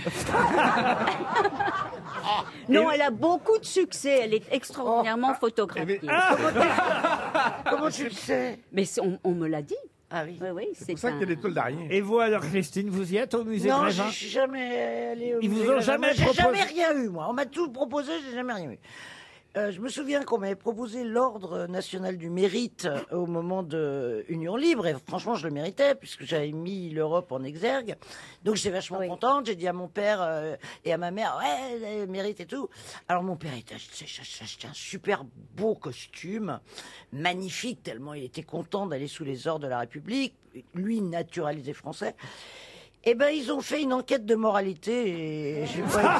Non, elle a beaucoup de succès. Elle est extraordinairement
Oh.
photographiée.
Ah,
[laughs] Comment tu le sais
Mais c'est- on, on me l'a dit.
Ah oui.
Oui, oui, c'est
pour ça qu'il y a des toiles d'araignée.
Et vous alors Christine, vous y êtes au musée
Non, je
Grévin
suis jamais allé au
Ils vous
musée
ont
Grévin.
jamais
Moi, J'ai
proposé-
jamais rien eu, moi. On m'a tout proposé, j'ai jamais rien eu. Euh, je me souviens qu'on m'avait proposé l'ordre national du mérite euh, au moment de Union libre et franchement je le méritais puisque j'avais mis l'Europe en exergue. Donc j'étais vachement contente. J'ai dit à mon père euh, et à ma mère ouais euh, mérite et tout. Alors mon père il a acheté, ach- acheté un super beau costume, magnifique tellement il était content d'aller sous les ordres de la République. Lui naturalisé français. Eh ben, ils ont fait une enquête de moralité et j'ai pas.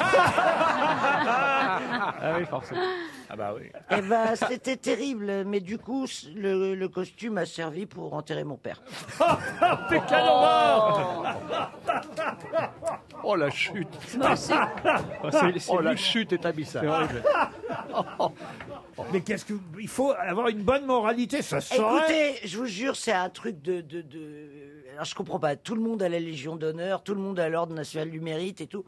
Ah oui, forcément.
Ah bah oui.
Eh ben, c'était terrible, mais du coup, c- le, le costume a servi pour enterrer mon père.
Ah, Mais quelle
horreur
[laughs]
Oh la chute
Moi, c'est-
c'est- c'est
Oh la
lui.
chute est abyssale.
C'est horrible. [laughs] Mais qu'est-ce que. Il faut avoir une bonne moralité, ça se saurait.
Écoutez, je vous jure, c'est un truc de, de, de- Alors, je comprends pas. Tout le monde a la Légion d'honneur, tout le monde a l'Ordre national du mérite et tout.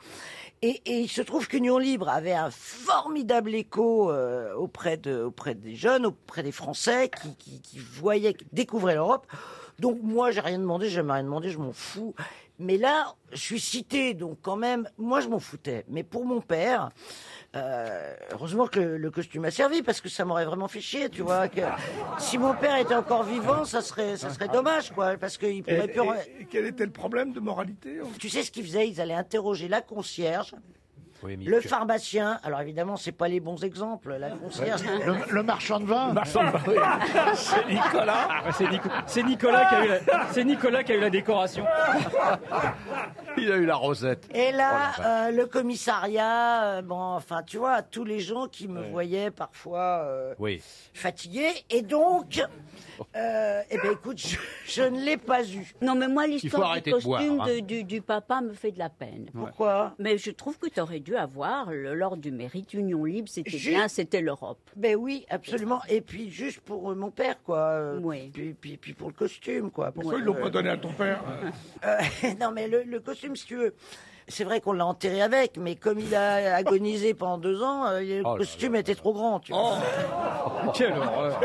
Et, et il se trouve qu'Union Libre avait un formidable écho euh, auprès, de, auprès des jeunes, auprès des Français qui, qui, qui voyaient, qui découvraient l'Europe. Donc, moi, j'ai rien demandé, j'ai jamais rien demandé, je m'en fous. Mais là, je suis cité, donc quand même, moi je m'en foutais. Mais pour mon père, euh, heureusement que le, le costume a servi parce que ça m'aurait vraiment fait chier, tu vois. Que si mon père était encore vivant, ça serait, ça serait dommage, quoi, parce qu'il
Et,
pourrait plus. en-
et- et quel était le problème de moralité
Tu sais ce qu'ils faisaient Ils allaient interroger la concierge.
Oui, mais
Le pharmacien, alors évidemment, c'est pas les bons exemples, la concierge.
Le, le marchand de vin.
[laughs]
C'est
Nicolas. Ah, c'est, Nico- c'est Nicolas qui a eu la, c'est Nicolas qui a eu la décoration.
Il a eu la rosette.
[laughs] Et
Oh
là,
la vache.
euh, le commissariat, euh, bon, enfin, tu vois, tous les gens qui me voyaient parfois euh,
Oui.
fatiguée. Et donc, euh, eh ben, écoute, je, je ne l'ai pas eu.
Non, mais moi,
faut
l'histoire
arrêter
du
de boire,
costume
hein.
de- du, du papa me fait de la peine.
Pourquoi
Mais je trouve que tu aurais dû avoir le l'ordre du mérite, Union libre, c'était
Ju-
bien, c'était l'Europe.
Ben oui, absolument. Et puis juste pour euh, mon père, quoi. euh,
Oui.
Puis, puis, puis pour le costume, quoi.
Pourquoi ils l'ont pas donné à ton père
Euh, [laughs] non, mais le, le costume, si tu veux. C'est vrai qu'on l'a enterré avec, mais comme il a agonisé pendant deux ans, euh, le
Oh là Oh.
costume était trop grand. Tu vois.
Quelle horreur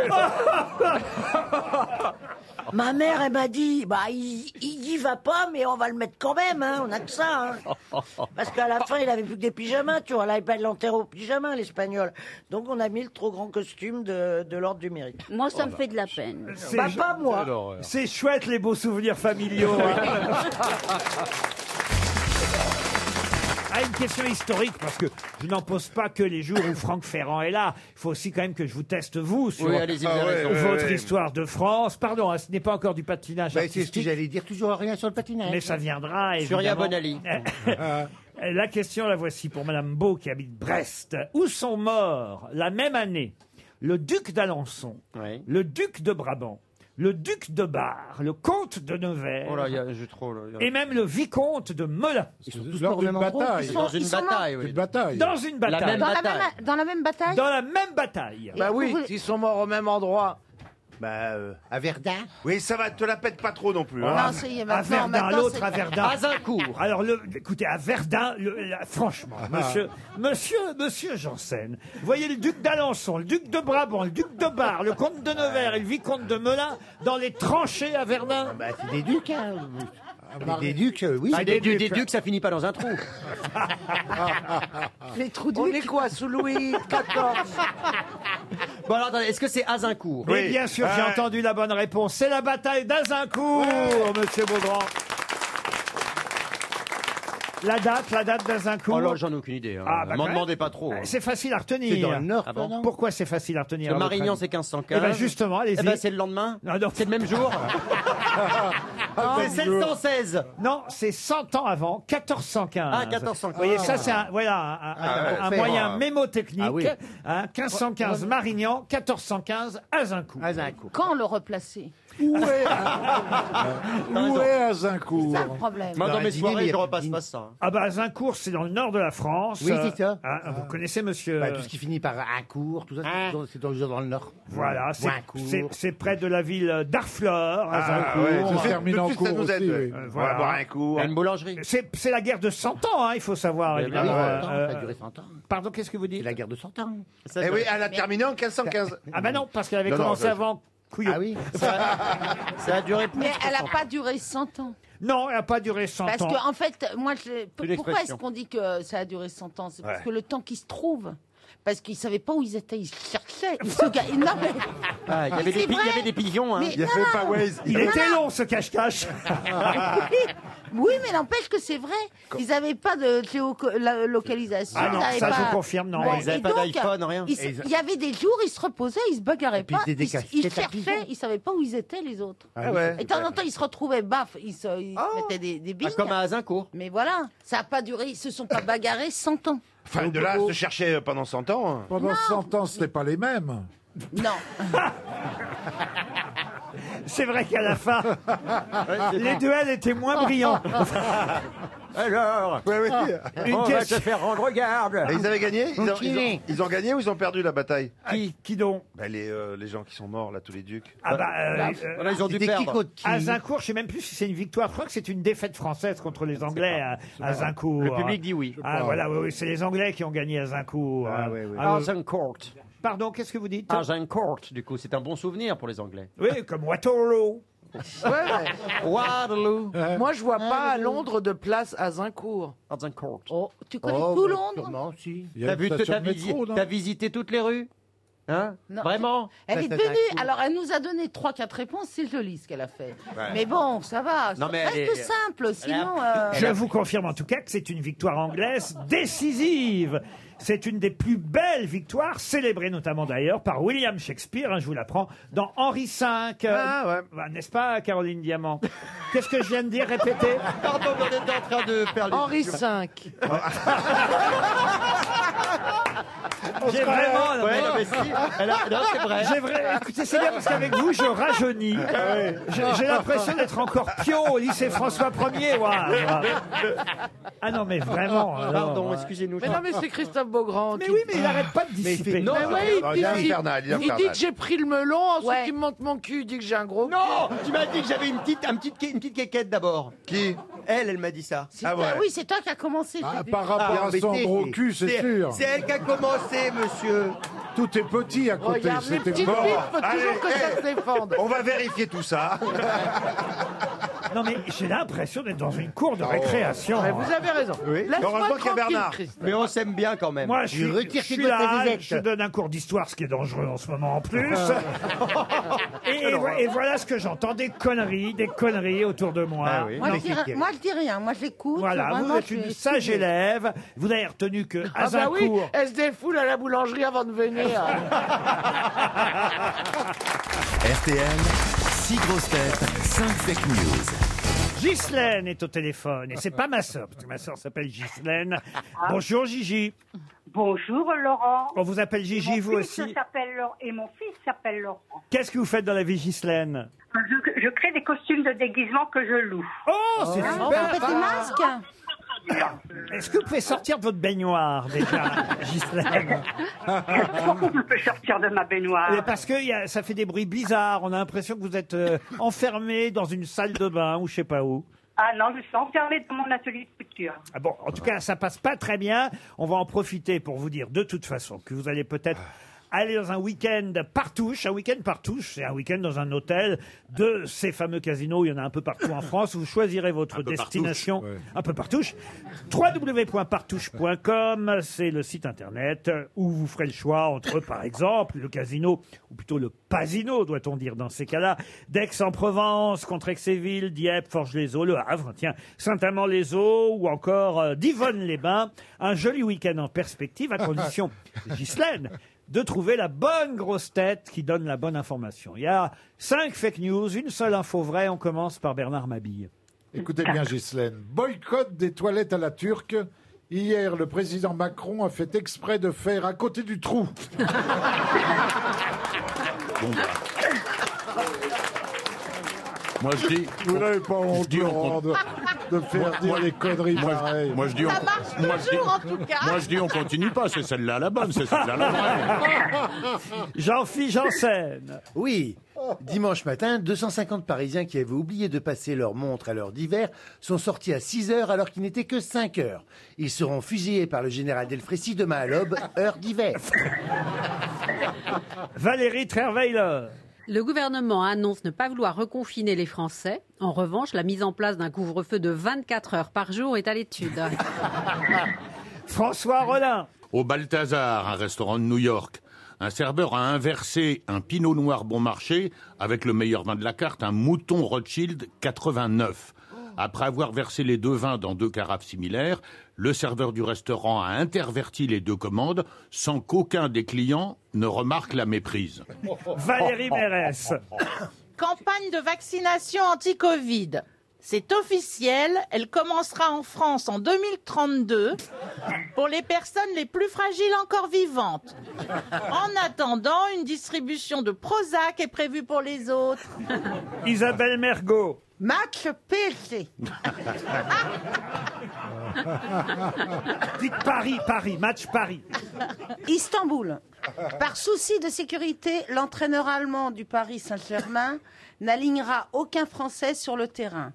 Ma mère, elle m'a dit, bah, il, il y va pas, mais on va le mettre quand même, hein, on a que ça. hein. [laughs] Parce qu'à la fin, il avait plus que des pyjamas, tu vois, là, il pas de l'enterre aux pyjamas, l'espagnol. Donc, on a mis le trop grand costume de, de l'ordre du mérite.
Moi,
Oh
ça me fait de la peine.
C'est-
Bah, pas moi.
C'est chouette les beaux souvenirs familiaux.
[laughs]
hein. Ah, une question historique, parce que je n'en pose pas que les jours où Franck Ferrand est là. Il faut aussi quand même que je vous teste, vous, sur
Oui, allez-y, vous avez raison.
votre
Ah Ouais, ouais.
histoire de France. Pardon, hein, ce n'est pas encore du patinage
Bah, c'est ce que
artistique,
j'allais dire, toujours rien sur le patinage.
mais ça viendra,
Sur
évidemment. Eh.
Ria Bonali.
[laughs] La question, la voici pour Madame Beau, qui habite Brest. Où sont morts, la même année, le duc d'Alençon, le duc de Brabant, le duc de Bar, le comte de Nevers
Oh là, il y a- j'ai trop. là, il y a-
et même le vicomte de Melun. Ils sont
Lors d'une
Ah,
bataille.
Dans une bataille, oui.
Dans une bataille.
La même
Dans la
bataille.
Dans la même bataille
Dans la même bataille.
Bah oui, ils sont morts au même [laughs] endroit.
Bah, euh, à Verdun.
Oui, ça va, te la pète pas trop non plus.
Ah,
hein.
à Verdun, l'autre à Verdun.
Azincourt.
Ah.
Alors, le, écoutez, à Verdun, le- la- franchement, monsieur, monsieur, monsieur Janssen, voyez le duc d'Alençon, le duc de Brabant, le duc de Bar, le comte de Nevers et le vicomte de Melun dans les tranchées à Verdun.
Bah, c'est des ducs, hein.
bah,
Des ducs, euh, oui.
Ah, des, ducs, des ducs, ça finit pas dans [laughs] un trou.
Les trous
On est quoi sous Louis XIV [laughs] Bon alors attendez, est-ce que c'est Azincourt
Et Eh bien sûr,
Ah.
j'ai entendu la bonne réponse. C'est la bataille d'Azincourt, monsieur Beaugrand. La date, la date d'Azincourt.
Oh là, j'en ai aucune idée. hein.
Ah, bah,
M'en
quand
demandez pas trop. hein.
C'est facile à retenir.
C'est dans le Nord,
Ah
quoi,
bon
non
Pourquoi c'est facile à retenir
Le
à votre
Marignan,
avis
c'est 1515.
Eh ben, justement, allez-y. Ah,
Eh ben, c'est le lendemain C'est le même jour C'est 716
Non, c'est 100 ans avant, 1415.
Ah, 1415.
Vous voyez, ça, c'est un, voilà, un, un-
Ah,
un-
ouais,
un
c'est
moyen
bon.
mémotechnique.
Ah oui.
hein, 1515 Marignan, 1415 Azincourt. Azincourt.
Quand le replacer
Où
Ah,
est, où est Azincourt
C'est ça le
[laughs]
problème.
Moi, dans
Dans
mes
la
soirées,
dîner,
je repasse pas ça.
Ah bah, Azincourt, c'est dans le nord de la France.
Oui, c'est ça.
Euh, hein,
Ah.
Vous connaissez, monsieur
Bah, tout ce qui finit par un cours, tout ça, c'est dans- c'est toujours dans le Nord.
Ah. Voilà, c'est-
Un cours. Eh
c'est c'est près de la ville d'Arfleur, Azincourt.
Ah, ouais,
Voilà.
c'est terminé en cours aussi. oui.
Euh,
On va boire un coup.
Une boulangerie.
C'est c'est la guerre de 100 ans, hein, il faut savoir.
Mais
évidemment.
oui,
Euh,
cent ans,
euh,
ben, ça a duré 100 ans.
Pardon, qu'est-ce que vous dites
C'est la guerre de 100 ans.
Ça,
Eh
je-
oui, elle a terminé en 1515.
Ah bah non, parce qu'elle avait
Non, non,
commencé
je-
avant Couillon.
Ah
[laughs]
oui
Ça a duré plus.
Mais
que
elle n'a
100.
pas duré 100 ans.
Non, elle n'a pas duré 100
Parce
ans.
que, en fait, moi, je-
Une
pourquoi est-ce
expression.
qu'on dit que ça a duré 100 ans C'est
Ouais.
parce que le temps qui se trouve. Parce qu'ils ne savaient pas où ils étaient, ils cherchaient. Ils se
[laughs]
ga- Non, mais.
Ah, Il y avait
Mais
des
c'est
pi- il y
vrai.
avait des pigeons. hein. [laughs]
Mais Il y non, avait non. pas Waze.
Il était long ce cache-cache.
Oui, mais n'empêche que c'est vrai. Ils n'avaient pas de géolocalisation.
Ah non,
ils avaient
ça, je
pas-
confirme, non. Ils avaient
et
pas
donc,
d'iPhone, rien.
ils se-
Et ils-
Il y avait des jours, ils se reposaient, ils se bagarraient
puis
pas.
ils
Ils,
étaient
se-
casquettes
ils
à
cherchaient, ils savaient pas où ils étaient, les autres.
Ah ouais.
Et de temps en temps, ils se retrouvaient, baf, ils se, ils se
Ah.
mettaient des, des billes.
comme à Azincourt.
Mais voilà, ça n'a pas duré, ils se sont pas bagarrés 100 ans.
Enfin, de là à se chercher euh, pendant 100 ans. hein.
Pendant 100 ans, ce n'est pas les mêmes.
Non.
C'est vrai qu'à [laughs] la fin,
[laughs]
les duels étaient [laughs] moins brillants.
[laughs]
Alors
Ah, Une
Ah. On va
question-
se faire rendre garde
Et ils avaient gagné ils ont, ils, ont,
Continuez.
ils ont gagné ou ils ont perdu la bataille
Ah, Qui, qui donc
les, euh, les gens qui sont morts, là, tous les ducs.
Ah bah, euh, euh,
C'était qui
Azincourt,
contre qui
Azincourt, je sais même plus si c'est une victoire. Je crois que c'est une défaite française contre les Anglais à à Azincourt.
Le public dit oui.
Ah voilà, oui, oui, c'est les Anglais qui ont gagné à Azincourt. Ah,
Azincourt.
Pardon, qu'est-ce que vous dites
Azincourt, du coup, c'est un bon souvenir pour les Anglais.
Oui, comme Waterloo.
Waterloo.
Moi, je vois pas à Londres de place à Zincourt.
Azincourt.
tu
connais Oh, tout ouais, Londres sûrement,
si.
T'as vu- t'as visi- t'as visité toutes les rues Hein
Non.
Vraiment
Elle est devenue. Alors, elle nous a donné 3-4 réponses, c'est joli ce qu'elle a fait.
Ouais.
Mais bon, ça va.
Non, mais
reste
elle est-
simple, sinon. euh,
Je vous confirme en tout cas que c'est une victoire anglaise décisive. C'est une des plus belles victoires, célébrée notamment d'ailleurs par William Shakespeare, hein, je vous l'apprends, dans Henri V.
Ah,
Euh, bah, N'est-ce pas, Caroline Diamant Qu'est-ce que je viens de dire Répétez.
[laughs] Pardon, on est en train de faire les-
Henri V.
J'ai vraiment. non,
Ouais,
mais-
non, mais si, elle a- non, c'est vrai. Ah
J'ai vrai- Ah Écoutez, c'est bien parce qu'avec vous, je rajeunis. J'ai j'ai l'impression d'être encore pio au lycée François 1er. Ah non, mais vraiment. alors, euh,
Pardon,
ouais.
excusez-nous.
Mais non, mais c'est Christophe Beaugrand.
Mais oui, mais il arrête pas de dissiper.
Mais oui, il, dit- il-
infernal, il est
il dit
infernal.
que j'ai pris le melon, ensuite il me monte mon cul, il dit [laughs] que j'ai un gros
Non, tu m'as dit que j'avais une petite, un petite, une petite quéquette d'abord. Qui Elle, elle m'a dit ça.
Ah oui, c'est toi qui as commencé. t'as vu.
Ah, mais c'est- C'est elle qui a commencé, monsieur.
Tout est petit à côté.
Regarde, les
c'était
petites
bon.
bites, faut toujours que ça
eh,
se défende.
On va vérifier tout ça.
Non, mais j'ai l'impression d'être dans une cour
Oh.
de récréation.
Mais vous avez raison. Laisse-moi tranquille, Christophe.
Mais on s'aime bien quand même.
Moi, je, suis- je suis là, je donne un cours d'histoire, ce qui est dangereux en ce moment en plus. [laughs] et, et vo- et voilà ce que j'entends, des conneries, des conneries autour de moi.
Moi, je dis rien- moi, je dis rien, moi, je l'écoute.
Voilà, vous
vraiment,
êtes
je
une
suis
sage
suivie.
élève. Vous avez retenu que
Ah bah oui,
Azincourt...
elle se défoule à la boulangerie avant de venir.
RTL, 6 grosses têtes, 5 fake news.
Ghislaine est au téléphone, et c'est pas ma sœur, parce que ma sœur s'appelle Ghislaine. Bonjour Gigi.
Bonjour Laurent.
On vous appelle Gigi, vous
fils
aussi.
s'appelle Laurent- et mon fils s'appelle Laurent.
Qu'est-ce que vous faites dans la vie, Ghislaine
Je, je crée des costumes de déguisement que je loue.
Oh, c'est
Ah,
super.
on fait des masques
Est-ce que vous pouvez sortir de votre
[laughs]
baignoire déjà, Ghislaine
Pourquoi je peux sortir de ma baignoire
Mais Parce que il y a- ça fait des bruits bizarres. On a l'impression que vous êtes euh, enfermé dans une salle de bain ou je sais pas où.
Ah non, je suis enfermée dans mon atelier de couture.
Ah bon, en tout cas, ça passe pas très bien. On va en profiter pour vous dire de toute façon que vous allez peut-être aller dans un week-end partouche. Un week-end partouche, c'est un week-end dans un hôtel de ces fameux casinos. Il y en a un peu partout en France. Vous choisirez votre destination un peu partouche. www.partouche.com, c'est le site internet où vous ferez le choix entre, par exemple, le casino, ou plutôt le pasino, doit-on dire dans ces cas-là, d'Aix-en-Provence, contre Aix-et-Ville, Dieppe, Forges-les-Eaux, Le Havre, tiens, Saint-Amand-les-Eaux, ou encore euh, Divonne-les-Bains. Un joli week-end en perspective, à condition, Ghislaine, de trouver la bonne grosse tête qui donne la bonne information. Il y a cinq fake news, une seule info vraie. On commence par Bernard Mabille.
Écoutez bien, Ghislaine. Boycott des toilettes à la turque. Hier, le président Macron a fait exprès de faire à côté du trou.
bah, Moi je dis.
Vous n'avez pas honte,
dis, on
Laurent, de,
compte-
de faire
Moi-
dire
moi-
des conneries
moi, je-
pareilles.
moi, je dis, on, moi, je dis- moi, je dis, on continue pas, c'est celle-là la bonne, c'est celle-là la vraie.
Jean-Philippe Janssen.
Oui.
Dimanche matin, 250 Parisiens qui avaient oublié de passer leur montre à l'heure d'hiver sont sortis à 6 heures alors qu'il n'était que 5 heures. Ils seront fusillés par le général Delfrécy demain à l'aube, heure d'hiver.
Valérie Trierweiler.
Le gouvernement annonce ne pas vouloir reconfiner les Français. En revanche, la mise en place d'un couvre-feu de 24 heures par jour est à l'étude.
François Rollin.
Au Balthazar, un restaurant de New York, un serveur a inversé un pinot noir bon marché avec le meilleur vin de la carte, un mouton Rothschild 89. Après avoir versé les deux vins dans deux carafes similaires, le serveur du restaurant a interverti les deux commandes sans qu'aucun des clients ne remarque la méprise.
[laughs]
Valérie
Oh,
Mérès.
Campagne de vaccination anti-Covid. C'est officiel, elle commencera en France en 2032 pour les personnes les plus fragiles encore vivantes. En attendant, une distribution de Prozac est prévue pour les autres.
Isabelle Mergot.
Match PSG.
Dites Paris, Paris, match Paris.
Istanbul. Par souci de sécurité, l'entraîneur allemand du Paris Saint-Germain n'alignera aucun Français sur le terrain.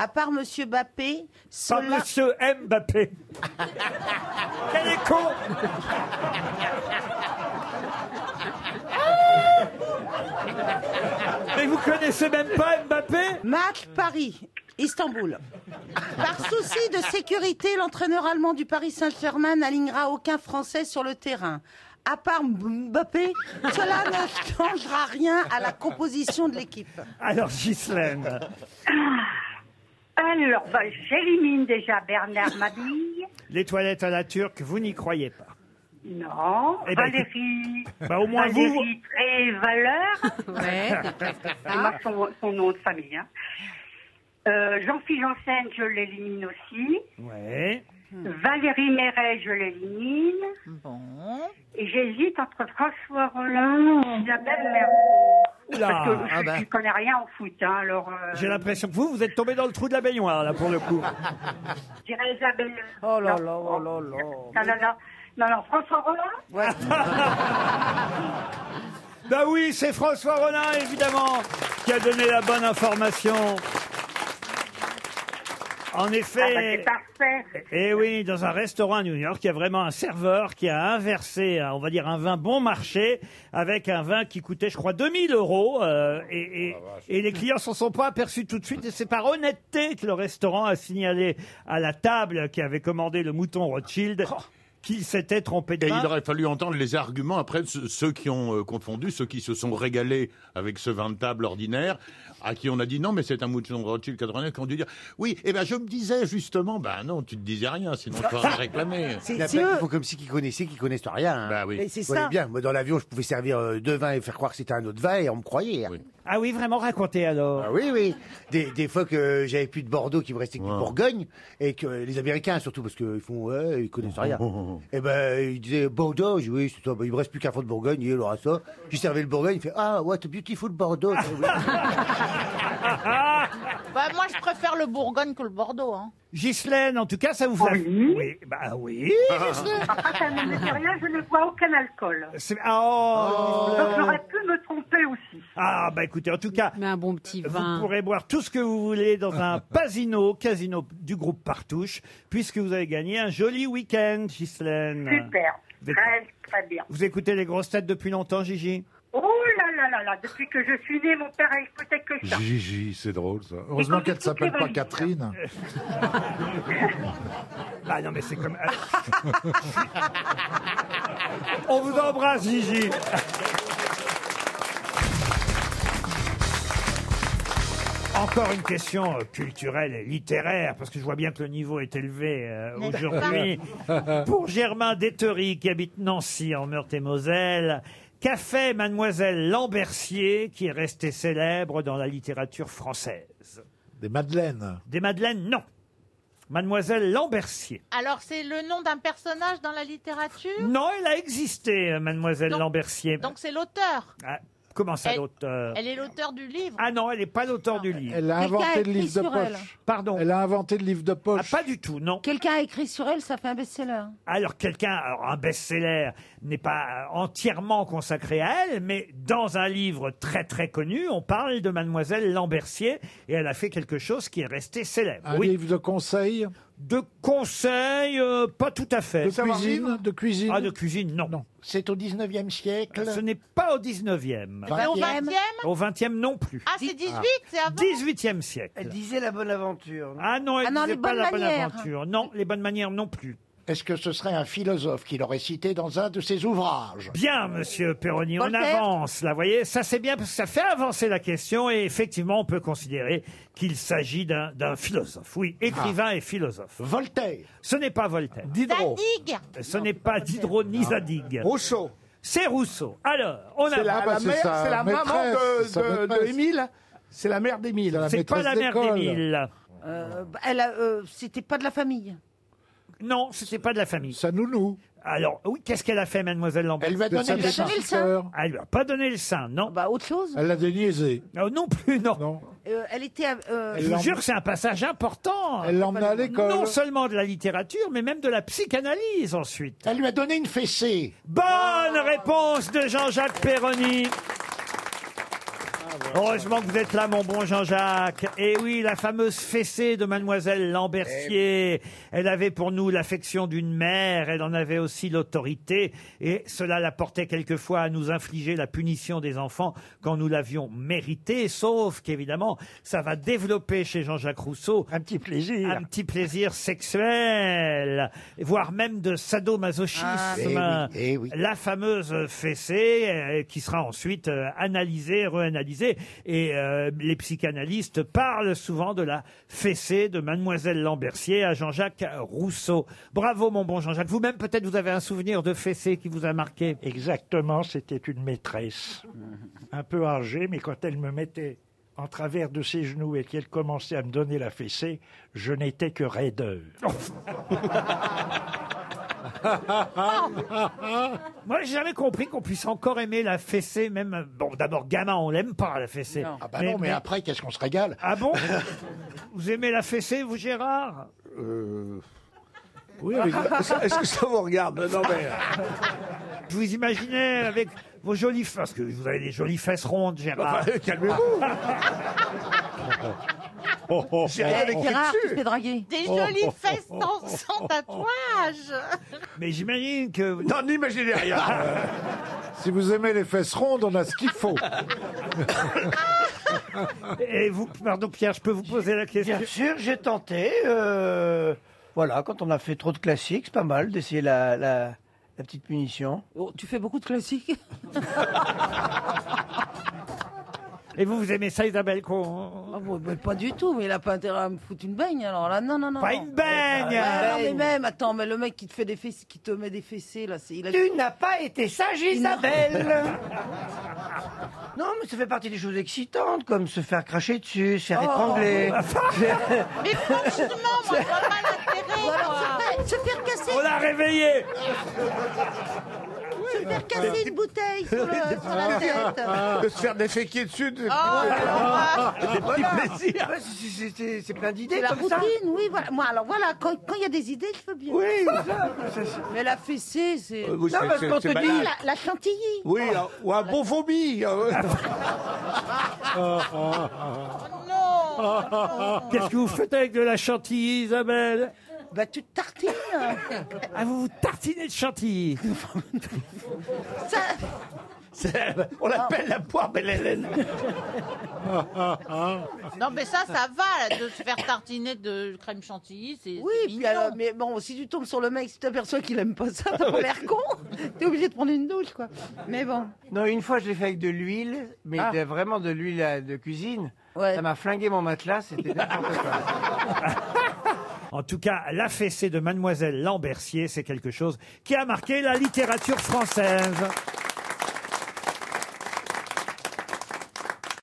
À part Monsieur Bappé,
Par
cela...
Monsieur Mbappé. Quel est con Mais vous connaissez même pas Mbappé
Match Paris, Istanbul. Par souci de sécurité, l'entraîneur allemand du Paris Saint-Germain n'alignera aucun Français sur le terrain. À part Mbappé, cela [laughs] ne changera rien à la composition de l'équipe.
Alors, Ghislaine.
Alors, bah, j'élimine déjà Bernard Mabille.
Les toilettes à la turque, vous n'y croyez pas.
Non.
Eh ben,
Valérie.
Bah, au
Ah,
moins vous-
Valérie et Valeur. Ouais, t'as [laughs] C'est moi son, son nom de famille. hein. Euh, Jean-Philippe Janssen, je l'élimine aussi.
Ouais.
Valérie Méret, je l'élimine. Bon. Et j'hésite entre François Rollin et Isabelle Mergo.
Oula,
Parce que je
ah ben.
je connais rien au foot, hein, alors euh,
J'ai l'impression que vous, vous êtes tombé dans le trou de la baignoire, là, pour le coup.
je dirais Isabelle. Oh là là, oh là là. Non, non, non. Non, non, François Rollin Ah, [laughs]
Bah oui, c'est François Rollin, évidemment, qui a donné la bonne information.
Ah
En
bah, c'est
effet.
parfait.
Eh oui, dans un restaurant à New York, il y a vraiment un serveur qui a inversé, euh, on va dire, un vin bon marché avec un vin qui coûtait, je crois, 2000 euros. euh, et, et-
Oh
et les clients s'en sont pas aperçus tout de suite. Et c'est par honnêteté que le restaurant a signalé à la table qui avait commandé le mouton Rothschild qu'il s'était trompé de
Oh. Et
vin.
il aurait fallu entendre les arguments après de ce- ceux qui ont euh, confondu, ceux qui se sont régalés avec ce vin de table ordinaire, à qui on a dit non, mais c'est un mouton Rothschild 89, qui ont dû dire oui, eh ben je me disais justement, ben non, tu te disais rien, sinon tu aurais réclamé.
bah, Il y a plein qui font comme si qu'ils connaissaient, qu'ils connaissent rien. hein.
Bah oui. Mais c'est
Vous voyez
ça.
bien, moi dans l'avion, je pouvais servir euh, deux vins et faire croire que c'était un autre vin et on me croyait. hein.
Ah oui, vraiment, racontez alors.
Ah oui, oui. Des, des fois que j'avais plus de Bordeaux, qu'il me restait que du Bourgogne, et que euh, les Américains, surtout, parce qu'ils font, ouais, ils
Oh,
connaissent
[laughs]
rien. Et ben, ils disaient Bordeaux, je dis, oui, c'est ça, ben, il me reste plus qu'un fond de Bourgogne, il aura ça. J'ai servi le Bourgogne, il fait, ah, what a beautiful Bordeaux.
Bah, moi, je préfère le Bourgogne que le Bordeaux. Hein.
Ghislaine, en tout cas, ça vous fait. Oui, bah oui.
Ah.
Après, ça ne me dit rien, je ne bois aucun alcool.
C'est- Ah, oh,
Donc j'aurais pu me tromper aussi.
Ah bah écoutez, en tout cas,
Mais un bon petit
vous
vin.
pourrez boire tout ce que vous voulez dans un pasino, casino du groupe Partouche, puisque vous avez gagné un joli week-end, Ghislaine.
Super.
Vous, êtes-
Très, très bien.
vous écoutez les grosses têtes depuis longtemps, Gigi
Oh là là là là, depuis que je suis née, mon père a écouté que ça. [laughs]
Gigi, c'est drôle ça. Heureusement
Et
qu'elle
toutes
s'appelle
les
pas
valises.
Catherine.
Ah non mais c'est comme... [laughs] On vous embrasse, Gigi Encore une question euh, culturelle et littéraire, parce que je vois bien que le niveau est élevé euh,
N'est-ce
aujourd'hui. Pour Germain Détery, qui habite Nancy, en Meurthe-et-Moselle, qu'a fait Mademoiselle Lambertier, qui est restée célèbre dans la littérature française
Des madeleines.
Des madeleines, non. Mademoiselle Lambertier.
Alors, c'est le nom d'un personnage dans la littérature
Non, elle a existé, euh, Mademoiselle
Donc-
Lambertier.
Donc, c'est l'auteur.
Ah, comment ça,
Elle-
l'auteur
Elle est l'auteur du livre.
Ah non, elle n'est pas l'auteur du livre.
Elle a
Quelqu'un a
inventé le
écrit
livre de
sur elle.
poche.
Pardon. Ah,
Elle a inventé le livre de poche.
pas du tout, non.
Quelqu'un a écrit sur elle, ça fait un best-seller.
Alors quelqu'un, alors un best-seller n'est pas euh, entièrement consacré à elle, mais dans un livre très très connu, on parle de Mademoiselle Lambertier et elle a fait quelque chose qui est resté célèbre.
Un
oui.
livre de conseils.
De conseils, euh, pas tout à fait.
De cuisine, de cuisine.
Ah, de cuisine, non.
C'est au 19e siècle.
Ce n'est pas au 19e.
Eh ben, au 20e
Au 20e non plus.
Ah, c'est 18, c'est avant.
18e siècle.
Eh, Elle disait la bonne aventure.
Ah non, elle
Ah non,
disait
les
pas
bonnes
la bonne
manières.
aventure. Non, les bonnes manières non plus.
Est-ce que ce serait un philosophe qui l'aurait cité dans un de ses ouvrages
Bien, monsieur Perroni, on
Voltaire.
avance, là, vous voyez, ça c'est bien parce que ça fait avancer la question et effectivement, on peut considérer qu'il s'agit d'un d'un philosophe. Oui,
Ah.
écrivain et philosophe. Voltaire. Ce n'est pas Voltaire. Diderot. Ce n'est pas Diderot ni Zadig. Rousseau. C'est Rousseau. Alors, on
C'est
Ah,
avance.
la,
bah,
la mère- c'est la maman de- de, de, Émile C'est la mère d'Émile.
C'est pas la mère d'Émile.
Euh, bah, elle a, euh, c'était pas de la famille.
Non, c'était pas de la famille. Sa nounou. Alors, oui, qu'est-ce qu'elle a fait, mademoiselle Lambert Elle lui
a donné Elle lui a le donné sein. le sein.
Elle lui a pas donné le sein, non.
Bah, autre chose.
Elle l'a déniaisé. Non, non plus, non.
Euh, elle était. euh,
Je vous jure que c'est un passage important. Elle l'emmena à l'école. Non seulement de la littérature, mais même de la psychanalyse ensuite. Elle lui a donné une fessée. Bonne réponse de Jean-Jacques Perroni. Heureusement que vous êtes là, mon bon Jean-Jacques. Et oui, la fameuse fessée de Mademoiselle Lambertier. Elle avait pour nous l'affection d'une mère, elle en avait aussi l'autorité, et cela la portait quelquefois à nous infliger la punition des enfants quand nous l'avions méritée, sauf qu'évidemment, ça va développer chez Jean-Jacques Rousseau un petit plaisir. Un petit plaisir sexuel, voire même de sadomasochisme.
Ah, eh oui, eh oui.
La fameuse fessée euh, qui sera ensuite euh, analysée, reanalysée. Et euh, les psychanalystes parlent souvent de la fessée de Mademoiselle Lambertier à Jean-Jacques Rousseau. Bravo, mon bon Jean-Jacques. Vous-même, peut-être, vous avez un souvenir de fessée qui vous a marqué.
Exactement, c'était une maîtresse, un peu âgée, mais quand elle me mettait en travers de ses genoux et qu'elle commençait à me donner la fessée, je n'étais que raideur.
[laughs] Moi, j'ai jamais compris qu'on puisse encore aimer la fessée, même. Bon, d'abord, gamin, on l'aime pas, la fessée.
Ah bah non, mais après, qu'est-ce qu'on se régale
Ah bon Vous aimez la fessée, vous, Gérard
Euh, Oui,
[laughs]
avec la- ça- est-ce que ça vous regarde Non, mais. euh,
Je vous imaginais avec vos jolies fesses, parce que vous avez des jolies fesses rondes, Gérard.
Enfin,
[laughs]
calmez-vous. Oh,
J'ai
euh,
Eh,
Gérard qui se fait draguer.
Des jolies fesses sans, sans tatouage.
Mais j'imagine que.
Non, n'imaginez rien.
Ah. Si vous aimez les fesses rondes, on a ce qu'il faut.
Et vous, pardon Pierre, je peux vous poser la question
Bien sûr, j'ai tenté. euh, voilà, quand on a fait trop de classiques, c'est pas mal d'essayer la, la- la petite punition.
Oh, tu fais beaucoup de classiques. [laughs]
Et vous, vous aimez ça, Isabelle qu'on-
Ah bon, bah, pas du tout, mais il a pas intérêt à me foutre une baigne alors là. Non, non, non.
Pas
non.
une baigne
Ah, non, mais même, attends, mais le mec qui te, fait des fess- qui te met des fessées là, c'est. Il a...
Tu n'as pas été sage,
Il n'a- [laughs]
Isabelle. Non, mais ça fait partie des choses excitantes, comme se faire cracher dessus, se faire
Oh.
[laughs]
étrangler. [laughs]
Mais franchement, moi, je vois pas l'intérêt.
Ou alors
quoi.
se faire- se faire casser.
On l'a réveillé
Se faire casser une bouteille sur, le- sur
Ah.
la tête.
De se faire déféquer dessus. de-
Ah.
Des petits
plaisirs.
Ouais, c'est- c'est- c'est- C'est plein d'idées
C'est la
comme
routine,
ça.
oui, voilà. Moi, alors voilà, quand quand il y a des idées, je veux bien.
Oui,
[laughs]
ça, c'est-
Mais la fessée, c'est.
Euh, oui, Non, c'est- parce c'est- qu'on c'est te dit- banal.
La, la chantilly.
Oui, euh, ou un bon [laughs] vomi.
Oh,
euh.
Oh, Qu'est-ce que vous faites avec de la chantilly, Isabelle
Bah, tu te tartines.
Ah, vous vous tartinez de chantilly
C'est- On l'appelle [laughs] la poire belle Hélène.
Ah,
Non, mais ça, ça va, là, de se faire tartiner de crème chantilly, c'est
Oui, puis alors, mais bon, si tu tombes sur le mec, si tu t'aperçois qu'il aime pas ça, t'as pas l'air con. T'es obligé de prendre une douche, quoi. Mais bon.
Non, une fois, je l'ai fait avec de l'huile, mais
Ah.
de- vraiment de l'huile à- de cuisine.
Ouais.
Ça m'a flingué mon matelas, c'était
[laughs]
n'importe quoi.
En tout cas, la fessée de Mademoiselle Lambertier, c'est quelque chose qui a marqué la littérature française.